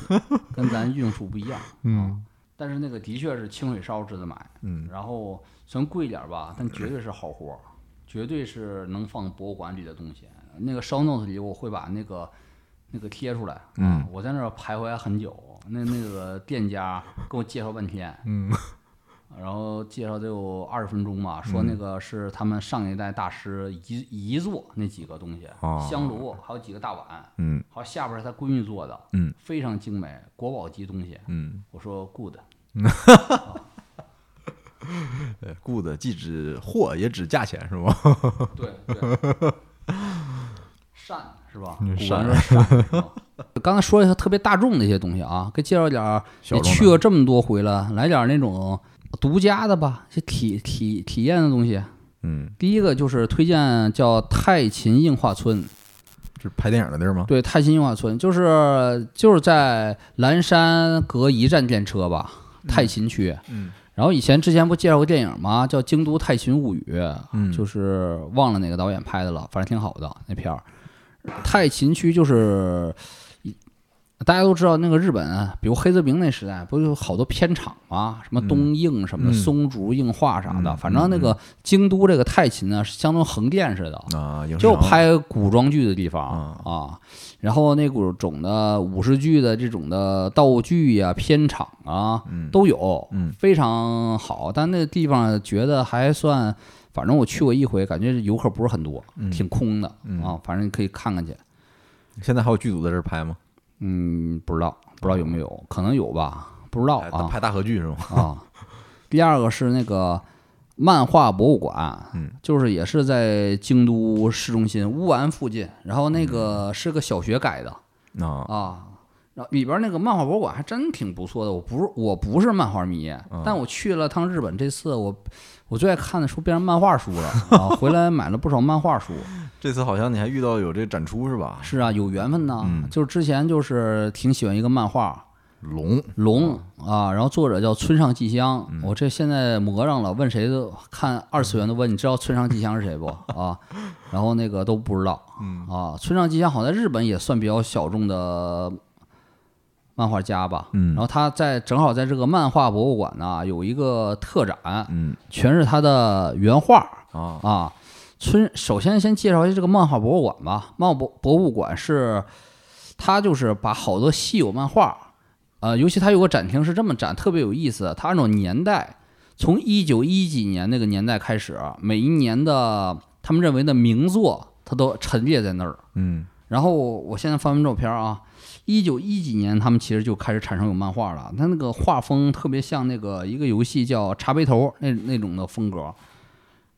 [SPEAKER 2] 跟咱运输不一样。嗯，但是那个的确是清水烧值得买。
[SPEAKER 1] 嗯，
[SPEAKER 2] 然后虽然贵一点儿吧，但绝对是好货，绝对是能放博物馆里的东西。那个 show note 里我会把那个那个贴出来。嗯，我在那儿徘徊很久，那那个店家给我介绍半天。
[SPEAKER 1] 嗯，
[SPEAKER 2] *laughs* 然后介绍得有二十分钟吧，说
[SPEAKER 1] 嗯
[SPEAKER 2] 那个是他们上一代大师遗遗作那几个东西，
[SPEAKER 1] 哦
[SPEAKER 2] 香炉，还有几个大碗，
[SPEAKER 1] 嗯
[SPEAKER 2] 还有下边是他闺女做的，
[SPEAKER 1] 嗯，
[SPEAKER 2] 非常精美，国宝级东西。
[SPEAKER 1] 嗯，
[SPEAKER 2] 我说
[SPEAKER 1] *laughs*
[SPEAKER 2] good，
[SPEAKER 1] 对，顾的既指货也指价钱是吗？
[SPEAKER 2] 对对，善是吧？
[SPEAKER 1] 嗯
[SPEAKER 2] 古人
[SPEAKER 1] 善
[SPEAKER 2] 说善是吧 *laughs* 刚才说了一些特别大众的一些东西啊，给介绍点儿。
[SPEAKER 1] 小
[SPEAKER 2] 你
[SPEAKER 1] 众的
[SPEAKER 2] 去了这么多回了，来点儿那种独家的吧，些体体体验的东西。
[SPEAKER 1] *laughs* 嗯，
[SPEAKER 2] 第一个就是推荐叫太秦映画村，
[SPEAKER 1] 是拍电影的地儿吗？
[SPEAKER 2] 对，太秦映画村就是就是在蓝山隔一站电车吧，太秦区。
[SPEAKER 1] 嗯
[SPEAKER 2] 然后以前之前不介绍过电影吗？叫《京都太秦物语》，
[SPEAKER 1] 嗯
[SPEAKER 2] 就是忘了哪个导演拍的了，反正挺好的那片儿。太秦区就是大家都知道那个日本啊，比如黑泽明那时代，不就有好多片场吗？什么东映什么的，
[SPEAKER 1] 嗯
[SPEAKER 2] 松竹映画啥的，
[SPEAKER 1] 嗯
[SPEAKER 2] 反正那个京都这个太秦呢，是相当于横店似的。
[SPEAKER 1] 啊，影视
[SPEAKER 2] 就
[SPEAKER 1] 城
[SPEAKER 2] 拍古装剧的地方
[SPEAKER 1] 啊
[SPEAKER 2] 啊，然后那古种的武士剧的这种的道具呀、片场啊
[SPEAKER 1] 嗯
[SPEAKER 2] 都有，
[SPEAKER 1] 嗯
[SPEAKER 2] 非常好。但那地方觉得还算，反正我去过一回，感觉游客不是很多，
[SPEAKER 1] 嗯
[SPEAKER 2] 挺空的
[SPEAKER 1] 嗯
[SPEAKER 2] 啊。反正你可以看看去，
[SPEAKER 1] 现在还有剧组在这儿拍吗？
[SPEAKER 2] 嗯，不知道不知道有没有，可能有吧，不知道
[SPEAKER 1] 拍
[SPEAKER 2] 啊
[SPEAKER 1] 拍大合剧是吗？
[SPEAKER 2] 啊。第二个是那个漫画博物馆，
[SPEAKER 1] 嗯，
[SPEAKER 2] 就是也是在京都市中心乌丸附近，然后那个是个小学改的
[SPEAKER 1] *laughs* 嗯啊，
[SPEAKER 2] 啊。然后里边那个漫画博物馆还真挺不错的，我不是我不是漫画迷，
[SPEAKER 1] 嗯
[SPEAKER 2] 但我去了趟日本，这次我我最爱看的书变成漫画书了啊， *laughs* 回来买了不少漫画书。
[SPEAKER 1] 这次好像你还遇到有这展出是吧？
[SPEAKER 2] 是啊，有缘分呐，
[SPEAKER 1] 嗯
[SPEAKER 2] 就是之前就是挺喜欢一个漫画，
[SPEAKER 1] 龙
[SPEAKER 2] 龙啊，然后作者叫村上纪香，我这现在魔上了，问谁都看二次元都问你知道村上纪香是谁不啊？然后那个都不知道，啊，村上纪香好像在日本也算比较小众的漫画家吧，
[SPEAKER 1] 嗯
[SPEAKER 2] 然后他在正好在这个漫画博物馆呢有一个特展，
[SPEAKER 1] 嗯
[SPEAKER 2] 全是他的原画，
[SPEAKER 1] 啊
[SPEAKER 2] 啊，村首先先介绍一下这个漫画博物馆吧。漫画博博物馆是，它就是把好多稀有漫画，呃，尤其它有个展厅是这么展，特别有意思。它按照年代，从一九一几年那个年代开始，每一年的他们认为的名作，它都陈列在那儿。
[SPEAKER 1] 嗯
[SPEAKER 2] 然后我现在翻翻照片啊，一九一几年他们其实就开始产生有漫画了，它那个画风特别像那个一个游戏叫茶杯头那那种的风格，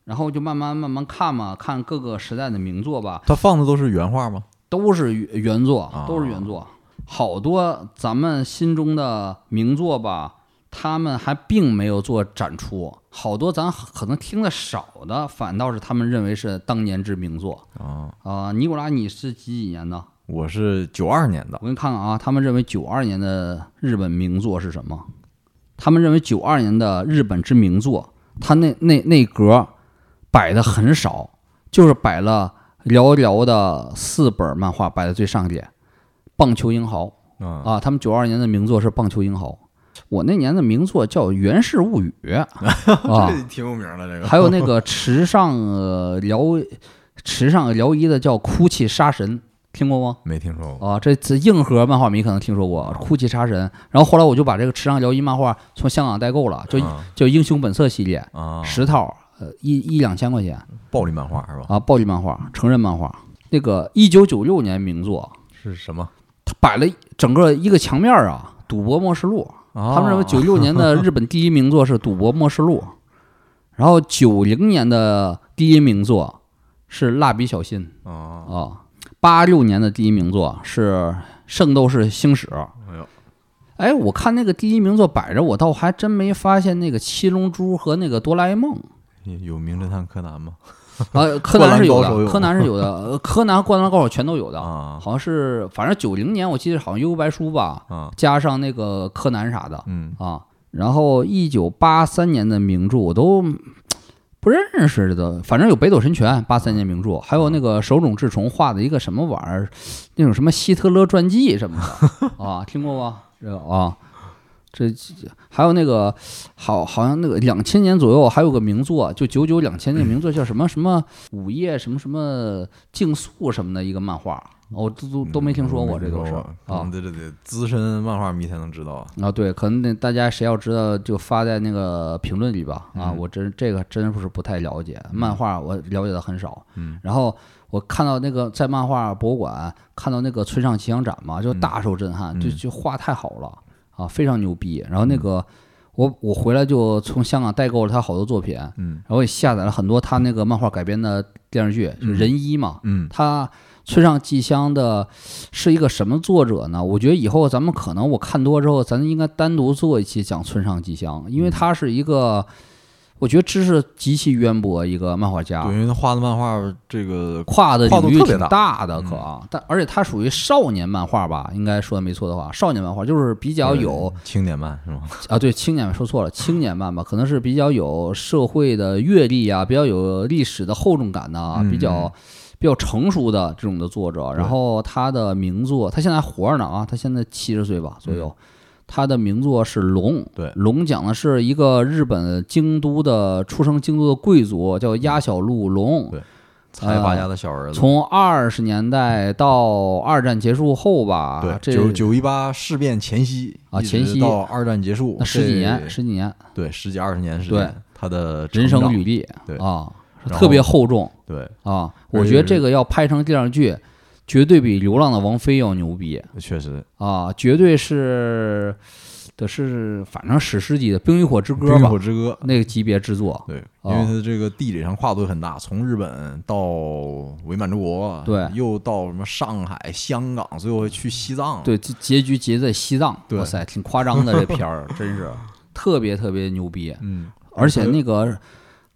[SPEAKER 2] 然后就慢慢慢慢看嘛，看各个时代的名作吧，
[SPEAKER 1] 他放的都是原画吗？
[SPEAKER 2] 都是原原作
[SPEAKER 1] 啊，
[SPEAKER 2] 都是原作，好多咱们心中的名作吧。他们还并没有做展出，好多咱可能听的少的，反倒是他们认为是当年之名作
[SPEAKER 1] 啊，
[SPEAKER 2] 啊、尼古拉，你是几几年的？
[SPEAKER 1] 我是九二年的
[SPEAKER 2] 我给你看看啊，他们认为九二年的日本名作是什么？他们认为九二年的日本之名作，它那那那格摆的很少，就是摆了寥寥的四本漫画摆在最上列，《棒球英豪》
[SPEAKER 1] 啊
[SPEAKER 2] 啊，他们九二年的名作是《棒球英豪》，我那年的名作叫《源氏物语》啊，
[SPEAKER 1] *laughs* 这挺有名的这个
[SPEAKER 2] 还有那个池上呃辽池上辽一的叫《哭泣杀神》，听过吗？
[SPEAKER 1] 没听说过。
[SPEAKER 2] 啊，这这硬核漫画迷可能听说过《哭泣杀神》，然后后来我就把这个池上辽一漫画从香港代购了，就
[SPEAKER 1] 啊
[SPEAKER 2] 就《英雄本色》系列
[SPEAKER 1] 啊，
[SPEAKER 2] 十套，呃，一一两千块钱
[SPEAKER 1] 暴力漫画是吧？
[SPEAKER 2] 啊，暴力漫画、成人漫画，那个一九九六年名作，
[SPEAKER 1] 是什么？
[SPEAKER 2] 它摆了整个一个墙面儿啊，《赌博默示录》，
[SPEAKER 1] 哦啊
[SPEAKER 2] 他们认为九六年的日本第一名作是《赌博默示录》，然后九零年的第一名作是《蜡笔小新》
[SPEAKER 1] 啊，
[SPEAKER 2] 啊，八六年的第一名作是《圣斗士星矢》。
[SPEAKER 1] 哎呦，
[SPEAKER 2] 哎，我看那个第一名作摆着，我倒还真没发现那个《七龙珠》和那个《哆啦 A 梦》
[SPEAKER 1] *laughs* 有名侦探柯南吗？
[SPEAKER 2] 啊，柯南是有
[SPEAKER 1] 灌篮高手
[SPEAKER 2] 的，
[SPEAKER 1] 有
[SPEAKER 2] 柯南是有的，
[SPEAKER 1] *laughs*
[SPEAKER 2] 呃柯南、灌篮高手全都有的，
[SPEAKER 1] 啊
[SPEAKER 2] 好像是反正九零年我记得好像《幽游白书》吧，
[SPEAKER 1] 啊，
[SPEAKER 2] 加上那个柯南啥的
[SPEAKER 1] 嗯，
[SPEAKER 2] 啊，然后一九八三年的名著我都嗯不认识的，反正有《北斗神拳》八三年名著，还有那个手冢治虫画的一个什么玩意儿，那种什么希特勒传记什么 *laughs* 的啊，听过吗？这个啊。这还有那个，好，好像那个两千年左右还有个名作，就九九两千那个名作叫什么什么午夜什么什么竞速什么的一个漫画，我都都都没听说过，这都是
[SPEAKER 1] 啊，可
[SPEAKER 2] 啊
[SPEAKER 1] 能。这这得资深漫画迷才能知道啊。
[SPEAKER 2] 啊，对，可能那大家谁要知道就发在那个评论里吧。
[SPEAKER 1] 嗯
[SPEAKER 2] 啊，我真这个真不是不太了解，漫画我了解的很少。
[SPEAKER 1] 嗯，
[SPEAKER 2] 然后我看到那个在漫画博物馆看到那个村上吉祥展嘛，就大受震撼，就
[SPEAKER 1] 嗯
[SPEAKER 2] 就画太好了啊，非常牛逼。然后那个我我回来就从香港代购了他好多作品，然
[SPEAKER 1] 嗯
[SPEAKER 2] 后也下载了很多他那个漫画改编的电视剧，就
[SPEAKER 1] 嗯
[SPEAKER 2] 人一嘛，
[SPEAKER 1] 嗯
[SPEAKER 2] 他村上纪香的是一个什么作者呢？我觉得以后咱们可能我看多之后，咱应该单独做一期讲村上纪香，因为他是一个我觉得知识极其渊博一个漫画家
[SPEAKER 1] 对，，因为他画的漫画这个
[SPEAKER 2] 跨的
[SPEAKER 1] 跨度
[SPEAKER 2] 领域
[SPEAKER 1] 特别
[SPEAKER 2] 挺
[SPEAKER 1] 大
[SPEAKER 2] 大的，可
[SPEAKER 1] 嗯
[SPEAKER 2] 啊，但而且他属于少年漫画吧，应该说的没错的话，少年漫画就是比较有
[SPEAKER 1] 青年漫是
[SPEAKER 2] *laughs*
[SPEAKER 1] 吗？
[SPEAKER 2] 啊，对，青年说错了，青年漫吧，可能是比较有社会的阅历啊，比较有历史的厚重感呐、
[SPEAKER 1] 嗯
[SPEAKER 2] 比较比较成熟的这种的作者。然后他的名作，他现在还活着呢啊，他现在七十岁吧左右。他的名作是《龙》，
[SPEAKER 1] 嗯对
[SPEAKER 2] 龙》讲的是一个日本京都的出生京都的贵族，叫鸭小路龙。
[SPEAKER 1] 对财阀家的小儿子。
[SPEAKER 2] 呃从二十年代到二战结束后吧，
[SPEAKER 1] 对，
[SPEAKER 2] 这
[SPEAKER 1] 九九一八事变前夕
[SPEAKER 2] 啊
[SPEAKER 1] 啊一直
[SPEAKER 2] 前夕
[SPEAKER 1] 到二战结束
[SPEAKER 2] 那十几年，
[SPEAKER 1] 这
[SPEAKER 2] 十几年
[SPEAKER 1] 对十几二十年时
[SPEAKER 2] 对
[SPEAKER 1] 间，他的
[SPEAKER 2] 人
[SPEAKER 1] 成
[SPEAKER 2] 生
[SPEAKER 1] 长
[SPEAKER 2] 履历
[SPEAKER 1] 对
[SPEAKER 2] 啊，
[SPEAKER 1] 然后
[SPEAKER 2] 特别厚重。
[SPEAKER 1] 对，而
[SPEAKER 2] 啊，我
[SPEAKER 1] 且
[SPEAKER 2] 觉得
[SPEAKER 1] 是
[SPEAKER 2] 这个要拍成电视剧，绝对比《流浪的王妃》要牛逼
[SPEAKER 1] 确实
[SPEAKER 2] 啊，绝对是的是反正史诗级的《冰与火之
[SPEAKER 1] 《
[SPEAKER 2] 歌
[SPEAKER 1] 冰》与
[SPEAKER 2] 吧
[SPEAKER 1] 火，之歌》
[SPEAKER 2] 那个级别制作。
[SPEAKER 1] 对，因
[SPEAKER 2] 哦
[SPEAKER 1] 为它这个地理上跨度很大，从日本到伪满洲国，
[SPEAKER 2] 对
[SPEAKER 1] 又到什么上海、香港，最后还去西藏，，
[SPEAKER 2] 对，结结局结在西藏，
[SPEAKER 1] 对
[SPEAKER 2] 哇塞，挺夸张的这片儿，真
[SPEAKER 1] *laughs*
[SPEAKER 2] 是特别特别牛逼，
[SPEAKER 1] 嗯，
[SPEAKER 2] 而且那个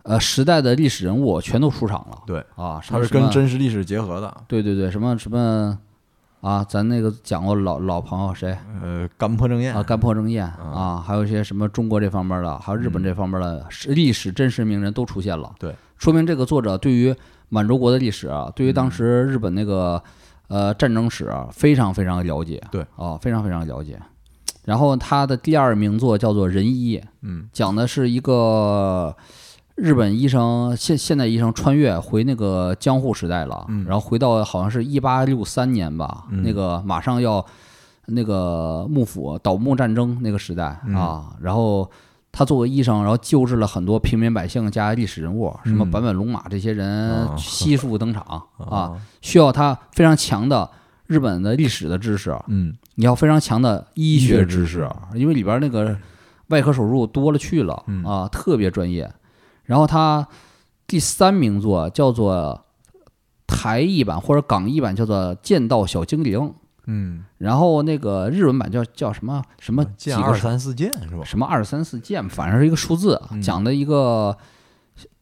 [SPEAKER 2] 呃时代的历史人物全都出场了。
[SPEAKER 1] 对
[SPEAKER 2] 啊，什
[SPEAKER 1] 它
[SPEAKER 2] 么
[SPEAKER 1] 是
[SPEAKER 2] 什么
[SPEAKER 1] 跟真实历史结合的。
[SPEAKER 2] 对对对，什么什么啊，咱那个讲过老老朋友谁
[SPEAKER 1] 呃，干破正彦
[SPEAKER 2] 啊，，干破正彦啊，还有一些什么中国这方面的，还有日本这方面的是历史真实名人都出现了，
[SPEAKER 1] 嗯对，
[SPEAKER 2] 说明这个作者对于满洲国的历史啊，对于当
[SPEAKER 1] 嗯
[SPEAKER 2] 时日本那个呃战争史啊非常非常了解，
[SPEAKER 1] 对
[SPEAKER 2] 啊，非常非常了解。然后他的第二名作叫做《仁医》，
[SPEAKER 1] 嗯，
[SPEAKER 2] 讲的是一个日本医生现现代医生穿越回那个江户时代了，然后回到好像是一八六三年吧，那个马上要那个幕府倒幕战争那个时代、啊，然后。他作为医生，然后救治了很多平民百姓加历史人物，什么坂本龙马这些人
[SPEAKER 1] 啊
[SPEAKER 2] 悉数登场、啊，需要他非常强的日本的历史的知识，
[SPEAKER 1] 嗯，
[SPEAKER 2] 你要非常强的医学知
[SPEAKER 1] 医
[SPEAKER 2] 识
[SPEAKER 1] 学知，啊
[SPEAKER 2] 因为里边那个外科手术多了去了、
[SPEAKER 1] 嗯
[SPEAKER 2] 啊，特别专业。然后他第三名作叫做台译版或者港译版叫做《剑道小精灵》，
[SPEAKER 1] 嗯，
[SPEAKER 2] 然后那个日文版叫叫什么什么呃几
[SPEAKER 1] 剑嗯
[SPEAKER 2] 个
[SPEAKER 1] 二三四剑是吧？
[SPEAKER 2] 什么二三四剑，反正是一个数字，啊
[SPEAKER 1] 嗯
[SPEAKER 2] 讲的一个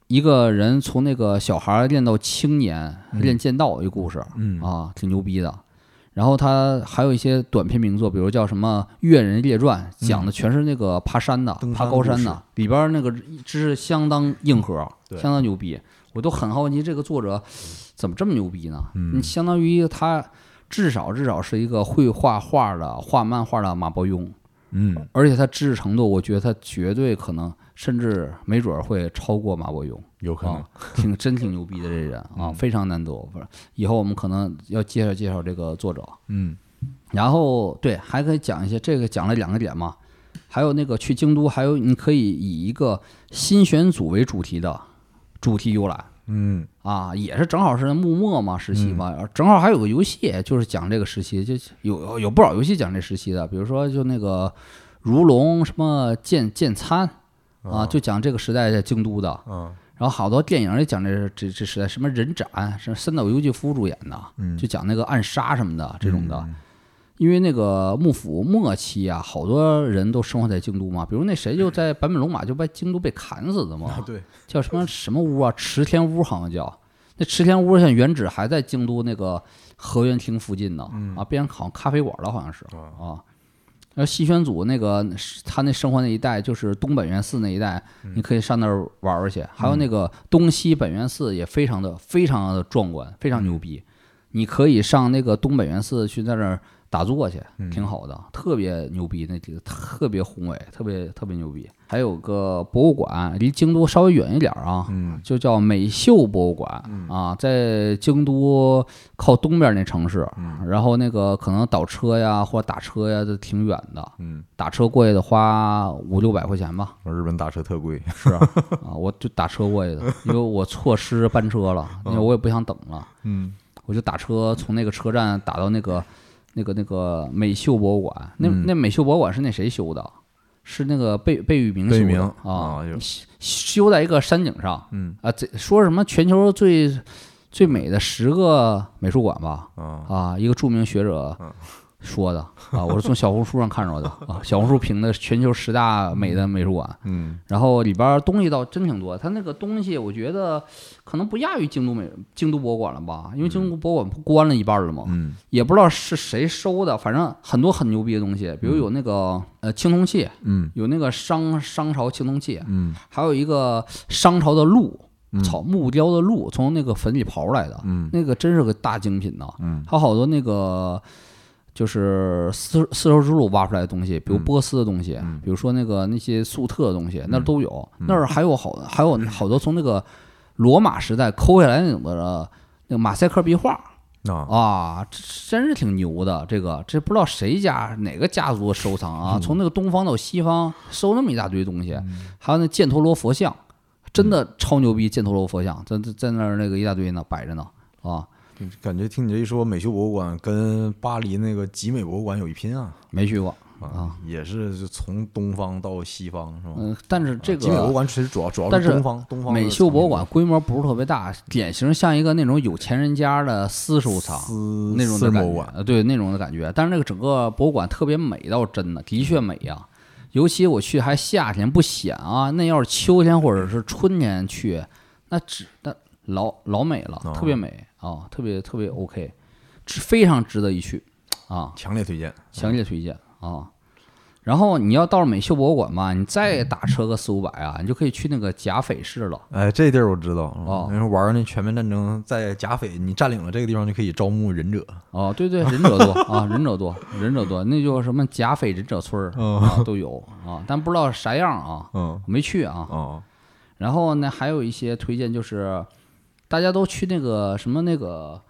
[SPEAKER 2] 一个人从那个小孩儿练到青年，
[SPEAKER 1] 嗯
[SPEAKER 2] 练剑道一个故事。
[SPEAKER 1] 嗯
[SPEAKER 2] 啊，挺牛逼的。然后他还有一些短篇名作，比如叫什么《越人列传》，讲的全是那个爬山的、
[SPEAKER 1] 嗯登山
[SPEAKER 2] 爬高山
[SPEAKER 1] 故事
[SPEAKER 2] 的，里边那个知识相当硬核，
[SPEAKER 1] 对
[SPEAKER 2] 相当牛逼。我都很好奇这个作者怎么这么牛逼呢？
[SPEAKER 1] 嗯
[SPEAKER 2] 你相当于他至少至少是一个会画画的、画漫画的马伯庸，
[SPEAKER 1] 嗯，
[SPEAKER 2] 而且他知识程度，我觉得他绝对可能，甚至没准儿会超过马伯庸。
[SPEAKER 1] 有可能
[SPEAKER 2] 啊，挺真挺牛逼的这人啊，
[SPEAKER 1] 嗯
[SPEAKER 2] 非常难得。不是，以后我们可能要介绍介绍这个作者。
[SPEAKER 1] 嗯
[SPEAKER 2] 然后对，还可以讲一些这个讲了两个点嘛，还有那个去京都，还有你可以以一个新选组为主题的主题游览
[SPEAKER 1] 嗯
[SPEAKER 2] 啊，也是正好是幕末嘛时期嘛，正好还有个游戏就是讲这个时期，就有有不少游戏讲这时期的，比如说就那个如龙什么剑剑参啊，就讲这个时代在京都的。
[SPEAKER 1] 啊
[SPEAKER 2] 然后好多电影也讲这这这时代，什么人斩，是三岛由纪夫主演的，
[SPEAKER 1] 嗯
[SPEAKER 2] 就讲那个暗杀什么的这种的。
[SPEAKER 1] 嗯
[SPEAKER 2] 因为那个幕府末期啊，好多人都生活在京都嘛，比如那谁就在坂本龙马就在京都被砍死的
[SPEAKER 1] 啊 *laughs*
[SPEAKER 2] 嘛，
[SPEAKER 1] 对，
[SPEAKER 2] 叫什么什么屋啊，池田屋好像叫。那池田屋现在原址还在京都那个河源町附近呢，啊，变成好像咖啡馆了，好像是啊。然后细宣组那个他那生活那一带就是东本愿寺那一带，你可以上那儿玩玩去。还有那个东西本愿寺也非常的非常的壮观，非常牛逼。你可以上那个东本愿寺去在那儿打坐去，挺好的，特别牛逼，那几个特别宏伟，特别特别牛逼。还有个博物馆，离京都稍微远一点儿啊，
[SPEAKER 1] 嗯
[SPEAKER 2] 就叫美秀博物馆、啊，在京都靠东边那城市，
[SPEAKER 1] 嗯
[SPEAKER 2] 然后那个可能倒车呀或者打车呀都挺远的，
[SPEAKER 1] 嗯，
[SPEAKER 2] 打车过去得花五六百块钱吧， *laughs*
[SPEAKER 1] 日本打车特贵，
[SPEAKER 2] 是啊啊，我就打车过去的，因为我错失班车了，因为我也不想等了，
[SPEAKER 1] 嗯
[SPEAKER 2] 我就打车从那个车站打到那个那个那个美秀博物馆，那、
[SPEAKER 1] 嗯
[SPEAKER 2] 那美秀博物馆是那谁修的？是那个贝贝聿铭
[SPEAKER 1] 贝
[SPEAKER 2] 修
[SPEAKER 1] 聿铭
[SPEAKER 2] 的
[SPEAKER 1] 啊
[SPEAKER 2] 啊
[SPEAKER 1] 有，
[SPEAKER 2] 修修在一个山顶上，
[SPEAKER 1] 嗯
[SPEAKER 2] 啊，这说什么全球最最美的十个美术馆吧？
[SPEAKER 1] 啊
[SPEAKER 2] 啊，一个著名学者
[SPEAKER 1] 嗯
[SPEAKER 2] 说的啊，我是从小红书上
[SPEAKER 1] *laughs*
[SPEAKER 2] 看着的啊，小红书评的全球十大美的美术馆，
[SPEAKER 1] 嗯
[SPEAKER 2] 然后里边儿东西倒真挺多，它那个东西我觉得可能不亚于京都美京都博物馆了吧，因为京都博物馆不关了一半儿了吗？
[SPEAKER 1] 嗯
[SPEAKER 2] 也不知道是谁收的，反正很多很牛逼的东西，比如有那个呃青铜器，
[SPEAKER 1] 嗯
[SPEAKER 2] 有那个商商朝青铜器，啊
[SPEAKER 1] 嗯
[SPEAKER 2] 还有一个商朝的鹿
[SPEAKER 1] 嗯，
[SPEAKER 2] 草木雕的鹿，从那个坟里刨出来的，
[SPEAKER 1] 嗯
[SPEAKER 2] 那个真是个大精品呐。
[SPEAKER 1] 嗯
[SPEAKER 2] 还有好多那个就是丝丝绸之路挖出来的东西，比如
[SPEAKER 1] 嗯
[SPEAKER 2] 波斯的东西，
[SPEAKER 1] 嗯
[SPEAKER 2] 比如说那个那些粟特的东西，那儿都有。那儿还有好还有好多从那个罗马时代抠下来那种的那个马赛克壁画，
[SPEAKER 1] 啊
[SPEAKER 2] 啊，这真是挺牛的。这个这不知道谁家哪个家族的收藏啊，从
[SPEAKER 1] 嗯
[SPEAKER 2] 那个东方到西方收那么一大堆东西，还有那犍陀罗佛像，真的
[SPEAKER 1] 嗯
[SPEAKER 2] 超牛逼！犍陀罗佛像在在在那儿那个一大堆呢，摆着呢啊，
[SPEAKER 1] 感觉听你这一说，美术博物馆跟巴黎那个集美博物馆有一拼啊
[SPEAKER 2] 没去过。
[SPEAKER 1] 啊，也是就从东方到西方是吧？
[SPEAKER 2] 嗯、但是这
[SPEAKER 1] 集啊美博物
[SPEAKER 2] 个
[SPEAKER 1] 馆其实主要主要
[SPEAKER 2] 但
[SPEAKER 1] 是
[SPEAKER 2] 是
[SPEAKER 1] 东方东方的
[SPEAKER 2] 美秀博物馆
[SPEAKER 1] 藏
[SPEAKER 2] 规模不是特别大，典型像一个那种有钱人家的私收藏。
[SPEAKER 1] 私
[SPEAKER 2] 那种
[SPEAKER 1] 私
[SPEAKER 2] 的
[SPEAKER 1] 人博
[SPEAKER 2] 感
[SPEAKER 1] 物
[SPEAKER 2] 觉
[SPEAKER 1] 馆，，
[SPEAKER 2] 呃对那种的感觉。但是那个整个博物馆特别美，倒是真的，的确美呀、尤其我去还夏天不显啊，那要是秋天或者是春天去，那只那老老美了
[SPEAKER 1] 哦，
[SPEAKER 2] 特别美啊，特别特别 OK，值非常值得一去啊，
[SPEAKER 1] 强烈推荐。
[SPEAKER 2] 强烈推荐啊。然后你要到美秀博物馆吧，你
[SPEAKER 1] 嗯
[SPEAKER 2] 再打车个四五百啊，你就可以去那个贾匪市了。
[SPEAKER 1] 哎，这地儿我知道
[SPEAKER 2] 哦
[SPEAKER 1] 因为玩那全面战争，在甲斐你占领了这个地方，就可以招募忍者。
[SPEAKER 2] 哦，对对，忍者多啊，忍者多，忍者多，那叫什么甲斐忍者村儿啊，都有啊，但不知道啥样啊，
[SPEAKER 1] 嗯
[SPEAKER 2] 没去啊。
[SPEAKER 1] 哦，
[SPEAKER 2] 然后呢，还有一些推荐就是，大家都去那个什么那个，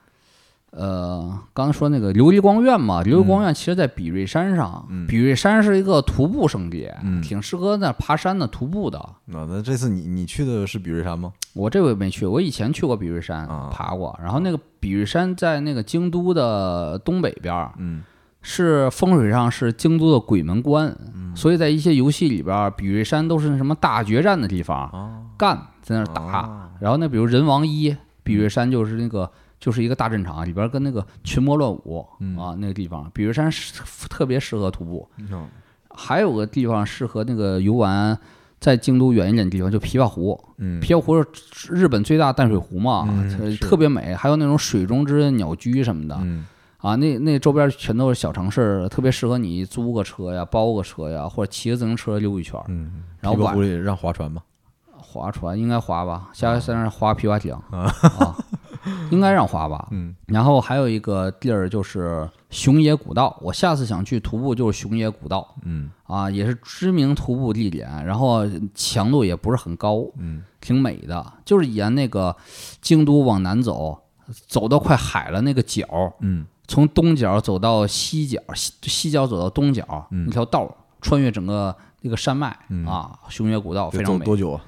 [SPEAKER 2] 呃，刚才说那个琉璃光院嘛，琉璃光院其实在比瑞山上，比瑞山是一个徒步圣地，
[SPEAKER 1] 嗯
[SPEAKER 2] 挺适合那爬山的徒步的。
[SPEAKER 1] 那那这次你你去的是比瑞山吗？
[SPEAKER 2] 我这回没去，我以前去过比瑞山
[SPEAKER 1] 啊，
[SPEAKER 2] 爬过。然后那个比瑞山在那个京都的东北边儿，
[SPEAKER 1] 嗯
[SPEAKER 2] 是风水上是京都的鬼门关，
[SPEAKER 1] 嗯
[SPEAKER 2] 所以在一些游戏里边儿，比瑞山都是那什么大决战的地方，
[SPEAKER 1] 啊
[SPEAKER 2] 干在那儿打。
[SPEAKER 1] 啊
[SPEAKER 2] 然后那比如人王一，比瑞山就是那个就是一个大战场，啊里边儿跟那个群魔乱舞、
[SPEAKER 1] 嗯
[SPEAKER 2] 啊那个地方，比瑞山是特别适合徒步。
[SPEAKER 1] 嗯
[SPEAKER 2] 还有个地方适合那个游玩，在京都远一点的地方，就琵琶湖。
[SPEAKER 1] 嗯
[SPEAKER 2] 琵琶湖是日本最大淡水湖嘛，
[SPEAKER 1] 嗯
[SPEAKER 2] 它
[SPEAKER 1] 是
[SPEAKER 2] 特别美，还有那种水中之鸟居什么的。
[SPEAKER 1] 嗯
[SPEAKER 2] 啊，那那周边全都是小城市，特别适合你租个车呀、包个车呀，或者骑着自行车溜一圈儿。
[SPEAKER 1] 嗯，
[SPEAKER 2] 然后
[SPEAKER 1] 琵琶
[SPEAKER 2] 晚
[SPEAKER 1] 湖里让划船吗？
[SPEAKER 2] 划船应该划吧，下在那儿划皮划艇
[SPEAKER 1] *laughs*
[SPEAKER 2] 啊，应该让划吧。
[SPEAKER 1] 嗯，
[SPEAKER 2] 然后还有一个地儿就是熊野古道，我下次想去徒步就是熊野古道。
[SPEAKER 1] 嗯
[SPEAKER 2] 啊，也是知名徒步地点，然后强度也不是很高，
[SPEAKER 1] 嗯，
[SPEAKER 2] 挺美的，就是沿那个京都往南走，走到快海了那个角，
[SPEAKER 1] 嗯，
[SPEAKER 2] 从东角走到西角，西西角走到东角，
[SPEAKER 1] 嗯
[SPEAKER 2] 那条道儿穿越整个那个山脉、
[SPEAKER 1] 嗯
[SPEAKER 2] 啊，熊野古道非
[SPEAKER 1] 得
[SPEAKER 2] 常
[SPEAKER 1] 走
[SPEAKER 2] 美，
[SPEAKER 1] 多久啊？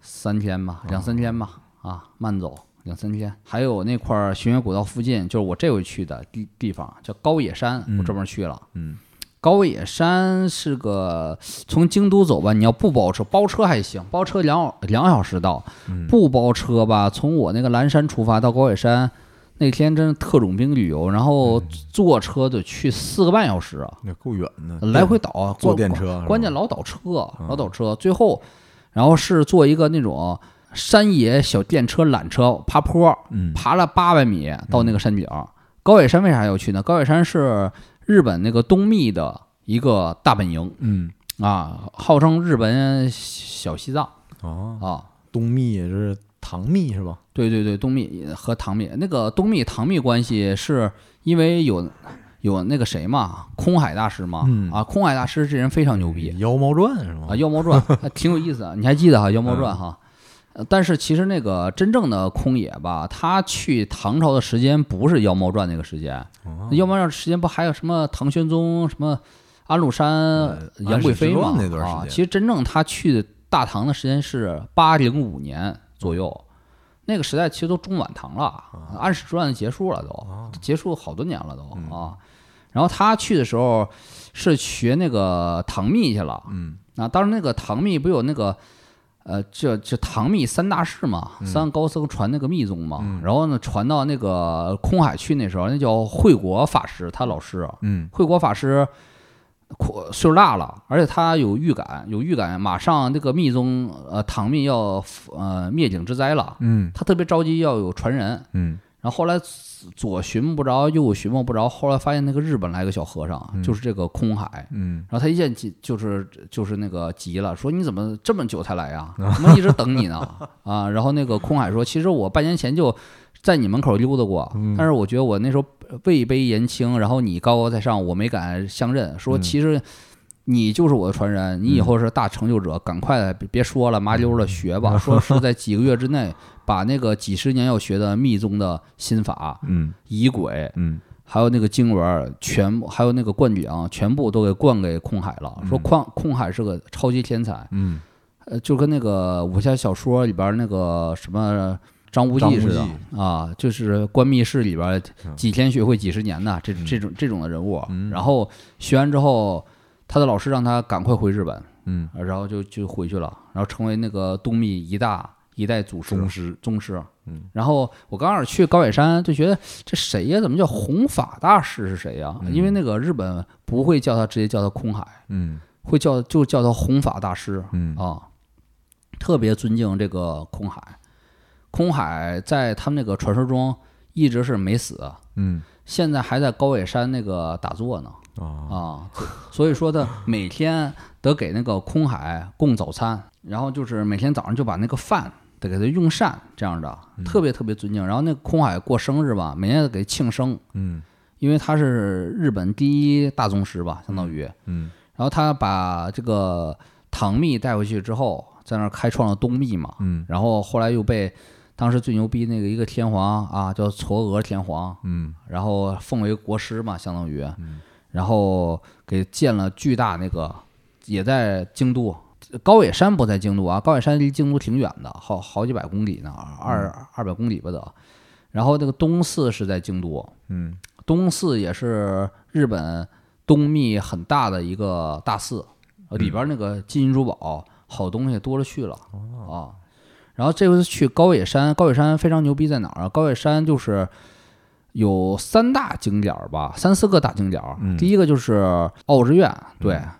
[SPEAKER 2] 三天吧，两三天吧，啊，慢走两三天。还有那块儿熊野古道附近，就是我这回去的地地方叫高野山，我专门去了。
[SPEAKER 1] 嗯
[SPEAKER 2] 高野山是个从京都走吧，你要不包车，包车还行，包车两小两小时到，
[SPEAKER 1] 嗯
[SPEAKER 2] 不包车吧，从我那个岚山出发到高野山，那天真是特种兵旅游，然
[SPEAKER 1] 嗯
[SPEAKER 2] 后坐车得去四个半小时啊，
[SPEAKER 1] 那够远的，
[SPEAKER 2] 来回倒，啊
[SPEAKER 1] 坐
[SPEAKER 2] 关
[SPEAKER 1] 电啊车是吧嗯
[SPEAKER 2] 关键老倒车，老倒车，最后然后是坐一个那种山野小电车缆车爬坡，
[SPEAKER 1] 嗯
[SPEAKER 2] 爬了八百米到那个山顶。高野山为啥要去呢？高野山是日本那个东密的一个大本营
[SPEAKER 1] 嗯
[SPEAKER 2] 啊，号称日本小西藏
[SPEAKER 1] 哦，
[SPEAKER 2] 啊。
[SPEAKER 1] 东密也是唐密是吧？
[SPEAKER 2] 对对对，东密和唐密那个东密唐密关系是因为有有那个谁嘛，空海大师嘛、
[SPEAKER 1] 嗯
[SPEAKER 2] 啊，空海大师这人非常牛逼，
[SPEAKER 1] 妖猫传是吗
[SPEAKER 2] 啊，《妖猫传》 *laughs* 还挺有意思啊，你还记得哈，《妖猫传》哈。呃但是其实那个真正的空野吧，他去唐朝的时间不是《妖猫传》那个时间，
[SPEAKER 1] 哦
[SPEAKER 2] 那妖猫传》时间不还有什么唐玄宗、什么安禄山、杨贵妃
[SPEAKER 1] 嗯安史之乱？
[SPEAKER 2] 吗
[SPEAKER 1] 那段时间
[SPEAKER 2] 啊，其实真正他去大唐的时间是八零五年左右，那个时代其实都中晚唐了，
[SPEAKER 1] 啊
[SPEAKER 2] 安史之乱结束了都，结束好多年了
[SPEAKER 1] 嗯
[SPEAKER 2] 都啊。然后他去的时候是学那个唐密去了，
[SPEAKER 1] 嗯，
[SPEAKER 2] 啊，当时那个唐密不有那个，呃，这这唐密三大士嘛，三个高僧传那个密宗嘛，然后呢传到那个空海去那时候，那叫惠国法师，他老师，
[SPEAKER 1] 嗯，
[SPEAKER 2] 惠国法师，阔岁数大了，而且他有预感，有预感，马上那个密宗呃唐密要呃灭顶之灾了，
[SPEAKER 1] 嗯
[SPEAKER 2] 他特别着急要有传人，
[SPEAKER 1] 嗯
[SPEAKER 2] 然后后来左寻摸不着，右寻摸不着，后来发现那个日本来个小和尚，就是这个空海。
[SPEAKER 1] 嗯，
[SPEAKER 2] 然后他一见急，就是就是那个急了，说你怎么这么久才来呀？怎么一直等你呢？啊，然后那个空海说，其实我半年前就在你门口溜达过，但是我觉得我那时候呃位卑言轻，然后你高高在上，我没敢相认。说其实你就是我的传人，你以后是大成就者，赶快别别说了，麻溜了学吧。说是在几个月之内把那个几十年要学的密宗的心法、
[SPEAKER 1] 嗯
[SPEAKER 2] 仪轨，
[SPEAKER 1] 嗯
[SPEAKER 2] 还有那个经文儿全部，还有那个灌顶，全部都给灌给空海了。说空空海是个超级天才，
[SPEAKER 1] 嗯，
[SPEAKER 2] 呃，就跟那个武侠小说里边儿那个什么张无
[SPEAKER 1] 张
[SPEAKER 2] 忌
[SPEAKER 1] 无
[SPEAKER 2] 似
[SPEAKER 1] 忌嗯
[SPEAKER 2] 的啊，就是关密室里边儿几天学会几十年呐，这这种这种的人物。然后学完之后，他的老师让他赶快回日本，
[SPEAKER 1] 嗯，
[SPEAKER 2] 然后就就回去了，然后成为那个东密一大一代祖师
[SPEAKER 1] 宗师，
[SPEAKER 2] 宗师。啊
[SPEAKER 1] 嗯，
[SPEAKER 2] 然后我刚开始去高野山就觉得这谁呀？怎么叫弘法大师是谁呀？因为那个日本不会叫他直接叫他空海，
[SPEAKER 1] 嗯
[SPEAKER 2] 会叫就叫他弘法大师
[SPEAKER 1] 嗯
[SPEAKER 2] 啊，特别尊敬这个空海。空海在他们那个传说中一直是没死，啊
[SPEAKER 1] 嗯
[SPEAKER 2] 现在还在高野山那个打坐呢
[SPEAKER 1] 啊，
[SPEAKER 2] 啊，所所以说他每天得给那个空海供早餐，然后就是每天早上就把那个饭得给他用膳这样的，特别特别尊敬。然后那个空海过生日吧，每年得给庆生，
[SPEAKER 1] 嗯
[SPEAKER 2] 因为他是日本第一大宗师吧，相当于。
[SPEAKER 1] 嗯
[SPEAKER 2] 然后他把这个唐密带回去之后，在那儿开创了东密嘛，
[SPEAKER 1] 嗯
[SPEAKER 2] 然后后来又被当时最牛逼那个一个天皇啊，叫嵯峨天皇，
[SPEAKER 1] 嗯
[SPEAKER 2] 然后奉为国师嘛，相当于，然后给建了巨大那个，也在京都，高野山不在京都啊，高野山离京都挺远的，好好几百公里呢，二
[SPEAKER 1] 嗯
[SPEAKER 2] 二百公里吧得。然后那个东寺是在京都，
[SPEAKER 1] 嗯
[SPEAKER 2] 东寺也是日本东密很大的一个大寺，呃里边那个金银珠宝好东西多了去了
[SPEAKER 1] 哦
[SPEAKER 2] 啊。然后这回去高野山，高野山非常牛逼在哪儿啊？高野山就是有三大景点儿吧，三四个大景点儿。
[SPEAKER 1] 嗯
[SPEAKER 2] 第一个就是奥之院，对。啊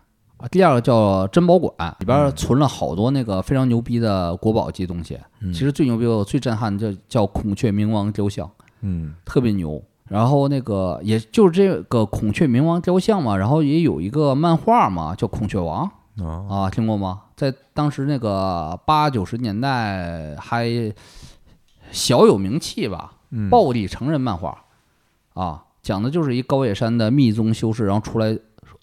[SPEAKER 2] 第二个叫珍宝馆，里边存了好多那个非常牛逼的国宝级东西。其实最牛逼的、我最震撼的就叫孔雀明王雕像，
[SPEAKER 1] 嗯
[SPEAKER 2] 特别牛。然后那个也就是这个孔雀明王雕像嘛，然后也有一个漫画嘛，叫《孔雀王》
[SPEAKER 1] 啊，
[SPEAKER 2] 啊，听过吗？在当时那个八九十年代还小有名气吧，
[SPEAKER 1] 嗯
[SPEAKER 2] 暴力成人漫画啊，讲的就是一高野山的密宗修士，然后出来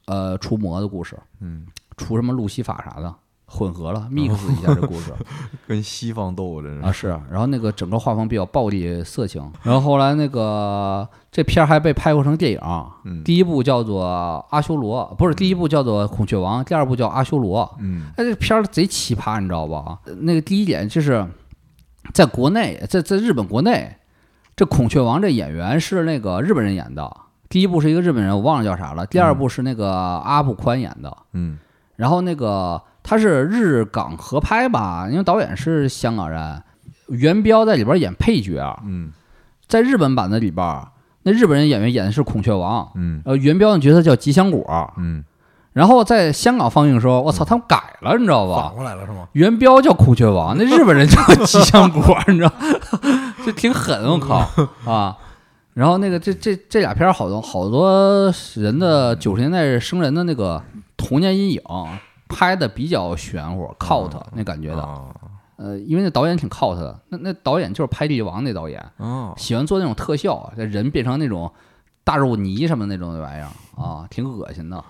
[SPEAKER 2] 呃除魔的故事，
[SPEAKER 1] 嗯，
[SPEAKER 2] 除什么路西法啥的，混合
[SPEAKER 1] *laughs*
[SPEAKER 2] 了 mix 一下这故事。
[SPEAKER 1] 跟西方斗真
[SPEAKER 2] 啊，
[SPEAKER 1] 是
[SPEAKER 2] 是，然后那个整个画风比较暴力色情，然后后来那个这片儿还被拍过成电影儿，
[SPEAKER 1] 嗯
[SPEAKER 2] 第一部叫做《阿修罗》，不是第一部叫做《孔雀王》，第二部叫《阿修罗》。
[SPEAKER 1] 嗯
[SPEAKER 2] 哎，这片儿贼奇葩，你知道吧？那个第一点就是，在国内，在在日本国内，这孔雀王这演员是那个日本人演的，第一部是一个日本人，我忘了叫啥了，第二部是那个阿部宽演的。
[SPEAKER 1] 嗯
[SPEAKER 2] 然后那个他是日港合拍吧，因为导演是香港人，元彪在里边演配角，
[SPEAKER 1] 嗯
[SPEAKER 2] 在日本版的里边，那日本人演员演的是孔雀王，
[SPEAKER 1] 嗯
[SPEAKER 2] 呃，元彪的角色叫吉祥果。
[SPEAKER 1] 嗯，
[SPEAKER 2] 然后在香港放映的时候，我操，他们改了，你知道吧
[SPEAKER 1] 反？过来了是吗？
[SPEAKER 2] 元彪叫孔雀王，那日本人叫吉祥果，你知道， *laughs* 这挺狠，我靠啊！然后那个这这这俩片儿，好多好多人的九十年代生人的那个童年阴影拍的比较玄乎，cult 那感觉的，
[SPEAKER 1] 啊
[SPEAKER 2] 呃，因为那导演挺 cult 的，那那导演就是拍《力王》那导演，
[SPEAKER 1] 哦，
[SPEAKER 2] 喜欢做那种特效，这人变成那种大肉泥什么那种玩意儿啊，挺恶心的。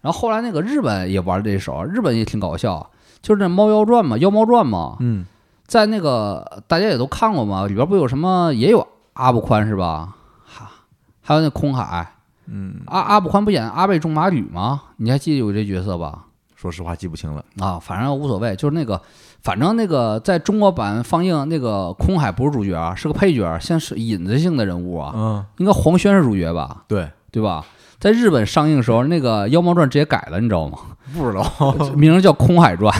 [SPEAKER 2] 然后后来那个日本也玩这一手，日本也挺搞笑，就是那《猫妖传》嘛，《妖猫传》嘛，
[SPEAKER 1] 嗯
[SPEAKER 2] 在那个大家也都看过嘛，里边不有什么也有阿部宽是吧？哈，还有那空海，
[SPEAKER 1] 嗯，
[SPEAKER 2] 阿阿部宽不演阿倍仲麻吕吗？你还记得有这角色吧？
[SPEAKER 1] 说实话记不清了，
[SPEAKER 2] 啊，反正无所谓，就是那个，反正那个在中国版放映那个空海不是主角啊，是个配角，像是引子性的人物啊。
[SPEAKER 1] 嗯，
[SPEAKER 2] 应该黄轩是主角吧，
[SPEAKER 1] 对，
[SPEAKER 2] 对吧？在日本上映的时候，那个《妖猫传》直接改了，你知道吗？
[SPEAKER 1] 不知道，
[SPEAKER 2] 名字叫《空海传》，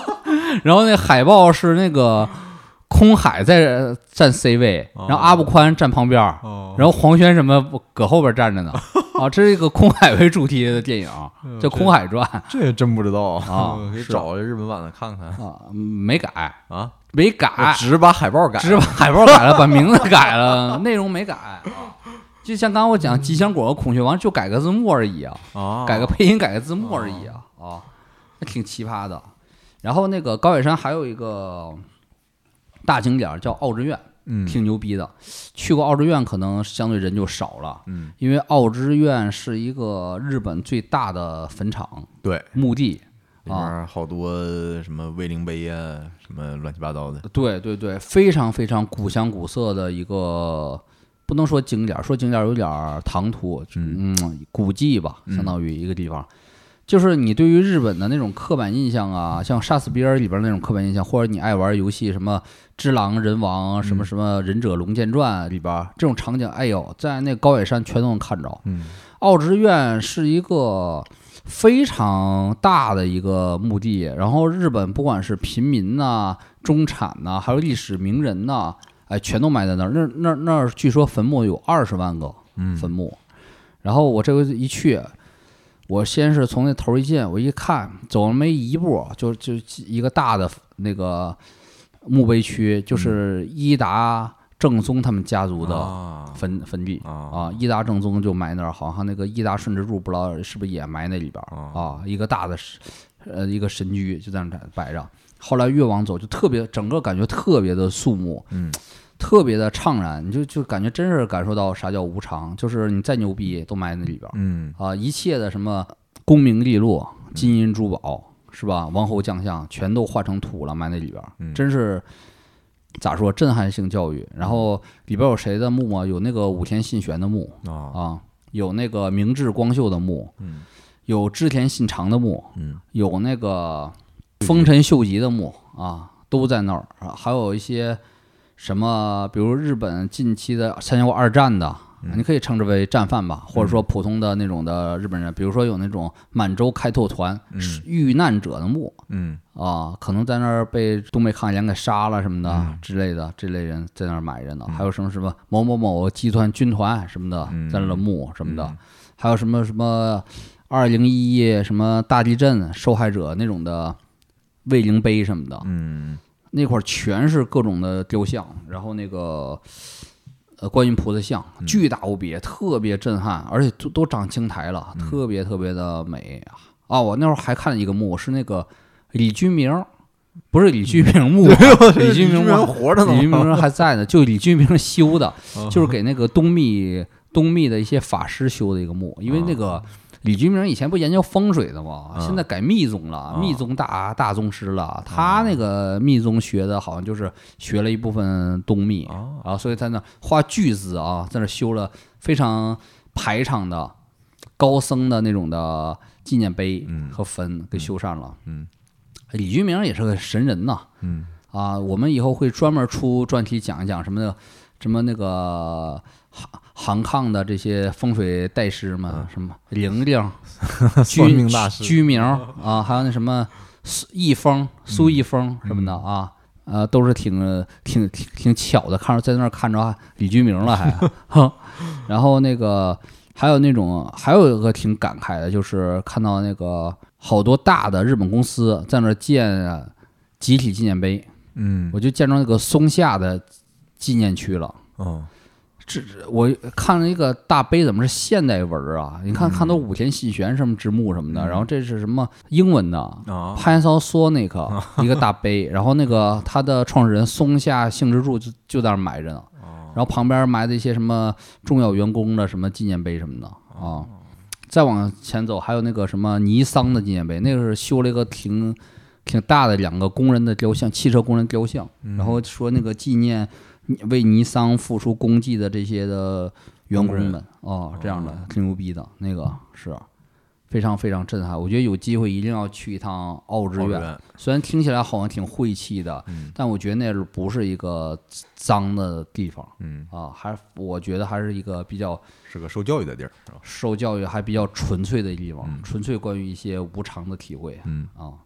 [SPEAKER 1] *laughs*
[SPEAKER 2] 然后那海报是那个空海在站 C 位，然后阿布宽站旁边儿，
[SPEAKER 1] 哦，
[SPEAKER 2] 然后黄轩什么搁后边站
[SPEAKER 1] *laughs*
[SPEAKER 2] 着呢。啊，这是一个空海为主题的电影，
[SPEAKER 1] 嗯
[SPEAKER 2] 叫《空海传》
[SPEAKER 1] 这真不知道
[SPEAKER 2] 啊
[SPEAKER 1] 可以
[SPEAKER 2] 是
[SPEAKER 1] 找日本版的看看
[SPEAKER 2] 啊，没改，
[SPEAKER 1] 啊，
[SPEAKER 2] 没
[SPEAKER 1] 我
[SPEAKER 2] 改，
[SPEAKER 1] 只把海报改了，
[SPEAKER 2] 只把海报改了，把名字改了，内容没改啊。就像刚刚我讲《吉祥果》和《孔雀王》，就改个字幕而已啊。
[SPEAKER 1] 啊，
[SPEAKER 2] 改个配音，改个字幕而已啊啊，那挺奇葩的。然后那个高野山还有一个大景点儿叫奥之院，
[SPEAKER 1] 嗯
[SPEAKER 2] 挺牛逼的。去过奥之院，可能相对人就少了，
[SPEAKER 1] 嗯，
[SPEAKER 2] 因为奥之院是一个日本最大的坟场
[SPEAKER 1] 对。
[SPEAKER 2] 墓地。
[SPEAKER 1] 里
[SPEAKER 2] 啊
[SPEAKER 1] 面好多什么卫灵碑啊，什么乱七八糟的。
[SPEAKER 2] 对对对，非常非常古香古色的一个，不能说景点儿，说景点儿有点儿唐突，嗯，古迹吧，相当于一个地方。就是你对于日本的那种刻板印象啊，像杀死比尔里边那种刻板印象，或者你爱玩游戏什么《只狼人王》什么什么《忍者龙剑传》里边这种场景，哎呦，在那高野山全都能看着。
[SPEAKER 1] 嗯，
[SPEAKER 2] 奥之院是一个非常大的一个墓地，然后日本不管是平民呐、中产呐、还有历史名人呐、哎，全都埋在那儿。那那那儿据说坟墓有二十万个坟墓，然后我这回一去。我先是从那头一进，我一看，走了没一步，就就一个大的那个墓碑区，就是伊达正宗他们家族的
[SPEAKER 1] 啊
[SPEAKER 2] 坟坟地。
[SPEAKER 1] 啊
[SPEAKER 2] 啊，伊达正宗就埋那儿，好像那个伊达顺之助不知道是不是也埋那里边儿啊，一个大的神呃一个神居就在那儿摆着。后来越往走就特别，整个感觉特别的肃穆，
[SPEAKER 1] 嗯，
[SPEAKER 2] 特别的怅然，你就就感觉真是感受到啥叫无常，就是你再牛逼都埋那里边儿
[SPEAKER 1] 嗯
[SPEAKER 2] 啊，一切的什么功名利禄、金银珠宝是吧？王侯将相全都化成土了，埋那里边儿，
[SPEAKER 1] 嗯
[SPEAKER 2] 真是咋说震撼性教育。然后里边有谁的墓啊？有那个武田信玄的墓，
[SPEAKER 1] 啊
[SPEAKER 2] 啊，有那个明治光秀的墓，
[SPEAKER 1] 嗯
[SPEAKER 2] 有织田信长的墓，
[SPEAKER 1] 嗯
[SPEAKER 2] 有那个丰臣秀吉的墓啊，都在那儿。啊还有一些什么，比如日本近期的参加过二战的，啊你可以称之为战犯吧，或者说普通的那种的日本人，比如说有那种满洲开拓团、是遇难者的墓。 *laughs*
[SPEAKER 1] 嗯
[SPEAKER 2] 啊，可能在那儿被东北抗联给杀了什么的、之类的，这类人在那儿埋着呢。还有什么什么某某某集团军团什么的，在那儿的墓什么的，还有什么什么二零一一什么大地震受害者那种的慰灵碑什么的，
[SPEAKER 1] 嗯
[SPEAKER 2] 那块儿全是各种的雕像，然后那个呃观音菩萨像，
[SPEAKER 1] 嗯
[SPEAKER 2] 巨大无比，特别震撼，而且都都长青苔了，
[SPEAKER 1] 嗯
[SPEAKER 2] 特别特别的美啊！啊我那会儿还看了一个墓，是那个李居明，不是李居
[SPEAKER 1] *laughs*
[SPEAKER 2] 明墓啊，李居明墓
[SPEAKER 1] 活着呢
[SPEAKER 2] 李居
[SPEAKER 1] 吗，
[SPEAKER 2] 明还在呢，就李居明修
[SPEAKER 1] *laughs*
[SPEAKER 2] 的，
[SPEAKER 1] 啊
[SPEAKER 2] 就是给那个东密东密的一些法师修的一个墓，因为那个李居明以前不研究风水的嘛，
[SPEAKER 1] 啊
[SPEAKER 2] 现在改密宗了，密宗大大宗师了，他那个密宗学的好像就是学了一部分东密
[SPEAKER 1] 啊
[SPEAKER 2] 啊，所以他那花巨资啊，在那修了非常排场的高僧的那种的纪念碑
[SPEAKER 1] 嗯
[SPEAKER 2] 和坟给修缮了。
[SPEAKER 1] 嗯，
[SPEAKER 2] 李居明也是个神人呐。
[SPEAKER 1] 嗯
[SPEAKER 2] 啊，我们以后会专门出专题讲一讲什么的，什么那个杭杭抗的这些风水代师们，什么玲玲、居
[SPEAKER 1] 嗯 *laughs* 算命大师
[SPEAKER 2] 居明啊，还有那什么苏易峰、苏
[SPEAKER 1] 嗯
[SPEAKER 2] 易峰什么的啊。呃，都是挺挺挺挺巧的，看着在那儿看着啊李居明了还， *laughs* 哼然后那个还有那种还有一个挺感慨的，就是看到那个好多大的日本公司在那儿建集体纪念碑，
[SPEAKER 1] 嗯
[SPEAKER 2] 我就见着那个松下的纪念区了。
[SPEAKER 1] 哦
[SPEAKER 2] 这我看了一个大碑，怎么是现代文儿啊？你看看都武田信玄什么之墓什么的，然后这是什么英文的
[SPEAKER 1] 啊
[SPEAKER 2] p a n s o s o n i *laughs* c 一个大碑，然后那个他的创始人松下幸之助就就在那儿埋着呢，然后旁边埋的一些什么重要员工的什么纪念碑什么的啊。再往前走，还有那个什么尼桑的纪念碑，那个是修了一个挺挺大的两个工人的雕像，汽车工人雕像，然后说那个纪念为尼桑付出功绩的这些的员工们哦，这样的挺牛逼的，那个是非常非常震撼。我觉得有机会一定要去一趟奥之
[SPEAKER 1] 志
[SPEAKER 2] 院，
[SPEAKER 1] 愿
[SPEAKER 2] 虽然听起来好像挺晦气的，
[SPEAKER 1] 嗯
[SPEAKER 2] 但我觉得那儿不是一个脏的地方
[SPEAKER 1] 嗯
[SPEAKER 2] 啊，还是我觉得还是一个比较
[SPEAKER 1] 是个受教育的地儿是吧？
[SPEAKER 2] 受教育还比较纯粹的地方，纯粹关于一些无常的体会
[SPEAKER 1] 嗯
[SPEAKER 2] 啊。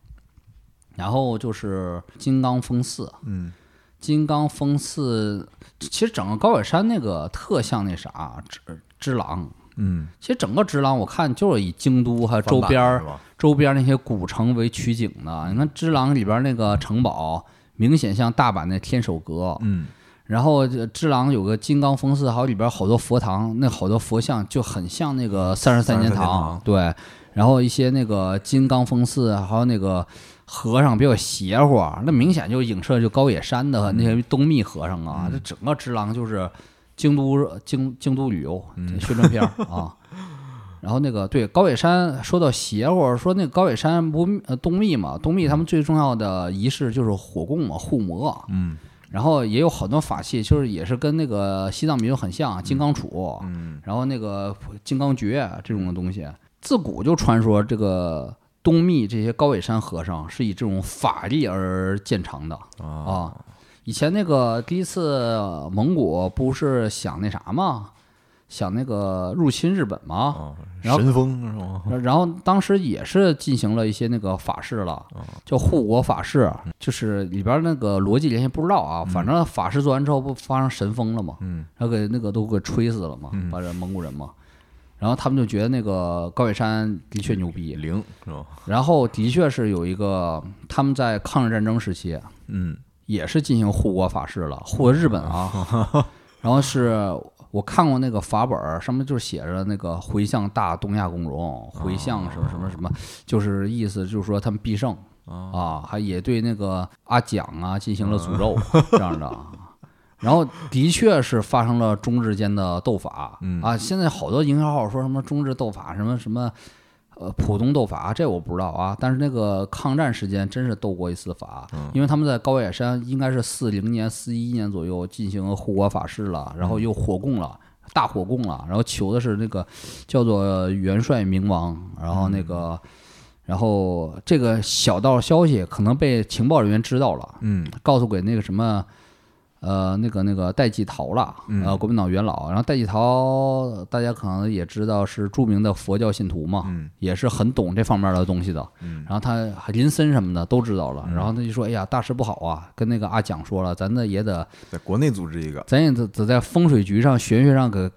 [SPEAKER 2] 然后就是金刚峰寺，
[SPEAKER 1] 嗯
[SPEAKER 2] 金刚峰寺其实整个高野山那个特像那啥只只狼。
[SPEAKER 1] 嗯，
[SPEAKER 2] 其实整个只狼，我看就是以京都还有周边儿
[SPEAKER 1] 翻版是吧？
[SPEAKER 2] 周边那些古城为取景的。你看《只狼》里边那个城堡，明显像大阪那天守阁。
[SPEAKER 1] 嗯
[SPEAKER 2] 然后这《只狼》有个金刚峰寺，还有里边好多佛堂，那好多佛像就很像那个三十三间
[SPEAKER 1] 33间堂
[SPEAKER 2] 对，然后一些那个金刚峰寺，还有那个和尚比较邪乎，那明显就影射就高野山的那些东密和尚啊。这整个《只狼》就是京都京京都旅游这宣传片儿啊。 *laughs* 然后那个对高野山说到邪乎，说那个高野山不呃东密嘛，东密他们最重要的仪式就是火供嘛，护魔。
[SPEAKER 1] 嗯，
[SPEAKER 2] 然后也有好多法器，就是也是跟那个西藏民族很像，啊金刚杵，
[SPEAKER 1] 嗯，
[SPEAKER 2] 然后那个金刚诀啊这种的东西，自古就传说这个东密这些高野山和尚是以这种法力而见长的
[SPEAKER 1] 啊
[SPEAKER 2] 啊。以前那个第一次蒙古不是想那啥吗？想那个入侵日本吗？
[SPEAKER 1] 啊，
[SPEAKER 2] 然后
[SPEAKER 1] 神风是吗？
[SPEAKER 2] 然后当时也是进行了一些那个法事了，
[SPEAKER 1] 嗯
[SPEAKER 2] 叫护国法事，就是里边那个逻辑联系不知道啊，反正法事做完之后不发生神风了吗？
[SPEAKER 1] 嗯，
[SPEAKER 2] 然后给那个都给吹死了嘛，把这蒙古人嘛，然后他们就觉得那个高野山的确牛逼，
[SPEAKER 1] 灵是吧？
[SPEAKER 2] 然后的确是有一个他们在抗日战争时期
[SPEAKER 1] 嗯
[SPEAKER 2] 也是进行护国法事了，护日本啊，
[SPEAKER 1] *laughs*
[SPEAKER 2] 然后是。我看过那个法本儿，上面就是写着那个回向大东亚共荣，回向什么什么什么，就是意思就是说他们必胜啊，还也对那个阿蒋啊进行了诅咒这样的啊。然后的确是发生了中日间的斗法啊，现在好多营销号说什么中日斗法，什么什么。呃，浦东斗法这我不知道啊，但是那个抗战时间真是斗过一次法，因为他们在高野山应该是四零年、四一年左右进行护国法事了，然后又火供了，大火供了，然后求的是那个叫做元帅明王，然后那个，然后这个小道消息可能被情报人员知道了，
[SPEAKER 1] 嗯
[SPEAKER 2] 告诉给那个什么，呃，那个那个戴季陶了，
[SPEAKER 1] 嗯
[SPEAKER 2] 呃，国民党元老。然后戴季陶，大家可能也知道是著名的佛教信徒嘛，
[SPEAKER 1] 嗯
[SPEAKER 2] 也是很懂这方面的东西的。
[SPEAKER 1] 嗯
[SPEAKER 2] 然后他还林森什么的都知道了，然后他就说：“哎呀，大事不好啊！”跟那个阿蒋说了，咱这也得，
[SPEAKER 1] 在国内组织一个，
[SPEAKER 2] 咱也得得在风水局上、玄学上给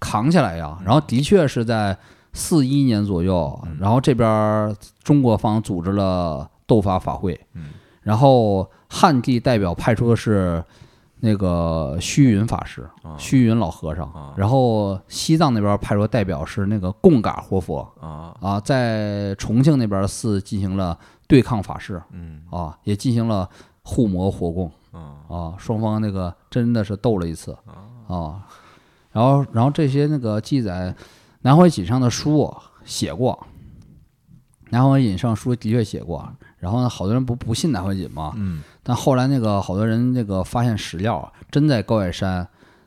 [SPEAKER 2] 扛起来呀。然后的确是在四一年左右，
[SPEAKER 1] 嗯
[SPEAKER 2] 然后这边儿中国方组织了斗法法会，
[SPEAKER 1] 嗯
[SPEAKER 2] 然后汉地代表派出的是那个虚云法师、
[SPEAKER 1] 啊
[SPEAKER 2] 虚云老和尚，
[SPEAKER 1] 啊
[SPEAKER 2] 然后西藏那边派出代表是那个贡嘎活佛
[SPEAKER 1] 啊，
[SPEAKER 2] 啊，在重庆那边寺进行了对抗法事
[SPEAKER 1] 嗯
[SPEAKER 2] 啊，也进行了护魔火供
[SPEAKER 1] 啊
[SPEAKER 2] 啊，双方那个真的是斗了一次啊，然后然后这些那个记载南怀瑾上的书啊写过，南怀瑾上书的确写过，然后呢，好多人不不信南怀瑾嘛，
[SPEAKER 1] 嗯
[SPEAKER 2] 但后来那个好多人那个发现史料啊，真在高野山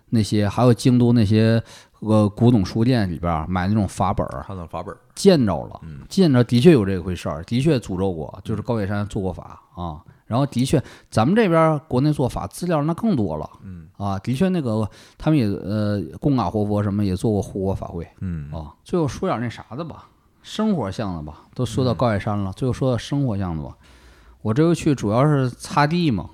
[SPEAKER 2] 那些还有京都那些呃古董书店里边儿买那种法本儿
[SPEAKER 1] 看到法本儿
[SPEAKER 2] 见着了
[SPEAKER 1] 嗯，
[SPEAKER 2] 见着的确有这回事儿，的确诅咒过，就是高野山做过法啊。然后的确，咱们这边儿国内做法资料那更多了，
[SPEAKER 1] 嗯
[SPEAKER 2] 啊，的确那个他们也呃贡嘎活佛什么也做过护国法会
[SPEAKER 1] 嗯
[SPEAKER 2] 啊。最后说点那啥的吧，生活项的吧，都说到
[SPEAKER 1] 嗯
[SPEAKER 2] 高野山了，最后说到生活项的吧。我这回去主要是擦地嘛，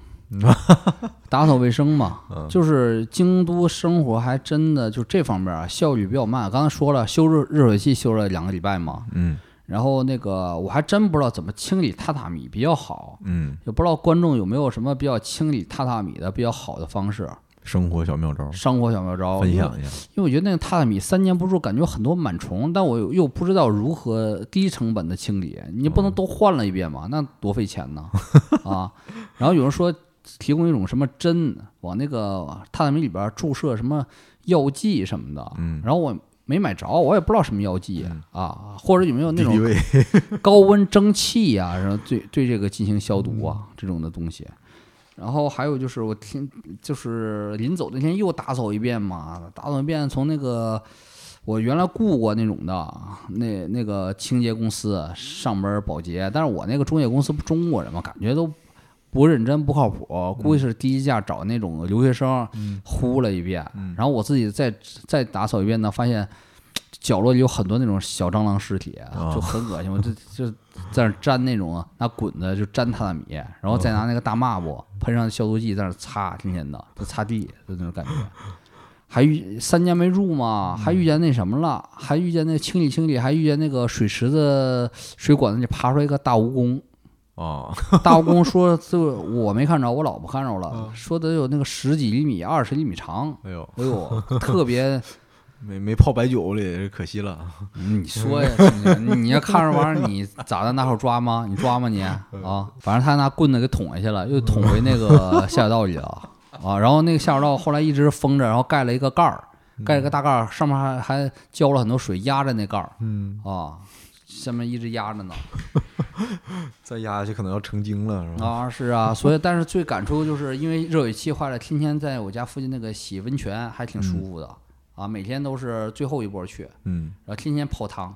[SPEAKER 2] 打扫卫生嘛，
[SPEAKER 1] 嗯
[SPEAKER 2] 就是京都生活还真的就这方面啊，效率比较慢。刚才说了，修热热水器修了两个礼拜嘛，
[SPEAKER 1] 嗯
[SPEAKER 2] 然后那个我还真不知道怎么清理榻榻米比较好，
[SPEAKER 1] 嗯，
[SPEAKER 2] 也不知道观众有没有什么比较清理榻榻米的比较好的方式，
[SPEAKER 1] 生活小妙招儿
[SPEAKER 2] 生活小妙招
[SPEAKER 1] 分 *laughs* 享一下，
[SPEAKER 2] 因为我觉得那个榻榻米三年不住，感觉很多螨虫，但我又又不知道如何低成本的清理，你不能都换了一遍嘛，那多费钱
[SPEAKER 1] *laughs*
[SPEAKER 2] 呢啊！
[SPEAKER 1] 嗯
[SPEAKER 2] 然后有人说提供一种什么针，往那个榻榻米里边注射什么药剂什么的，
[SPEAKER 1] 嗯
[SPEAKER 2] 然后我没买着，我也不知道什么药剂、啊，或者有没有那
[SPEAKER 1] 敌敌
[SPEAKER 2] 种
[SPEAKER 1] 畏，
[SPEAKER 2] *laughs* 高温蒸汽呀、然后对对这个进行消毒啊，这种的东西。然后还有就是我听，就是临走那天又打扫一遍嘛，打扫一遍从那个我原来雇过那种的啊那那个清洁公司上门保洁，但是我那个中介公司不中国人嘛，感觉都不认真不靠谱，估计是第一下找那种留学生呼了一遍，然后我自己再再打扫一遍呢，发现。角落里有很多那种小蟑螂尸体，
[SPEAKER 1] 啊
[SPEAKER 2] 就很恶心。我就就在那儿粘那种拿滚子就粘榻榻米，然后再拿那个大抹布喷上消毒剂在那儿擦，天天的就擦地就那种感觉。还遇三年没入嘛，还遇见那什么了，还遇见那清理清理，还遇见那个水池子水管子里爬出来一个大蜈蚣，
[SPEAKER 1] 啊，
[SPEAKER 2] 大蜈蚣说就我没看着，我老婆看着了，说得有那个十几厘米、二十厘米长，
[SPEAKER 1] 哎呦，
[SPEAKER 2] 哎呦，特别。
[SPEAKER 1] 没没泡白酒里，可惜了。
[SPEAKER 2] 你说呀，兄弟，你要看着玩意儿，你咋的拿手抓吗？你抓吗你啊？反正他拿棍子给捅下去了，又捅回那个下水道里了啊。然后那个下水道后来一直封着，然后盖了一个盖儿，盖了个大盖儿，上面还还浇了很多水压着那盖儿
[SPEAKER 1] 嗯，
[SPEAKER 2] 啊，下面一直压着呢
[SPEAKER 1] 再压下去可能要成精了，是吧？
[SPEAKER 2] 啊。是啊，所以但是最感触就是因为热水器坏了，天天在我家附近那个洗温泉还挺舒服的啊，每天都是最后一波去。
[SPEAKER 1] 嗯
[SPEAKER 2] 然后天天泡汤，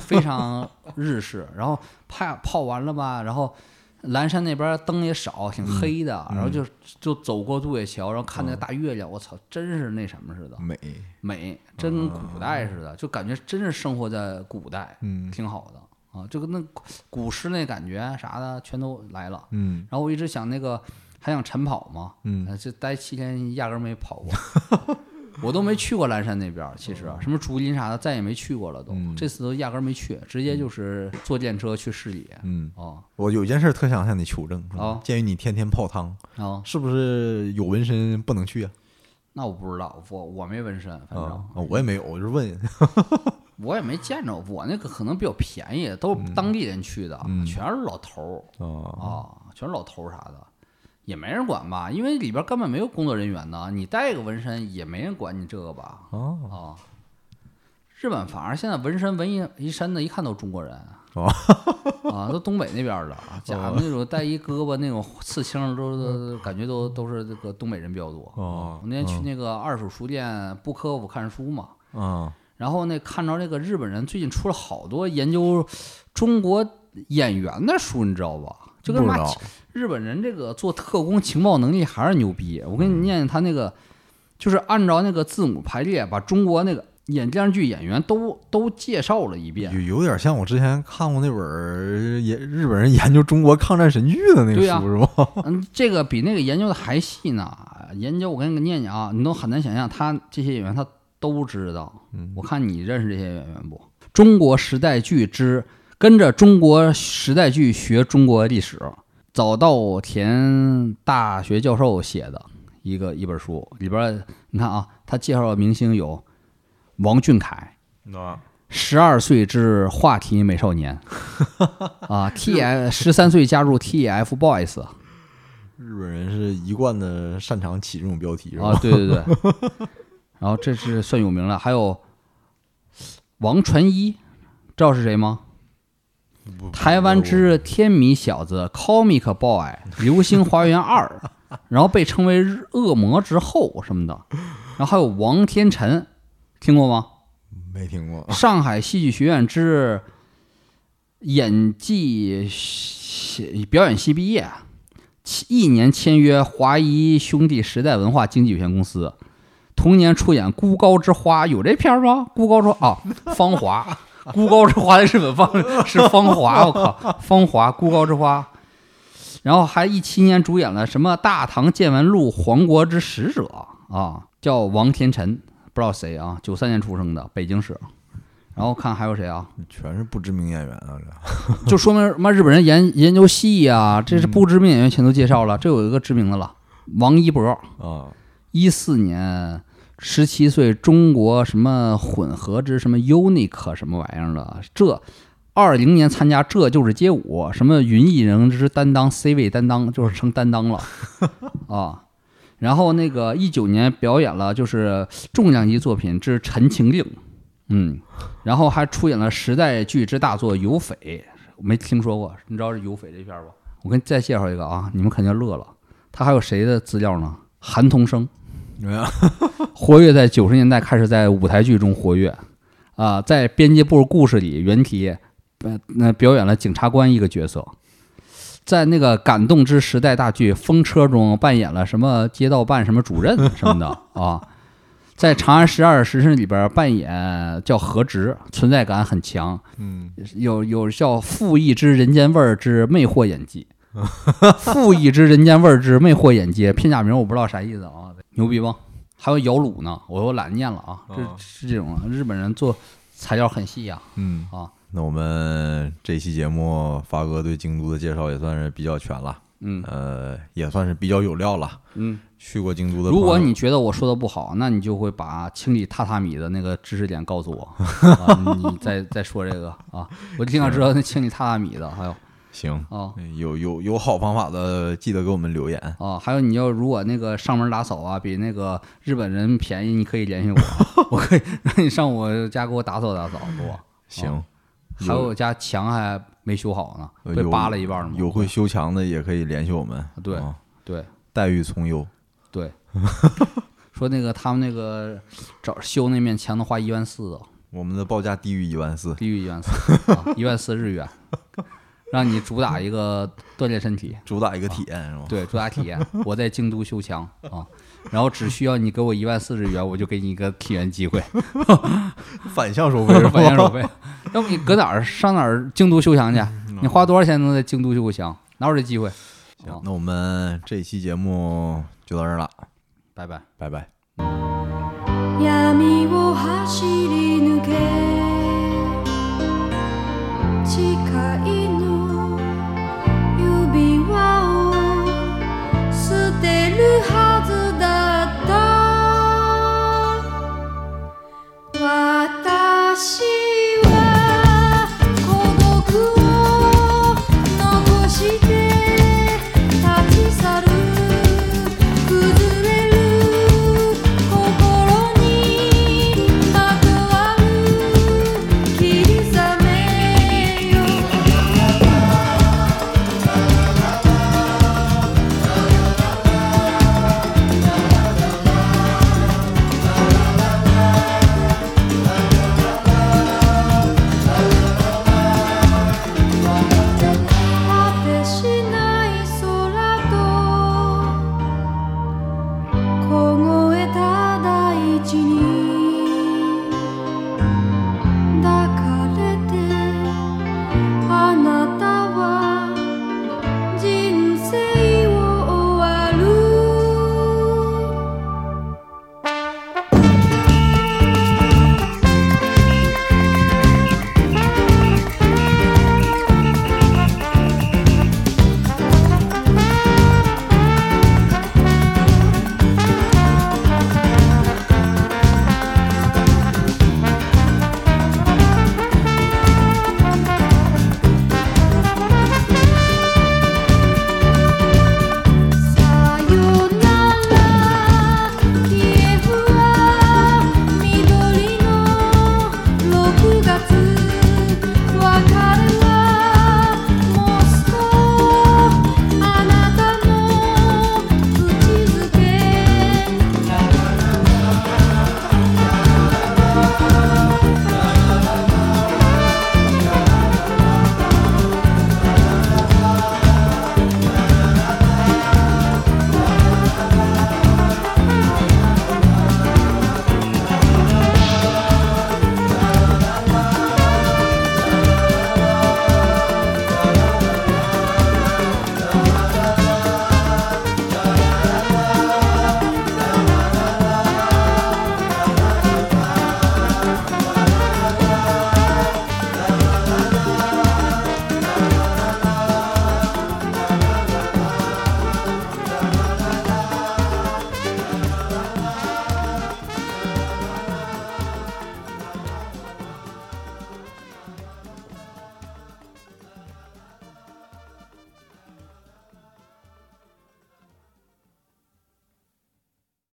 [SPEAKER 2] 非常日式。然后泡泡完了吧，然后蓝山那边灯也少，挺黑的，然后就就走过渡月桥，然后看那个大月亮，我操，真是那什么似的，
[SPEAKER 1] 美，
[SPEAKER 2] 美，真跟古代似的，就感觉真是生活在古代，
[SPEAKER 1] 嗯
[SPEAKER 2] 挺好的啊，就跟那古古诗那感觉啥的全都来了。
[SPEAKER 1] 嗯
[SPEAKER 2] 然后我一直想那个还想晨跑嘛，
[SPEAKER 1] 嗯
[SPEAKER 2] 呃这待七天压根儿没跑过，
[SPEAKER 1] *laughs*
[SPEAKER 2] 我都没去过蓝山那边儿。其实啊什么竹林啥的，再也没去过了都，
[SPEAKER 1] 哦嗯
[SPEAKER 2] 这次都压根儿没去，直接就是坐电车去市里。
[SPEAKER 1] 嗯，
[SPEAKER 2] 哦
[SPEAKER 1] 我有一件事特想向你求证
[SPEAKER 2] 啊
[SPEAKER 1] 鉴于你天天泡汤，
[SPEAKER 2] 哦，
[SPEAKER 1] 哦是不是有纹身不能去啊？
[SPEAKER 2] 那我不知道，我我没纹身，反
[SPEAKER 1] 啊
[SPEAKER 2] 正
[SPEAKER 1] 啊，我也没有，我就是问。
[SPEAKER 2] 我也没见着。我那个可能比较便宜，都是当地人去的，
[SPEAKER 1] 嗯
[SPEAKER 2] 全是老头儿
[SPEAKER 1] 啊，
[SPEAKER 2] 啊、全是老头儿啥的。也没人管吧，因为里边儿根本没有工作人员呢。你带个纹身也没人管你这个吧？
[SPEAKER 1] 哦，
[SPEAKER 2] 哦，日本反而现在纹身纹一一身的，一看都中国人。
[SPEAKER 1] 哦
[SPEAKER 2] 啊，都东北那
[SPEAKER 1] *laughs*
[SPEAKER 2] 边儿的，假的那种带一胳膊那种刺青儿都，都感觉都都是这个东北人比较多。
[SPEAKER 1] 哦
[SPEAKER 2] 我那天去那个二手书店布科夫看书嘛，
[SPEAKER 1] 啊，
[SPEAKER 2] 然后那看着那个日本人最近出了好多研究中国演员的书，你知道吧？就跟
[SPEAKER 1] 不
[SPEAKER 2] 妈
[SPEAKER 1] 知道
[SPEAKER 2] 日本人这个做特工情报能力还是牛逼。我给你念念他那个，就是按照那个字母排列，把中国那个演电视剧演员都都介绍了一遍。
[SPEAKER 1] 有有点像我之前看过那本儿也日本人研究中国抗战神剧的那个
[SPEAKER 2] 对呀
[SPEAKER 1] 书是
[SPEAKER 3] *laughs*
[SPEAKER 1] 吧？
[SPEAKER 2] *laughs* 嗯，这个比那个研究的还细呢。研究我给你念念啊，你都很难想象，他这些演员他都知道。我看你认识这些演员不？中国时代剧之跟着中国时代剧学中国历史，早稻田大学教授写的，一个一本书，里边儿你看啊，他介绍的明星有王俊凯，
[SPEAKER 3] 啊，
[SPEAKER 2] 十二岁至话题美少年，啊，T F 十三岁加入 T F Boys
[SPEAKER 1] *laughs* 日本人是一贯的擅长起这种标题，是吧？
[SPEAKER 2] 啊，对对对， *laughs* 然后这是算有名了，还有王传一，知道是谁吗？
[SPEAKER 3] 不
[SPEAKER 2] 台湾之天迷小子 Comic Boy，《流星花园二》，然后被称为日恶魔之后什么的，然后还有王天辰，听过吗？
[SPEAKER 1] 没听过， *laughs*
[SPEAKER 2] 上海戏剧学院之演技系表演系毕业，其一年签约华谊兄弟时代文化经纪有限公司，同年出演《孤高之花》，有这片儿吗？《孤高之花》啊，芳华，《孤高之花》的日本方是芳华，我靠，芳华，《孤高之花》。然后还一七年主演了什么《大唐见闻录》《黄国之使者》啊，叫王天辰，不知道谁啊，九三年出生的，北京市。然后看还有谁啊？ *laughs*
[SPEAKER 1] 全是不知名演员啊！这
[SPEAKER 2] 就说明什么日本人研研究戏呀、这是不知名演员全都介绍了，这有一个知名的了，王一博， *laughs*
[SPEAKER 1] 啊，
[SPEAKER 2] 一四年十七岁，中国什么混合之什么 UNIQ 什么玩意儿的，这二零年参加这就是街舞，什么云艺人之担当 C 位担当就是成担当了 *laughs* 啊。然后那个一九年表演了就是重量级作品之《陈情令》，嗯，然后还出演了时代剧之大作《有匪》，没听说过，你知道是《有匪》这片儿不？我跟你再介绍一个啊，你们肯定乐了。他还有谁的资料呢？韩童生，
[SPEAKER 1] 没
[SPEAKER 2] 啊
[SPEAKER 1] 有
[SPEAKER 2] 活跃在九十年代开始在舞台剧中活跃，啊、在编辑部故事里原题，呃那、表演了警察官一个角色，在那个感动之时代大剧《风车》中扮演了什么街道办什么主任什么的啊，在《长安十二时辰》里边扮演叫何直，存在感很强，
[SPEAKER 1] 嗯，
[SPEAKER 2] 有有叫负一之人间味儿之魅惑演技，负一之人间味儿之魅惑演技，片假名我不知道啥意思啊，牛逼吧？还有姚鲁呢，我又懒得念了啊，这
[SPEAKER 3] 啊
[SPEAKER 2] 是这种日本人做材料很细呀、
[SPEAKER 1] 嗯
[SPEAKER 2] 啊，
[SPEAKER 1] 那我们这期节目发哥对京都的介绍也算是比较全了，
[SPEAKER 2] 嗯
[SPEAKER 1] 呃，也算是比较有料了。
[SPEAKER 2] 嗯，
[SPEAKER 1] 去过京都的朋友，
[SPEAKER 2] 如果你觉得我说的不好，那你就会把清理榻榻米的那个知识点告
[SPEAKER 1] *laughs*
[SPEAKER 2] 诉我，啊、你再再说这个啊，我挺想知道那清理榻榻米的，还有
[SPEAKER 1] 行，
[SPEAKER 2] 啊
[SPEAKER 1] 有有有好方法的，记得给我们留言。
[SPEAKER 2] 啊，还有你要如果那个上门打扫啊，比那个日本人便宜，你可以联系我，我可以让你上我家给我打扫打扫，给我。啊
[SPEAKER 1] 行，
[SPEAKER 2] 还有我家墙还没修好呢，
[SPEAKER 1] 呃
[SPEAKER 2] 被
[SPEAKER 1] 有
[SPEAKER 2] 扒了一半呢。
[SPEAKER 1] 有会修墙的也可以联系我们。
[SPEAKER 2] 对
[SPEAKER 1] 啊
[SPEAKER 2] 对
[SPEAKER 1] 待遇从优。
[SPEAKER 2] 对，说那个他们那个找修那面墙的花一万四啊，
[SPEAKER 1] 我们的报价低于一万四，
[SPEAKER 2] 低于一万四，啊，一万四日元，让你主打一个锻炼身体，
[SPEAKER 1] 主打一个体验是吗？
[SPEAKER 2] 对，主打体验。我在京都修墙啊，然后只需要你给我一万四日元，我就给你一个体验机会。
[SPEAKER 1] 反向收
[SPEAKER 2] 不
[SPEAKER 1] 费
[SPEAKER 2] 是
[SPEAKER 1] *laughs* 是
[SPEAKER 2] 反向收
[SPEAKER 1] 吧？
[SPEAKER 2] 费。要不你搁哪儿上哪儿京都修墙去？你花多少钱能在京都修个墙？哪有这机会？
[SPEAKER 1] 行
[SPEAKER 2] 好，
[SPEAKER 1] 那我们这期节目就到这儿了，
[SPEAKER 2] 拜拜。
[SPEAKER 1] 拜拜。
[SPEAKER 4] 闇を走り抜け近い